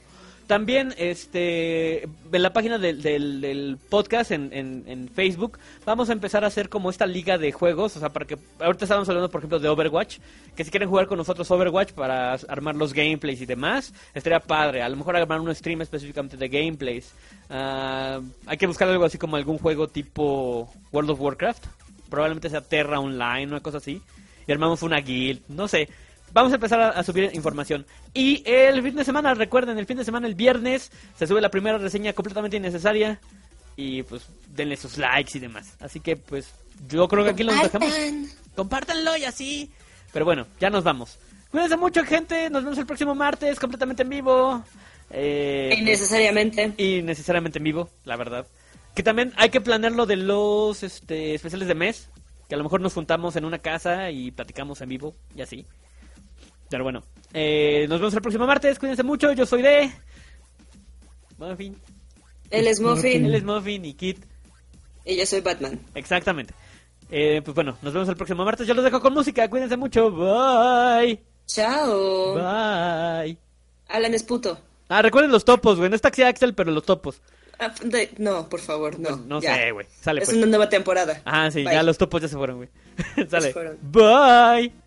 [SPEAKER 2] También, este, en la página del, del- del podcast en, en- en Facebook, vamos a empezar a hacer como esta liga de juegos, o sea, para que, ahorita estábamos hablando, por ejemplo, de Overwatch, que si quieren jugar con nosotros Overwatch para as- armar los gameplays y demás, estaría padre, a lo mejor armar un stream específicamente de gameplays. Ah, hay que buscar algo así como algún juego tipo World of Warcraft, probablemente sea Terra Online, una cosa así, y armamos una guild, no sé. Vamos a empezar a, a subir información. Y el fin de semana, recuerden, el fin de semana, el viernes, se sube la primera reseña completamente innecesaria. Y pues denle sus likes y demás. Así que pues yo creo que aquí los dejamos.
[SPEAKER 3] Compartan.
[SPEAKER 2] Compártanlo y así. Pero bueno, ya nos vamos. Cuídense mucho, gente. Nos vemos el próximo martes, completamente en vivo. Eh,
[SPEAKER 3] Innecesariamente.
[SPEAKER 2] y necesariamente en vivo, la verdad. Que también hay que planear lo de los este, especiales de mes, que a lo mejor nos juntamos en una casa y platicamos en vivo y así. Pero bueno, eh, nos vemos el próximo martes, cuídense mucho, yo soy de... Muffin,
[SPEAKER 3] Él es Muffin
[SPEAKER 2] él es Muffin y Kit,
[SPEAKER 3] y yo soy Batman.
[SPEAKER 2] exactamente. Eh, pues bueno, nos vemos el próximo martes, yo los dejo con música, cuídense mucho, bye,
[SPEAKER 3] Chao.
[SPEAKER 2] bye.
[SPEAKER 3] Alan es puto.
[SPEAKER 2] Ah, recuerden los topos, güey, no es Taxi Axel, pero los topos.
[SPEAKER 3] Ah, de- No, por favor, no.
[SPEAKER 2] Pues No
[SPEAKER 3] ya.
[SPEAKER 2] sé, güey, sale
[SPEAKER 3] Es
[SPEAKER 2] pues.
[SPEAKER 3] una nueva temporada.
[SPEAKER 2] Ah, sí,
[SPEAKER 3] Bye.
[SPEAKER 2] ya los topos ya se fueron, güey. Sale.
[SPEAKER 3] fueron.
[SPEAKER 2] Bye.